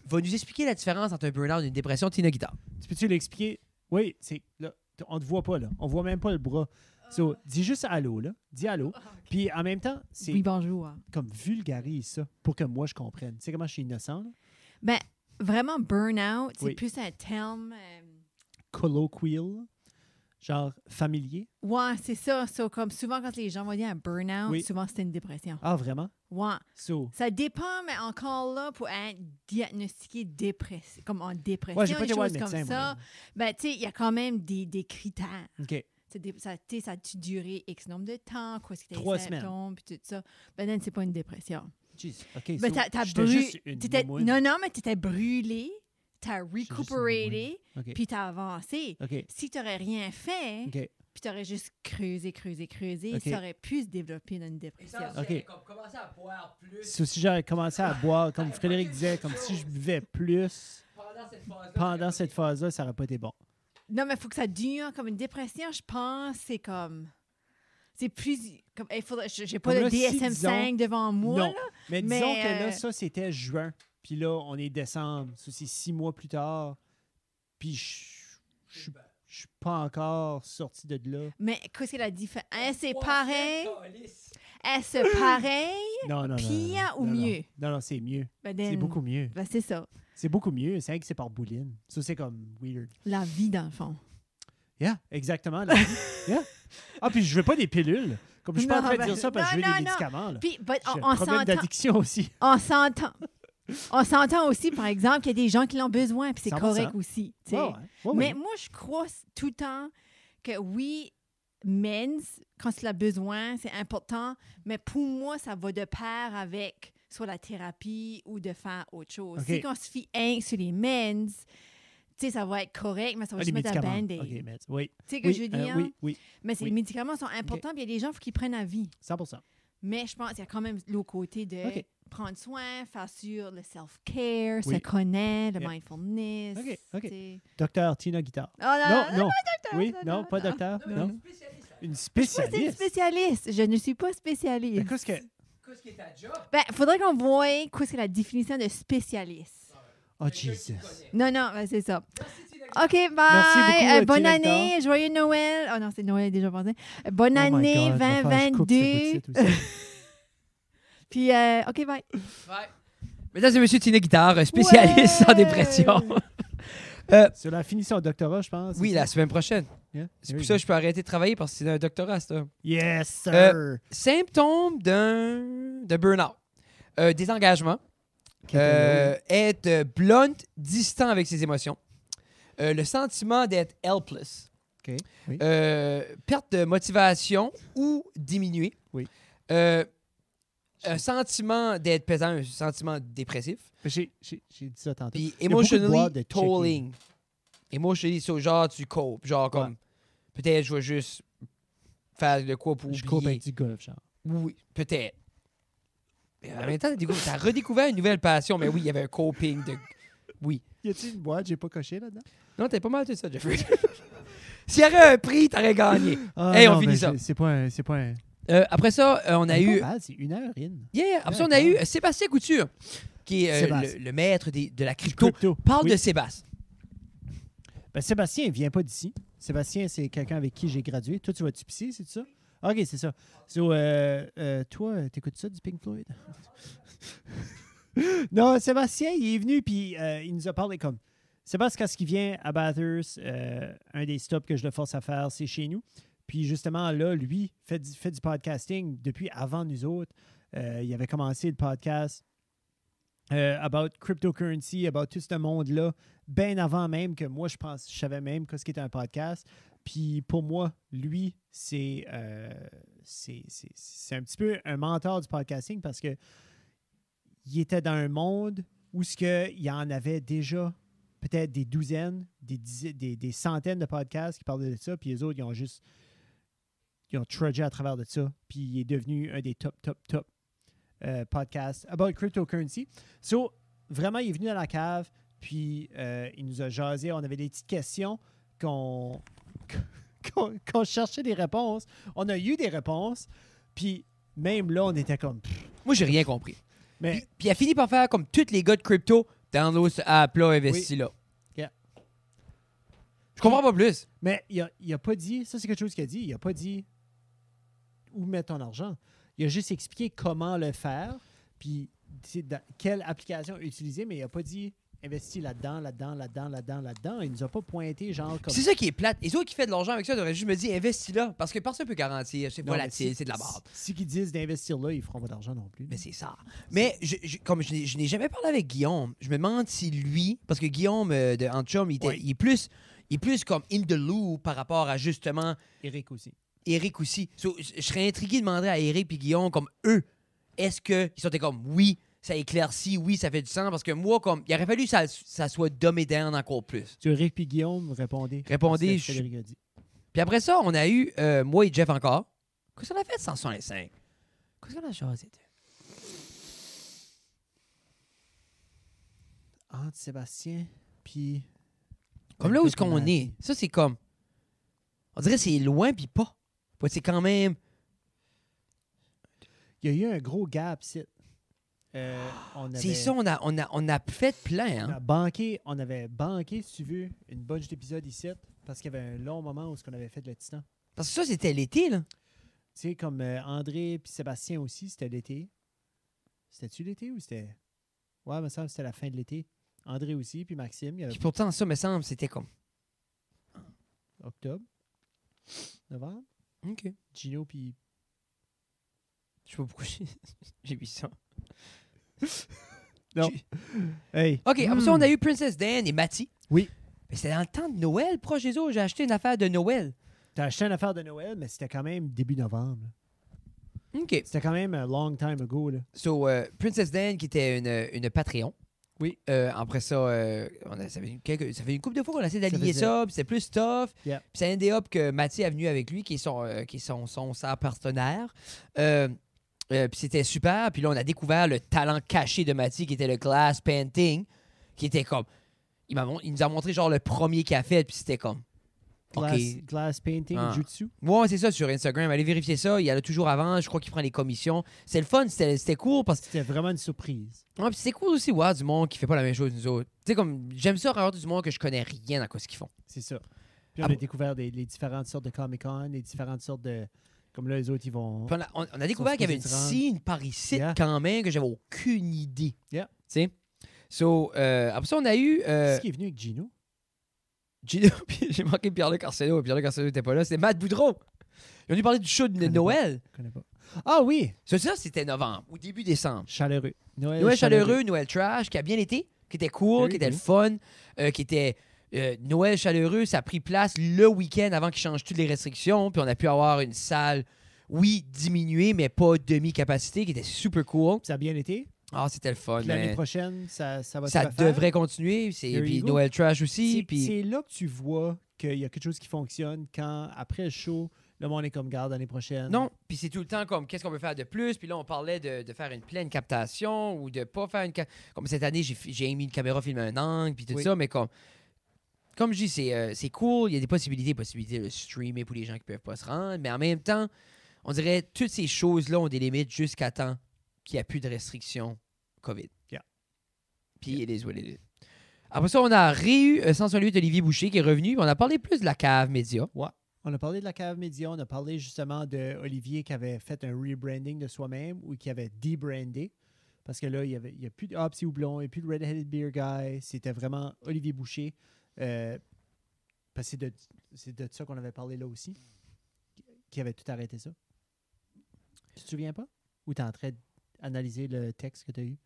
B: va nous expliquer la différence entre un burn-out et une dépression. Tina Guitare.
A: Tu peux-tu l'expliquer? Oui, c'est là, t- on te voit pas là. On voit même pas le bras. So,
C: Ah.
A: dis juste allô là, dis allô. Puis en même temps, c'est
C: Oui, bonjour.
A: comme vulgarise ça pour que moi je comprenne. Tu sais comment je suis innocent là?
C: Ben, vraiment, burn-out, c'est
A: Oui.
C: plus un terme. euh,
A: Colloquial, genre familier.
C: ouais, c'est ça. So, comme souvent, quand les gens vont dire un burn-out,
A: Oui.
C: souvent, c'est une dépression.
A: Ah vraiment
C: Ouais.
A: So,
C: Ça dépend, mais encore là, pour être diagnostiqué dépressif, comme en dépression,
A: ouais, j'ai pas
C: des
A: été voir le
C: choses comme
A: médecin,
C: ça,
A: moi.
C: ben, tu sais, il y a quand même des, des critères.
A: OK.
C: Tu sais, des- ça, tu sais, ça a-tu duré X nombre de temps? Quoi, est-ce que t'as
A: Trois
C: des
A: semaines.
C: symptômes? Puis tout ça. Ben, non, c'est pas une dépression.
A: Jeez. OK,
C: Ben,
A: so,
C: t'as, t'as
A: j'étais
C: brûlé.
A: juste une
C: t'étais-
A: momoune.
C: non, non, mais t'étais brûlé, t'as
A: juste une
C: récupéré,
A: OK.
C: puis t'as avancé.
A: OK.
C: Si t'aurais rien fait,
A: OK.
C: puis t'aurais juste creusé, creusé, creusé,
A: OK.
C: ça aurait pu se développer dans une dépression.
A: Ok.
B: j'avais comme commencé à boire plus
A: So, si j'avais commencé à boire, comme Frédéric disait, comme si je buvais plus
B: pendant cette phase-là.
A: pendant cette phase-là, ça aurait pas été bon.
C: Non, mais il faut que ça dure. Comme une dépression, je pense, c'est comme. C'est plus. Comme, il faudrait, je- j'ai pas
A: Comme
C: le
A: là, si,
C: DSM-5 devant moi.
A: non.
C: là.
A: Mais
C: mais,
A: disons que là,
C: euh,
A: ça, c'était juin. Puis là, on est décembre. Ça, c'est six mois plus tard. Puis je je suis- je suis pas encore sorti de là.
C: Mais qu'est-ce qu'elle a dit?
B: Hein,
C: Est-ce hein, pareil? Est-ce pareil?
A: Non, non, non.
C: Pire
A: non,
C: ou
A: non, non.
C: mieux?
A: Non, non, c'est mieux.
C: Ben,
A: C'est
C: then-
A: beaucoup mieux.
C: Ben, c'est ça.
A: C'est beaucoup mieux. C'est vrai que c'est par bouline. Ça, c'est comme weird.
C: La vie, dans le fond.
A: Yeah, exactement. là. yeah. Ah, puis je veux pas des pilules. Comme je suis pas en
C: Non,
A: train de
C: ben-
A: dire ça parce que je
C: non,
A: veux des
C: non, non.
A: médicaments. là.
C: Puis, but
A: J'ai
C: on,
A: un
C: on
A: problème
C: s'entend.
A: d'addiction aussi.
C: On s'entend. On s'entend aussi, par exemple, qu'il y a des gens qui l'ont besoin, puis c'est
A: 100%.
C: correct aussi. tu sais.
A: Ouais, ouais, ouais, ouais.
C: Mais moi, je crois s- tout le temps que oui, men's, quand il a besoin, c'est important, mais pour moi, ça va de pair avec soit la thérapie ou de faire autre chose.
A: OK.
C: Si on se fie un sur les men's, tu sais, ça va être correct, mais ça va
A: Ah, les
C: juste mettre un
A: médicaments.
C: band-aid.
A: OK, mais oui.
C: Tu sais ce que
A: Oui,
C: je veux
A: euh,
C: dire?
A: oui, oui,
C: Mais ces
A: oui.
C: médicaments sont importants, puis il y a des gens faut qu'ils prennent à vie.
A: 100
C: Mais je pense qu'il y a quand même l'autre côté de
A: OK.
C: prendre soin, faire sur le self-care,
A: Oui.
C: se connaître, le
A: Yeah.
C: mindfulness.
A: OK, OK.
C: tu sais.
A: Docteur Tina Guitar.
C: Oh là là,
A: non, non.
C: docteur,
A: Ah, Oui,
C: non,
A: non,
C: non,
A: Ah, pas
C: non.
A: docteur.
B: Non,
A: Non.
B: mais spécialiste. hein.
A: Une
C: Moi, c'est une
A: spécialiste.
C: spécialiste. Je ne suis pas
A: Mais
C: spécialiste.
A: qu'est-ce que.
B: Qu'est-ce qui est ta job?
C: Ben, faudrait qu'on voie qu'est-ce que la définition de spécialiste.
A: Oh,
B: Quelqu'un qui
A: Jesus.
B: connaît.
C: Non, non, ben, c'est ça.
B: Merci, Tina.
C: OK, bye.
A: Merci beaucoup,
C: Euh,
A: euh,
C: bonne
A: Tina
C: année. Joyeux Noël. Oh non, c'est Noël déjà passé. Euh, bonne
A: Oh my
C: année
A: God, va falloir que je coupe ce
C: 2022.
A: bout de site aussi.
C: Puis, euh, OK, bye.
B: Ouais. Mesdames et messieurs, Tina Guitare, spécialiste en
A: Ouais.
B: dépression.
A: Sur la finition au doctorat, je pense.
B: Oui, la semaine prochaine.
A: Yeah,
B: C'est
A: there
B: pour
A: you
B: ça
A: go.
B: que je peux arrêter de travailler parce que c'est un doctorat, ça.
A: Yes, sir.
B: Euh, Symptômes d'un de burn-out. Euh, désengagement. Euh, être blunt, distant avec ses émotions. Euh, le sentiment d'être helpless.
A: OK, oui.
B: Euh, perte de motivation ou diminuée.
A: Oui.
B: Euh, un sentiment d'être pesant, un sentiment dépressif.
A: J'ai j'ai- j'ai dit ça tantôt.
B: Puis
A: y a beaucoup de
B: emotionally
A: boîtes de checking.
B: tolling. Emotionally, so, genre tu copes. Genre comme peut-être je vais juste faire de quoi pour
A: Je coupe
B: oublier.
A: avec du golf, genre.
B: Oui, peut-être. Mais en même temps, tu as redécouvert une nouvelle passion, mais oui, il y avait un coping de. Oui.
A: Y a-t-il une boîte j'ai pas coché là-dedans?
B: Non, t'es pas mal tout ça, Jeffrey. S'il y avait un prix, t'aurais gagné. Hey, on
A: Ah, non,
B: finit
A: mais
B: ça.
A: c'est- C'est pas un. C'est pas un.
B: Euh, après ça, euh, on a
A: C'est pas
B: eu.
A: mal, C'est une heure in.
B: Yeah, après ça, on a eu euh, Sébastien Couture, qui est euh,
A: Sébastien.
B: le, le maître des- de la crypto. Parle
A: Oui.
B: de Sébastien.
A: Ben, Sébastien, il vient pas d'ici. Sébastien, c'est quelqu'un avec qui j'ai gradué. Toi, tu vas-tu pisser, c'est ça? OK, c'est ça. So, euh, euh, toi, euh, t'écoutes ça du Pink Floyd? non, Sébastien, il est venu, puis euh, il nous a parlé comme... Sébastien, quand il vient à Bathurst, euh, un des stops que je le force à faire, c'est chez nous. Puis justement, là, lui, fait du, fait du podcasting depuis avant nous autres. Euh, il avait commencé le podcast euh, about cryptocurrency, about tout ce monde-là bien avant même que moi, je pense, je savais même que ce qu'était un podcast. Puis pour moi, lui, c'est euh, c'est c'est- c'est un petit peu un mentor du podcasting parce que il était dans un monde où ce que il y en avait déjà peut-être des douzaines, des, dizaines, des, des centaines de podcasts qui parlaient de ça, puis les autres, ils ont juste ils ont trudgé à travers de ça, puis il est devenu un des top, top, top euh, podcasts about cryptocurrency. So, vraiment, il est venu à la cave, puis euh, il nous a jasé. On avait des petites questions qu'on qu'on- qu'on cherchait des réponses. On a eu des réponses. Puis même là, on était comme. pff,
B: Moi, j'ai rien compris.
A: Mais
B: Puis, puis il a fini par faire comme tous les gars de crypto, download ce app-là, investis là.
A: Yeah.
B: Je comprends pas plus.
A: Mais il a, il a pas dit, ça c'est quelque chose qu'il a dit, il a pas dit où mettre ton argent. Il a juste expliqué comment le faire, puis c'est dans- quelle application utiliser, mais il a pas dit investi là-dedans, là-dedans, là-dedans, là-dedans, là-dedans. Il nous a pas pointé, genre, comme.
B: C'est ça qui est plate. Les autres qui font de l'argent avec ça, devraient juste me dire investis là. Parce que personne ne peut garantir. C'est
A: Non, mais
B: volatile,
A: si-
B: c'est de la barbe.
A: Si, si qu'ils disent d'investir là, ils feront pas d'argent non plus.
B: Mais c'est ça. Mais je- je- comme je, n'ai- je n'ai jamais parlé avec Guillaume, je me demande si lui, parce que Guillaume euh, de Antchum, il, était-
A: Ouais.
B: il est plus, il est plus comme in the loop par rapport à justement
A: Eric aussi.
B: Eric aussi. So, je je serais intrigué de demander à Eric et Guillaume comme eux, est-ce que ils sont comme oui, ça éclaircit, oui, ça fait du sens, parce que moi comme, il aurait fallu que ça, ça soit dumb et down encore plus.
A: Tu Eric puis Guillaume, répondez. C'est
B: Répondez, je-
A: ce que Frédéric a dit.
B: Puis après ça, on a eu euh, moi et Jeff encore. Qu'est-ce qu'on a fait 165 Qu'est-ce qu'on a choisi
A: Entre Sébastien, puis.
B: Comme là où
A: Quelqu'un
B: est-ce qu'on
A: qui m'a-
B: est. Ça, c'est comme. On dirait que c'est loin puis pas. Ouais, c'est quand même.
A: Il y a eu un gros gap, c'est. Euh, on
B: Ah, C'est
A: avait-
B: ça, hein? on a, on, a, on a fait plein.
A: on
B: Hein?
A: a banqué, on avait banqué, si tu veux, une bunch d'épisodes ici, parce qu'il y avait un long moment où ce qu'on avait fait de le Titan.
B: Parce que ça, c'était l'été, là.
A: Tu sais, comme euh, André puis Sébastien aussi, c'était l'été. C'était-tu l'été ou c'était. Ouais, me semble que c'était la fin de l'été. André aussi, puis Maxime, il y avait
B: Puis pourtant, ça, me semble, c'était comme.
A: octobre, novembre.
B: OK.
A: Gino, puis.
B: Je sais pas pourquoi j'ai- j'ai mis ça.
A: Non.
B: J'ai-
A: Hey!
B: OK, après ça, on a eu Princess Dan et Matty.
A: Hmm. Oui.
B: Mais c'était dans le temps de Noël, proche des autres. J'ai acheté une affaire de Noël.
A: T'as acheté une affaire de Noël, mais c'était quand même début novembre. là.
B: OK.
A: C'était quand même un long time ago. Là.
B: So, euh, Princess Dan, qui était une, une Patreon.
A: Oui.
B: Euh, après ça, euh, on a- ça, fait une, quelques- ça fait une couple de fois qu'on a essayé
A: Ça
B: d'allier
A: faisait-
B: ça, puis c'était plus tough.
A: Yeah.
B: Puis ça a endé up que Mathieu est venu avec lui, qui est son, euh, qui est son, son, sa partenaire. Euh, euh, puis c'était super. Puis là, on a découvert le talent caché de Mathieu, qui était le glass painting, qui était comme... Il, m'a mon- il nous a montré genre le premier qu'il a fait, puis c'était comme... OK.
A: Glass, glass painting,
B: Ah.
A: jutsu.
B: Ouais, c'est ça sur Instagram. Allez vérifier ça. Il y en a toujours avant. Je crois qu'il prend les commissions. C'est le fun. C'était c'était cool parce que
A: C'était vraiment une surprise.
B: Ouais, puis c'est cool aussi, ouais, du monde qui fait pas la même chose que nous autres. Tu sais, comme, j'aime ça avoir du monde que je connais rien à quoi ce qu'ils font.
A: C'est ça. Puis on
B: Ah
A: a
B: bon?
A: découvert des- les différentes sortes de Comic-Con, les différentes sortes de. Comme là, les autres, ils vont.
B: Puis on a, on- on a découvert
A: Ils sont
B: qu'il y avait une
A: supposés
B: scene par ici
A: Yeah.
B: quand même que j'avais aucune idée.
A: Yeah.
B: Tu sais? So, euh, après ça, on a eu. euh,
A: Qu'est-ce qui est venu avec Gino?
B: Gino, puis j'ai manqué Pierre-Luc Arsenault. Pierre-Luc Arsenault était pas là. C'était Matt Boudreau. Ils ont dû parler du show de
A: connais pas.
B: Noël.
A: Je connais pas. Ah oui!
B: Ça, ça c'était novembre ou début décembre.
A: Chaleureux. Noël,
B: Noël chaleureux, Noël trash, qui a bien été, qui était
A: Eh
B: cool,
A: Oui,
B: qui était le
A: oui.
B: fun, euh, qui était euh, Noël chaleureux, ça a pris place le week-end avant qu'ils changent toutes les restrictions, puis on a pu avoir une salle, oui, diminuée, mais pas demi-capacité, qui était super cool.
A: Ça a bien été.
B: Ah, c'était le fun.
A: Puis L'année
B: mais
A: prochaine, ça, ça va
B: ça
A: se refaire.
B: devrait continuer, c'est,
A: There
B: puis
A: you go.
B: Noël trash
A: C'est-
B: aussi, puis
A: C'est là que tu vois qu'il y a quelque chose qui fonctionne quand, après le show, le monde est comme garde l'année prochaine.
B: non, puis c'est tout le temps comme qu'est-ce qu'on peut faire de plus, puis là on parlait de, de faire une pleine captation ou de pas faire une ca- comme cette année j'ai, fi- j'ai mis une caméra filmer un angle puis tout
A: Oui.
B: ça, mais comme comme je dis c'est, euh, c'est cool, il y a des possibilités, possibilités de streamer pour les gens qui peuvent pas se rendre, mais en même temps on dirait toutes ces choses là ont des limites jusqu'à temps qu'il n'y a plus de restrictions COVID.
A: Yeah.
B: Puis it is what it is. Après ça, on a réu euh, 168 Olivier Boucher qui est revenu. puis On a parlé plus de la cave média.
A: On a parlé de la cave média, on a parlé justement de Olivier qui avait fait un rebranding de soi-même ou qui avait debrandé. Parce que là, il n'y avait, il y a plus de Hops et Houblon, il n'y a plus de Red-Headed Beer Guy. C'était vraiment Olivier Boucher. Euh, parce que c'est de, c'est de ça qu'on avait parlé là aussi. Qui avait tout arrêté ça. Tu te souviens pas? Ou tu es en train d'analyser le texte que tu as eu?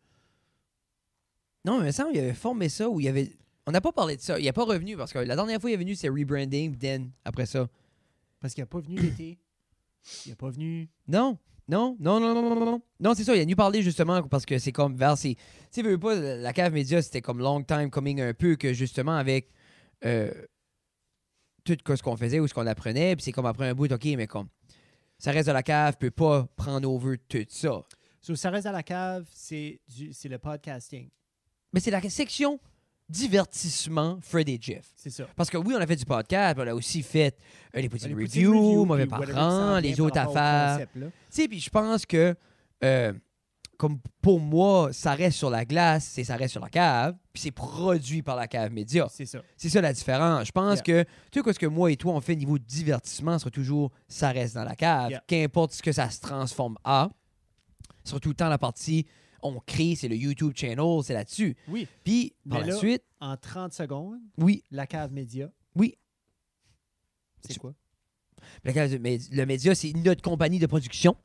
B: Non, mais il me semble qu'il avait formé ça où il y avait. On n'a pas parlé de ça. Il n'est pas revenu parce que la dernière fois il est venu, c'est rebranding, puis then, après ça.
A: Parce qu'il n'est pas venu l'été. Il n'est pas venu.
B: Non, non, non, non, non, non, non, non. Non, c'est ça. Il est venu parler justement parce que c'est comme vers ces. Tu sais, veux veux pas, la cave média, c'était comme long time coming un peu que justement avec euh, tout que ce qu'on faisait ou ce qu'on apprenait, puis c'est comme après un bout, OK, mais comme. Ça reste de la cave, peut pas prendre over tout ça.
A: So, ça reste à la cave, c'est du- c'est le podcasting.
B: Mais c'est la section divertissement Fred et Jeff.
A: C'est ça.
B: Parce que oui, on a fait du podcast, mais on a aussi fait euh, les petites
A: Les petites
B: reviews,
A: reviews,
B: mauvais
A: puis whatever qui s'en vient
B: parents, les
A: par
B: autres
A: rapport au
B: affaires.
A: concept, là.
B: Tu sais, puis je pense que, euh, comme pour moi, ça reste sur la glace, c'est ça reste sur la cave, puis c'est produit par la cave média.
A: C'est ça.
B: C'est ça la différence. Je pense que, tu sais, ce que moi et toi, on fait niveau divertissement, sera toujours ça reste dans la cave.
A: Yeah.
B: Qu'importe ce que ça se transforme à, sur tout le temps la partie on crée, c'est le YouTube channel, c'est là-dessus.
A: Oui.
B: Puis, par
A: Mais
B: la
A: là-
B: suite,
A: En 30 secondes,
B: oui,
A: la cave média.
B: Oui.
A: C'est
B: Tu-
A: quoi?
B: Le cas- mais le média, c'est notre compagnie de production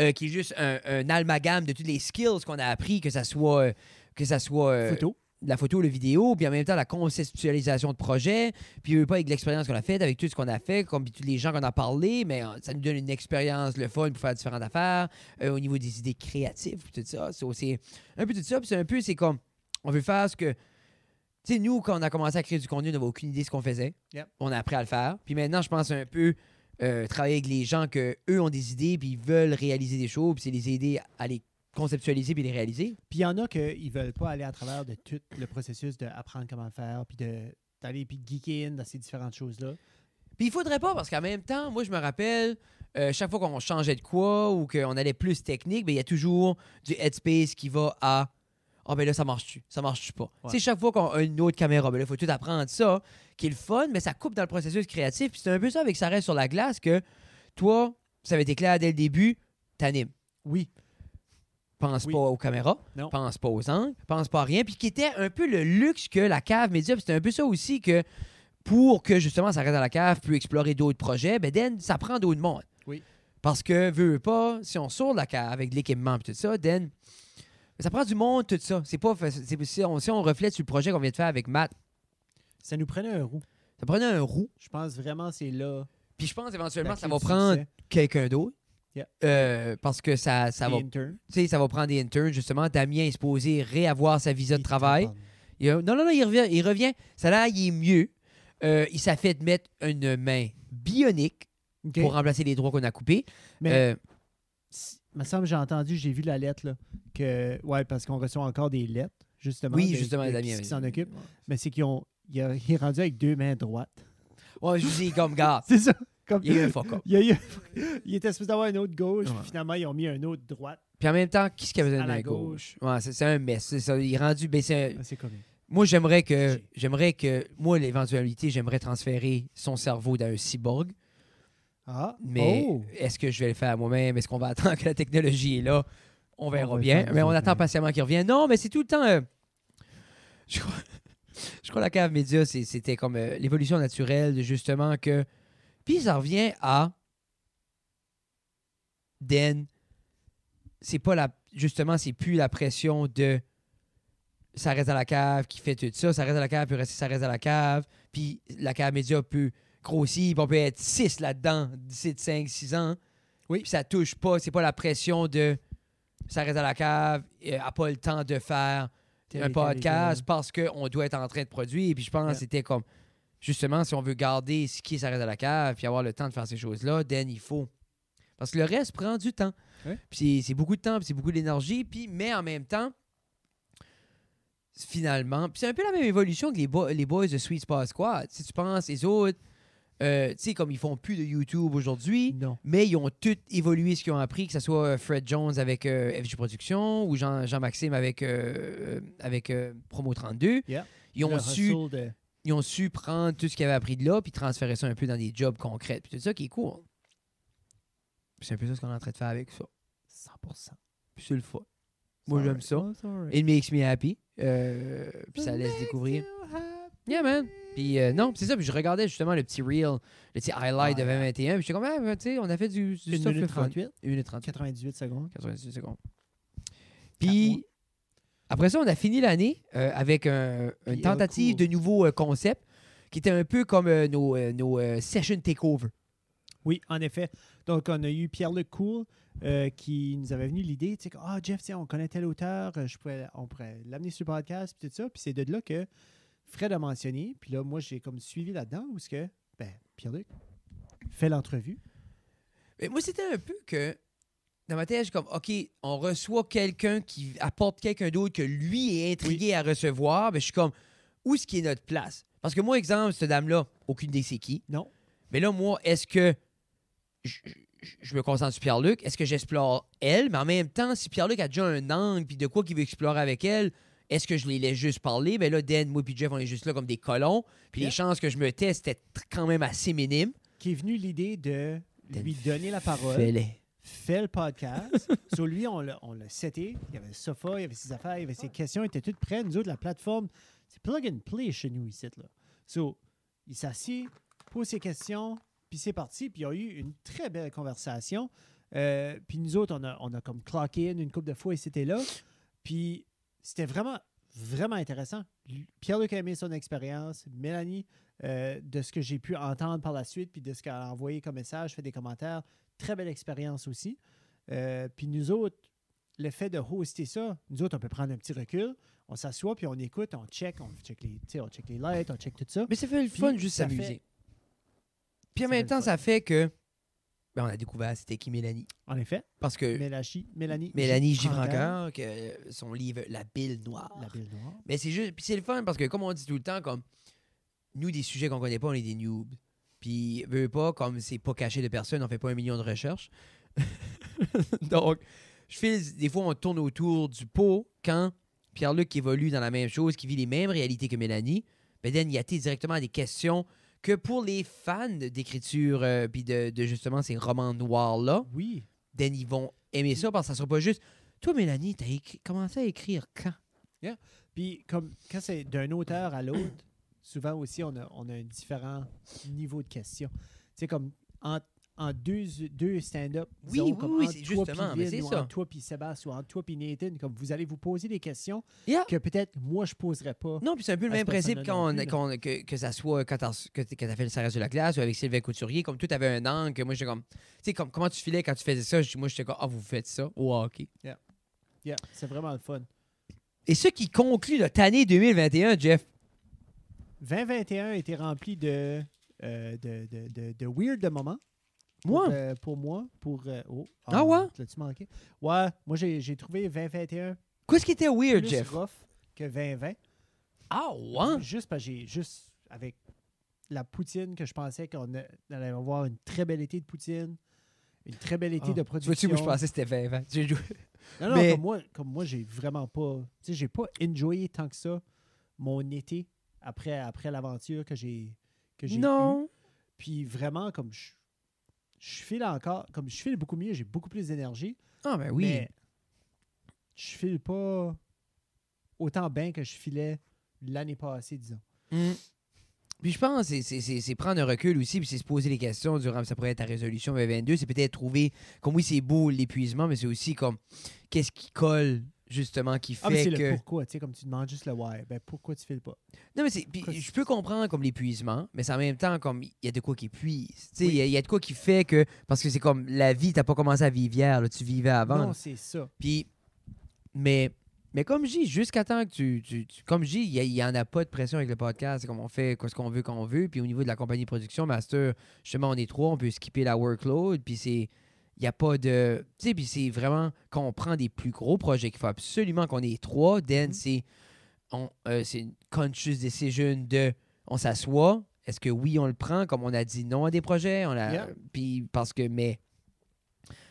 B: euh, qui est juste un, un amalgame de toutes les skills qu'on a appris, que ça soit, euh, que ça soit euh,
A: Photo.
B: la photo, la vidéo, puis en même temps la conceptualisation de projet, puis euh, pas avec l'expérience qu'on a faite, avec tout ce qu'on a fait, comme puis tous les gens qu'on a parlé, mais euh, ça nous donne une expérience, le fun pour faire différentes affaires, euh, au niveau des idées créatives, puis tout ça. So, C'est un peu tout ça, puis c'est un peu, c'est comme, on veut faire ce que. Tu sais, nous, quand on a commencé à créer du contenu, on n'avait aucune idée de ce qu'on faisait.
A: Yep.
B: On a appris à le faire. Puis maintenant, je pense un peu euh, travailler avec les gens que eux ont des idées, puis ils veulent réaliser des choses, puis c'est les aider à les conceptualiser, puis les réaliser.
A: Puis il y en a qui ne veulent pas aller à travers de tout le processus d'apprendre comment le faire, puis de- d'aller puis de geeker in dans ces différentes choses-là.
B: Puis il faudrait pas, parce qu'en même temps, moi, je me rappelle, euh, chaque fois qu'on changeait de quoi ou qu'on allait plus technique, ben, il y a toujours du headspace qui va à Ah, ben là, ça marche-tu, ça marche-tu pas. Tu sais, chaque fois qu'on a une autre caméra, ben là, il faut tout apprendre ça, qui est le fun, mais ça coupe dans le processus créatif. Puis c'est un peu ça avec Ça reste sur la glace que toi, ça avait été clair dès le début, t'animes.
A: Oui.
B: Pense
A: Oui.
B: pas aux caméras,
A: Non.
B: pense pas aux angles, pense pas à rien, puis qui était un peu le luxe que la cave média, puis c'était un peu ça aussi que pour que justement ça reste dans la cave, puis explorer d'autres projets, ben then, ça prend d'autres mondes.
A: Oui.
B: Parce que, veux, veux pas, si on sort de la cave avec de l'équipement et tout ça, then, ça prend du monde, tout ça. C'est pas, fa- c'est- si, on, si on reflète sur le projet qu'on vient de faire avec Matt,
A: Ça nous prenait un roux.
B: ça prenait un roux,
A: Je pense vraiment c'est là.
B: puis je pense
A: la
B: éventuellement que ça
A: clé
B: va
A: du
B: prendre
A: succès.
B: quelqu'un d'autre.
A: Yeah.
B: Euh, parce que ça, ça
A: Les
B: va
A: interns.
B: tu sais, ça va prendre des interns, justement. Damien est supposé réavoir sa visa de
A: Les
B: travail.
A: interns,
B: Il a- non, non, non, il revient. Il revient. Ça là, il est mieux. Euh, il s'est fait mettre une main bionique
A: pardon.
B: pour
A: OK.
B: remplacer les droits qu'on a coupés.
A: Mais-
B: Euh,
A: S- me semble j'ai entendu, j'ai vu la lettre là, que ouais parce qu'on reçoit encore des lettres justement.
B: oui,
A: de-
B: justement,
A: de
B: les
A: qui-
B: amis. euh,
A: qui s'en occupe. Mais c'est qu'ils ont il a, il est rendu avec deux mains droites.
B: Ouais, je vous dis, comme, gars,
A: C'est ça. Comme
B: il y a eu un fuck-up.
A: il, y a eu- il était supposé avoir une autre gauche,
B: Ouais.
A: puis finalement ils ont mis un autre droite.
B: Puis en même temps, qui ce qui a besoin
A: À
B: de
A: la
B: la gauche? Ouais, c'est c'est un mess. c'est ça. Il est rendu. ben, c'est un-
A: Ah, C'est comme
B: Moi, j'aimerais que.
A: J'ai-
B: J'aimerais que. Moi, l'éventualité, j'aimerais transférer son cerveau dans un cyborg.
A: ah
B: Mais
A: oh!
B: est-ce que je vais le faire moi-même? Est-ce qu'on va attendre que la technologie est là? On verra
A: va le
B: bien.
A: faire
B: Mais on
A: nous
B: attend
A: autres,
B: patiemment qu'il revienne. Non, mais c'est tout le temps. euh, je crois. Je crois que la cave média, c'est- c'était comme euh, l'évolution naturelle de justement que. Puis ça revient à. Den. C'est pas la. Justement, c'est plus la pression de. Ça reste à la cave, qui fait tout ça. Ça reste à la cave, puis reste- ça reste à la cave. Puis la cave média peut grossir, puis on peut être 6 là-dedans, 17, 5, 6 ans.
A: Oui.
B: Puis ça touche pas. C'est pas la pression de. Ça reste à la cave, euh, a pas le temps de faire
A: Tel et
B: un
A: tel et tel.
B: podcast parce qu'on doit être en train de produire. Puis je pense
A: Yeah.
B: que c'était comme, justement, si on veut garder ce qui s'arrête à la cave puis avoir le temps de faire ces choses-là, then il faut. Parce que le reste prend du temps.
A: Ouais.
B: Puis c'est- c'est beaucoup de temps, puis c'est beaucoup d'énergie. Puis, mais en même temps, finalement, puis c'est un peu la même évolution que les, bo- les boys de Sweet Spot Squad. Si tu penses, les autres, euh, tu sais, comme ils font plus de YouTube aujourd'hui,
A: Non.
B: mais ils ont tout évolué ce qu'ils ont appris, que ce soit euh, Fred Jones avec euh, FG Productions ou Jean- Jean-Maxime avec, euh, euh, avec euh, Promo 32.
A: Yeah.
B: Ils, ont
A: Le
B: su,
A: hustle de-
B: ils ont su prendre tout ce qu'ils avaient appris de là puis transférer ça un peu dans des jobs concrets. Puis tout ça qui est cool. Puis C'est un peu ça ce qu'on est en train de faire avec ça.
A: 100%.
B: Puis c'est le fun. Moi, j'aime ça.
A: It's alright.
B: It makes me happy. Euh, puis ça laisse découvrir. Yeah, man. Puis euh, non, puis c'est ça. Puis je regardais justement le petit reel, le petit highlight
A: Ah,
B: de 2021. Puis j'étais comme, ah, ben, tu sais, on a fait du, du
A: Une
B: stuff le
A: minute
B: fun.
A: 38,
B: 1 minute 38.
A: 98 secondes.
B: 98 secondes.
A: mois.
B: Puis, après ça, on a fini l'année euh, avec un-
A: Puis,
B: une
A: euh,
B: tentative
A: cool.
B: de nouveau euh, concept qui était un peu comme euh, nos, euh, nos euh, session takeover.
A: Oui, en effet. Donc, on a eu Pierre-Luc Cool euh, qui nous avait venu l'idée, tu sais, que, ah, Jeff, tiens, on connaît tel auteur, euh, je pourrais, on pourrait l'amener sur le podcast, puis tout ça. Puis c'est de là que Fred a mentionné, puis là, moi, j'ai comme suivi là-dedans, où ce que, ben, Pierre-Luc fait l'entrevue.
B: Mais moi, c'était un peu que dans ma tête, je suis comme, OK, on reçoit quelqu'un qui apporte quelqu'un d'autre que lui est intrigué à recevoir. Mais je suis comme, où est-ce qui est notre place? Parce que moi, exemple, cette dame-là, aucune idée c'est qui.
A: Non.
B: Mais là, moi, est-ce que je, je- je me concentre sur Pierre-Luc? Est-ce que j'explore elle? Mais en même temps, si Pierre-Luc a déjà un angle puis de quoi qu'il veut explorer avec elle, est-ce que je les laisse juste parler? Mais là, Dan, moi puis Jeff, on est juste là comme des colons. Puis
A: Yeah.
B: les chances que je me teste étaient tr- quand même assez minimes.
A: Qui est venu l'idée de
B: Dan
A: lui donner la parole.
B: Fais-les.
A: fait le podcast. Sur lui, on l'a, on l'a seté. Il y avait le sofa, il y avait ses affaires, il y avait ses questions, il était tout prêt. Nous autres, la plateforme, c'est plug and play chez nous ici. Là. So, il s'assit, pose ses questions, puis c'est parti. Puis il y a eu une très belle conversation. Euh, puis nous autres, on a, on a comme clock in une couple de fois et c'était là. Puis c'était vraiment, vraiment intéressant. Pierre-Luc a aimé son expérience. Mélanie, euh, de ce que j'ai pu entendre par la suite, puis de ce qu'elle a envoyé comme message, fait des commentaires. Très belle expérience aussi. Euh, puis nous autres, le fait de hoster ça, nous autres, on peut prendre un petit recul, on s'assoit, puis on écoute, on check, on check les, tu sais, on check les lights, on check tout ça.
B: Mais ça fait le
A: Puis,
B: fun juste
A: ça fait-
B: s'amuser. Puis
A: Ça
B: en
A: fait
B: même
A: le
B: temps,
A: fun.
B: ça fait que. Ben, on a découvert c'était qui Mélanie.
A: En effet,
B: Parce que
A: Mélanie, Mélanie,
B: Euh, Mélanie
A: Givrancard,
B: Givrancard, que euh, son livre La Bille Noire.
A: La Belle Noire.
B: Mais c'est juste. Puis c'est le fun parce que, comme on dit tout le temps, comme nous, des sujets qu'on connaît pas, on est des noobs. Puis, veut pas, comme c'est pas caché de personne, on fait pas un million de recherches. Donc, je fais. Des fois, on tourne autour du pot quand Pierre-Luc qui évolue dans la même chose, qui vit les mêmes réalités que Mélanie. Ben, Dan, il a été directement à des questions que pour les fans d'écriture, euh, puis de, de justement ces romans noirs-là,
A: Oui.
B: Dan, ils vont aimer ça parce que ça sera pas juste. Toi, Mélanie, t'as écrit- commencé à écrire quand?
A: Puis comme quand c'est d'un auteur à l'autre, souvent aussi on a, on a un différent niveau de questions. C'est comme en, en deux, deux stand-up,
B: Oui,
A: disons,
B: oui,
A: comme
B: oui,
A: entre
B: c'est
A: toi
B: justement,
A: puis
B: mais
A: Vin,
B: c'est
A: ou
B: ça.
A: entre toi puis Sébastien ou entre toi puis Nathan, comme vous allez vous poser des questions
B: Yeah.
A: que peut-être moi je poserais pas.
B: Non, puis c'est un peu le
A: à
B: même
A: cette
B: principe
A: personne-là non
B: qu'on,
A: plus, là.
B: qu'on- que, que ça soit quand t'as, que t- que t'as fait le service de la classe ou avec Sylvain Couturier, comme tout avait un angle, que moi j'étais comme. Tu sais, comme, comment tu filais quand tu faisais ça? Je- Moi j'étais comme, ah, vous faites ça au hockey.
A: Yeah, c'est vraiment le fun.
B: Et ce qui conclut notre année 2021, Jeff.
A: 2021 était rempli de, euh, de, de, de, de weird de moments.
B: Moi,
A: Pour, euh, pour moi, pour. euh, oh,
B: Ah ouais?
A: L'as-tu manqué? Ouais, moi j'ai j'ai trouvé 2021
B: qu'est-ce qui était weird,
A: plus
B: Euh, Jeff?
A: rough que 2020.
B: Ah, ouais?
A: Juste parce que j'ai juste avec la poutine que je pensais qu'on a- on allait avoir une très belle été de poutine, une très belle été
B: Ah.
A: de
B: Tu
A: production.
B: vois-tu, moi je pensais que c'était 20 20. J'ai joué-
A: Non, non,
B: mais-
A: comme moi, comme moi j'ai vraiment pas, tu sais, j'ai pas enjoyé tant que ça mon été après après l'aventure que j'ai que j'ai eue.
B: Non.
A: Puis vraiment comme je je file encore, comme je file beaucoup mieux, j'ai beaucoup plus d'énergie.
B: Ah, ben oui.
A: Mais je file pas autant bien que je filais l'année passée, disons.
B: Mm. Puis je pense, c'est- c'est- c'est c'est prendre un recul aussi, puis c'est se poser les questions durant, ça pourrait être ta résolution 2022, c'est peut-être trouver, comme oui, c'est beau l'épuisement, mais c'est aussi comme, qu'est-ce qui colle, justement, qui fait
A: Ah, mais c'est
B: que...
A: le pourquoi, tu sais, comme tu demandes juste le why. Ben, pourquoi tu files pas?
B: Non, mais c'est- puis
A: Pourquoi-
B: je peux comprendre comme l'épuisement, mais c'est en même temps comme il y a de quoi qui épuise. Tu sais, il
A: Oui.
B: y, a- il y a de quoi qui fait que. Parce que c'est comme la vie, t'as pas commencé à vivre hier, là, tu vivais avant.
A: Non,
B: là.
A: c'est ça.
B: Puis. Mais. Mais comme je dis, jusqu'à temps que tu. tu- tu- comme je dis, il y a- il y, en a pas de pression avec le podcast. C'est comme on fait quoi, ce qu'on veut, qu'on veut. Puis au niveau de la compagnie de production, Master, justement, on est trois, on peut skipper la workload. Puis c'est. Il n'y a pas de. Tu sais, puis c'est vraiment quand on prend des plus gros projets qu'il faut absolument qu'on ait trois. Then,
A: Mhm.
B: c'est on- euh, c'est une conscious decision de on s'assoit. Est-ce que oui, on le prend, comme on a dit non à des projets? On a,
A: Yeah.
B: Puis parce que, mais.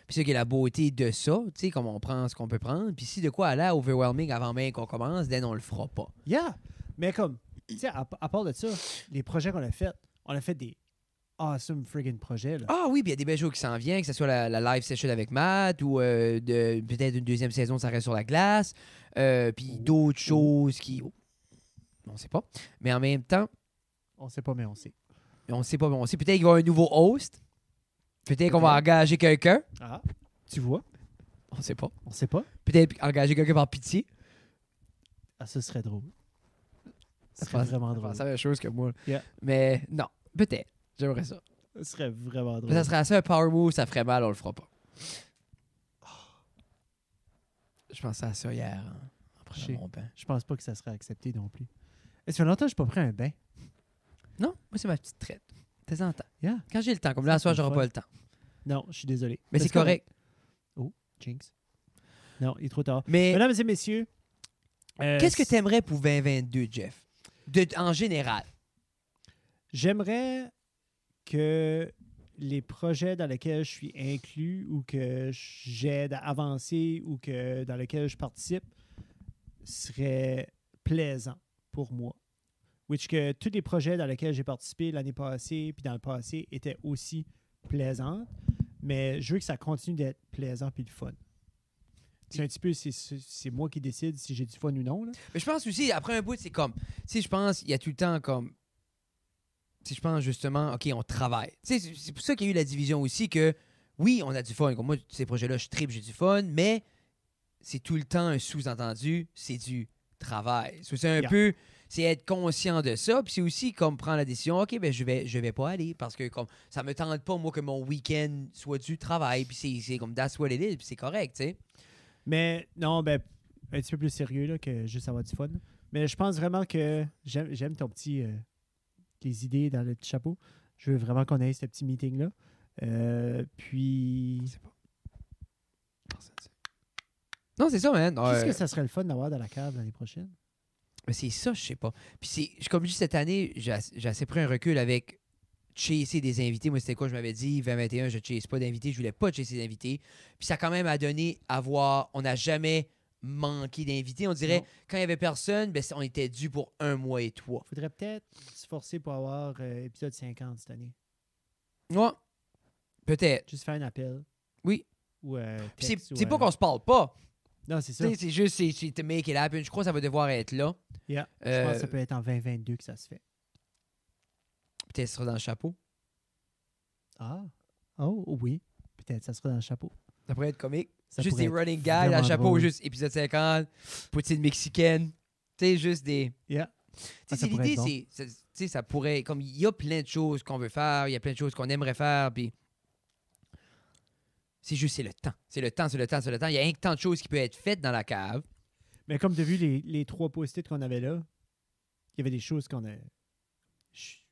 B: Puis c'est que la beauté de ça, tu sais, comme on prend ce qu'on peut prendre. Puis si de quoi aller à overwhelming avant même qu'on commence, then on le fera pas.
A: Yeah! Mais comme, tu sais, à, à part de ça, les projets qu'on a fait, on a fait des awesome friggin' projets, là.
B: Ah oui, puis il y a des belles choses qui s'en viennent, que ce soit la, la live session avec Matt ou euh, de, peut-être une deuxième saison de Ça reste sur la glace, euh, puis
A: Oh.
B: d'autres choses qui. On sait pas. Mais en même temps,
A: On sait pas, mais on sait.
B: on sait pas. On sait peut-être qu'il va y avoir un nouveau host. Peut-être qu'on va
A: Peut-être.
B: engager quelqu'un.
A: Ah! Tu vois?
B: On sait pas.
A: On sait pas?
B: Peut-être engager quelqu'un par pitié.
A: Ah, ce serait drôle. Ce
B: Je
A: serait
B: pense-
A: vraiment
B: je pense
A: drôle.
B: à la même chose que moi.
A: Yeah.
B: Mais non, peut-être. J'aimerais ça.
A: Ce serait vraiment
B: Mais ça
A: drôle.
B: serait assez un power move, ça ferait mal, on le fera pas.
A: Oh.
B: Je pensais à ça hier. hein, en prenant
A: Chier.
B: mon bain.
A: Je pense pas que ça serait accepté non plus. Est-ce que longtemps que je pas pris un bain?
B: Non, moi, c'est ma petite traite. De temps en temps.
A: Yeah.
B: Quand j'ai le temps, comme là, ce soir, j'aurai pas le temps.
A: Non, je suis désolé.
B: Mais c'est correct.
A: Jinx. Non, il est trop tard.
B: Mais
A: Mesdames et messieurs, euh,
B: qu'est-ce que tu aimerais pour 2022, Jeff? De, en général.
A: J'aimerais que les projets dans lesquels je suis inclus ou que j'aide à avancer ou que dans lesquels je participe seraient plaisants pour moi. Which que tous les projets dans lesquels j'ai participé l'année passée puis dans le passé étaient aussi plaisants. Mais je veux que ça continue d'être plaisant puis le fun. C'est un petit peu, c'est- c'est c'est moi qui décide si j'ai du fun ou non. là.
B: Mais je pense aussi, après un bout, c'est comme, tu sais, je pense, il y a tout le temps comme, si je pense justement, OK, on travaille. Tu sais, c'est- c'est pour ça qu'il y a eu la division aussi que, oui, on a du fun. Comme moi, tous ces projets-là, je tripe, j'ai du fun, mais c'est tout le temps un sous-entendu, c'est du travail. So, C'est un
A: Yeah.
B: peu, c'est être conscient de ça, puis c'est aussi comme prendre la décision, OK, ben je vais, je vais pas aller parce que comme ça me tente pas, moi, que mon week-end soit du travail, puis c'est- c'est comme, that's what it is, puis c'est correct, tu sais.
A: Mais non, ben, un petit peu plus sérieux là, que juste avoir du fun. Mais je pense vraiment que j'aime j'aime ton petit. euh, les idées dans le petit chapeau. Je veux vraiment qu'on ait ce petit meeting-là. Euh, puis.
B: Non, c'est ça, man.
A: Qu'est-ce
B: Ouais.
A: que ça serait le fun d'avoir dans la cave l'année prochaine?
B: Mais c'est ça, je sais pas. Puis c'est, je- comme je dis, cette année, j'ai ass- j'ai assez pris un recul avec chasser des invités. Moi, c'était quoi? Je m'avais dit, 2021, je chase pas d'invités. Je voulais pas chasser d'invités. Puis ça a quand même à donné à voir. On n'a jamais manqué d'invités. On dirait,
A: Non.
B: quand il y avait personne, ben, c'est- on était dû pour un mois et trois.
A: Faudrait peut-être se forcer pour avoir euh, épisode 50 cette année.
B: Ouais. Peut-être.
A: Juste faire un appel.
B: Oui.
A: Ou, euh,
B: Puis
A: texte
B: c'est,
A: ou,
B: c'est pas
A: euh,
B: qu'on se parle pas.
A: Non, c'est ça.
B: Tu sais, C'est juste, c'est, c'est to make it happen. Je crois que ça va devoir être là.
A: Yeah. Je
B: Euh,
A: pense que ça peut être en 2022 que ça se fait.
B: Peut-être ce sera dans le chapeau.
A: Ah. Oh, oui. Peut-être, ça sera dans le chapeau.
B: Ça pourrait être comique.
A: Ça
B: juste
A: pourrait
B: des
A: être
B: running gags, un
A: vraiment
B: chapeau,
A: drôle.
B: juste épisode 50, poutine mexicaine. Tu sais, juste des.
A: Yeah.
B: Tu sais,
A: Ah, ça
B: c'est
A: pourrait
B: l'idée,
A: être bon.
B: c'est- c'est. Tu sais, ça pourrait. Comme il y a plein de choses qu'on veut faire, il y a plein de choses qu'on aimerait faire, puis. C'est juste, c'est le temps. C'est le temps, c'est le temps, c'est le temps. Il y a un tant de choses qui peuvent être faites dans la cave.
A: Mais comme tu as vu les, les trois post-it qu'on avait là, il y avait des choses qu'on a. Chut,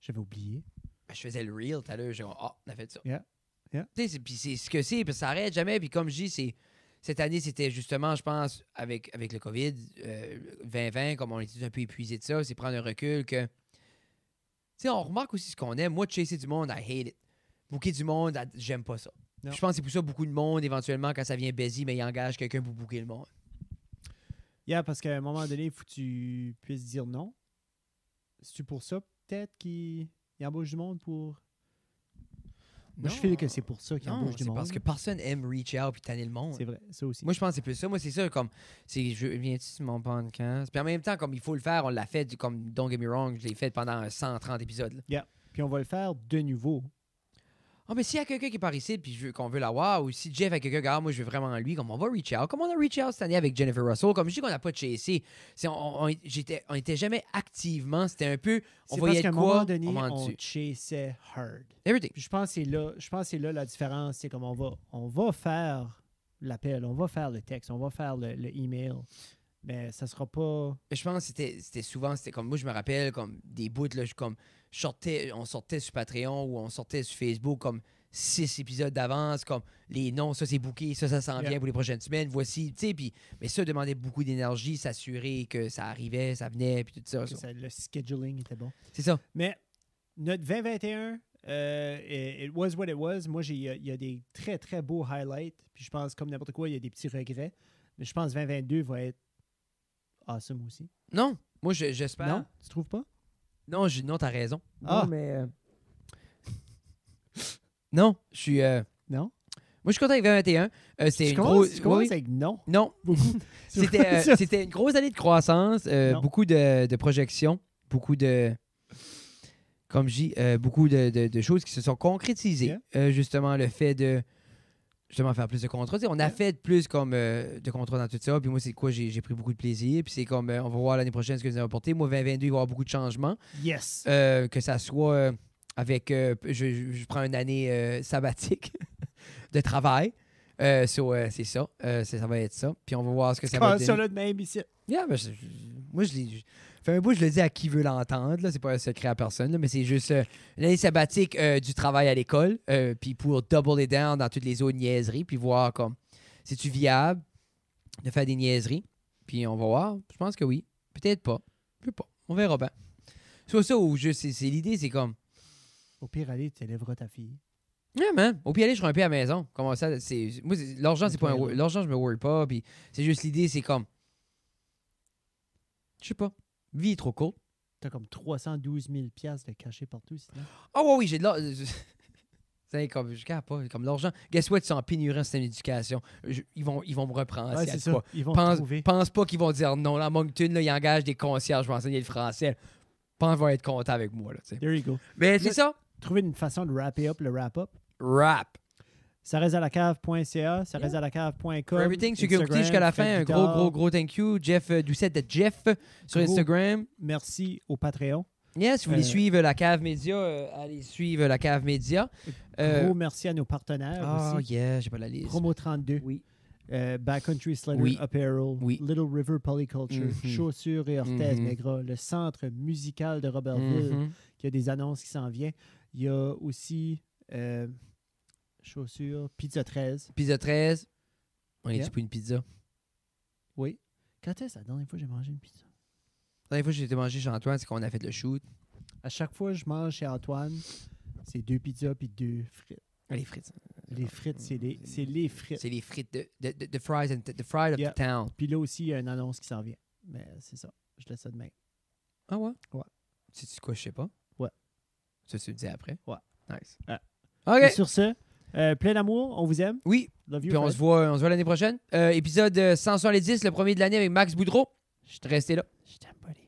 A: J'avais oublié.
B: Ben, je faisais le reel tout à l'heure, j'ai dit, ah, on a fait ça.
A: Yeah. Yeah.
B: Tu sais, c'est- puis c'est ce que c'est, puis ça arrête jamais. Puis comme je dis, c'est, cette année, c'était justement, je pense, avec, avec le COVID, euh, 2020, comme on était un peu épuisé de ça, c'est prendre un recul que. Tu sais, on remarque aussi ce qu'on aime. Moi, chasser du monde, I hate it. Bouquer du monde, I- j'aime pas ça.
A: Non.
B: Je pense que c'est pour ça beaucoup de monde, éventuellement, quand ça vient busy, mais il engage quelqu'un pour bouquer le monde.
A: Yeah, parce qu'à un moment donné, il faut que tu puisses dire non. C'est-tu pour ça, peut-être, qu'il il embauche du monde pour. Moi, je
B: Non.
A: fais que c'est pour ça qu'il
B: Non,
A: embauche du
B: c'est
A: monde.
B: parce que personne aime reach out puis tanner le monde.
A: C'est vrai, ça aussi.
B: Moi, je pense que c'est plus ça. Moi, c'est ça, comme, c'est, je viens-tu sur mon podcast? Puis en même temps, comme il faut le faire, on l'a fait, du- comme, don't get me wrong, je l'ai fait pendant 130 épisodes. là.
A: Puis on va le faire de nouveau.
B: Ah, mais s'il y a quelqu'un qui est par ici, puis je veux- qu'on veut l'avoir, ou si Jeff a quelqu'un, regarde, moi, je veux vraiment lui, comme on va reach out, comme on a reach out cette année avec Jennifer Russell, comme je dis qu'on n'a pas de chassé, c'est, on, on- j'étais, on était jamais activement, c'était un peu, on
A: C'est parce
B: voyait de
A: qu'à un
B: quoi,
A: moment donné,
B: on va en
A: on
B: dessus.
A: chassait hard.
B: Everything.
A: Puis je pense que c'est là, je pense que c'est là la différence, c'est comme on va, on va faire l'appel, on va faire le texte, on va faire le, le email, mais ça sera pas.
B: Mais Je pense que c'était, c'était souvent, c'était comme moi, je me rappelle, comme des bouts, là, je- comme, je sortais, on sortait sur Patreon ou on sortait sur Facebook comme six épisodes d'avance, comme les noms, ça c'est booké, ça, ça s'en
A: Yeah.
B: vient pour les prochaines semaines, voici, tu sais, puis, mais ça demandait beaucoup d'énergie, s'assurer que ça arrivait, ça venait, puis tout ça.
A: que
B: ça.
A: ça- le scheduling était bon.
B: C'est ça.
A: Mais notre 2021, euh, it it was what it was. Moi, j'ai- il y, a- il y a des très très beaux highlights, puis je pense comme n'importe quoi, il y a des petits regrets, mais je pense 2022 va être awesome aussi.
B: Non, moi, je- j'espère.
A: Non, tu trouves pas
B: Non, je- non, t'as raison.
A: Ah.
B: Non, mais. non, je suis. euh,
A: Non.
B: Moi, je suis content avec 2021. Euh, c'est
A: Tu
B: une
A: commences-
B: grosse.
A: tu commences
B: oui, oui.
A: avec non.
B: Non, C'était, euh,
A: Ça-
B: c'était une grosse année de croissance, euh,
A: Non.
B: beaucoup de, de projections, beaucoup de. Comme je dis, euh, beaucoup de, de- de choses qui se sont concrétisées.
A: Yeah.
B: Euh, justement, le fait de justement faire plus de contrats. Tu sais, on a
A: Yeah.
B: fait plus comme euh, de contrats dans tout ça. Puis moi, c'est quoi, j'ai, j'ai pris beaucoup de plaisir. Puis c'est comme, euh, on va voir l'année prochaine ce que nous avons apporté. Moi, 2022, il va y avoir beaucoup de changements.
A: yes.
B: Euh, que ça soit euh, avec. euh, je, je- je prends une année euh, sabbatique de travail. Euh, so, euh, c'est ça. Euh, c'est- ça va être ça. Puis on va voir ce que ça va
A: Commence
B: donner.
A: ça là de même ici.
B: Yeah, ben, je- je- moi, je l'ai. je- Fait un bout, je le dis à qui veut l'entendre. là, C'est pas un secret à personne, là, mais c'est juste euh, l'année sabbatique euh, du travail à l'école. euh, puis pour double it down dans toutes les autres niaiseries. Puis voir comme. C'est-tu viable de faire des niaiseries? Puis on va voir. Je pense que oui. Peut-être pas. Peut pas. On verra bien. Soit ça ou juste. c'est- C'est l'idée, c'est comme.
A: Au pire, allez, tu élèveras ta fille.
B: Ouais, man. Au pire, aller, je serai un peu à la maison. Comment ça, c'est. Moi, c'est- l'argent, c'est pas un.
A: Nettoyer.
B: wor- L'argent, je me worry pas. Puis c'est juste l'idée, c'est comme. Je sais pas. Vie est trop courte.
A: T'as comme 312 000 piastres de cachés partout, sinon.
B: Ah, ouais, oui, j'ai de l'argent. C'est comme, je capte pas, comme l'argent. Guess what, ils sont en pénurie en système d'éducation. Je- Ils vont, ils vont me reprendre.
A: Ouais,
B: si
A: c'est
B: elle
A: ça.
B: dit pas.
A: Ils vont
B: pense,
A: trouver.
B: pense pas qu'ils vont dire non. Là, à Moncton, là, ils engagent des concierges pour enseigner le français. Pense qu'ils vont être contents avec moi. Là, tu sais.
A: There you go.
B: Mais c'est
A: Mais-
B: ça.
A: Trouver une façon de wrapper up le wrap-up.
B: Rap.
A: Ça reste à la cave.ca, ça reste à la cave.com.
B: For everything, ceux qui ont écouté jusqu'à la fin, un gros, gros, gros thank you. Jeff euh, Doucette de Jeff euh, sur
A: Gros.
B: Instagram.
A: Merci au Patreon.
B: Yes, si vous voulez
A: Euh,
B: suivre la cave média, euh, allez suivre la cave média. Euh,
A: Gros merci à nos partenaires
B: oh
A: aussi.
B: yeah, j'ai pas la liste.
A: Promo 32,
B: Oui.
A: euh, Backcountry Slater
B: Oui.
A: Apparel,
B: Oui.
A: Little River Polyculture,
B: Mhm.
A: Chaussures et orthèses
B: Mhm.
A: Maigrat, le centre musical de Robertville,
B: Mhm.
A: qui a des annonces qui s'en viennent. Il y a aussi euh, Chaussures, Pizza 13.
B: Pizza 13. On est
A: Yeah.
B: tu pour une pizza. La
A: Oui. Quand est-ce la dernière fois que j'ai mangé une pizza?
B: dernière fois que j'ai été manger chez Antoine, c'est qu'on a fait le shoot.
A: À chaque fois que je mange chez Antoine, c'est deux pizzas puis deux frites.
B: Les frites.
A: Les frites, c'est les, c'est les frites.
B: C'est les frites de, de, de, de fries and the fried of
A: Yeah.
B: the town.
A: Puis là aussi, il y a une annonce qui s'en vient. Mais c'est ça. Je laisse ça demain.
B: Ah ouais?
A: Ouais.
B: C'est quoi, je sais pas?
A: Ouais.
B: Ça, tu le dis après?
A: Ouais.
B: Nice.
A: Ah. Et
B: OK.
A: sur ce, euh, plein d'amour, on vous aime.
B: Oui,
A: Love you.
B: puis on
A: Fred.
B: se voit, on se voit l'année prochaine. Euh, épisode euh, 170, le premier de l'année avec Max Boudreau. Je suis resté là.
A: Je t'aime, buddy.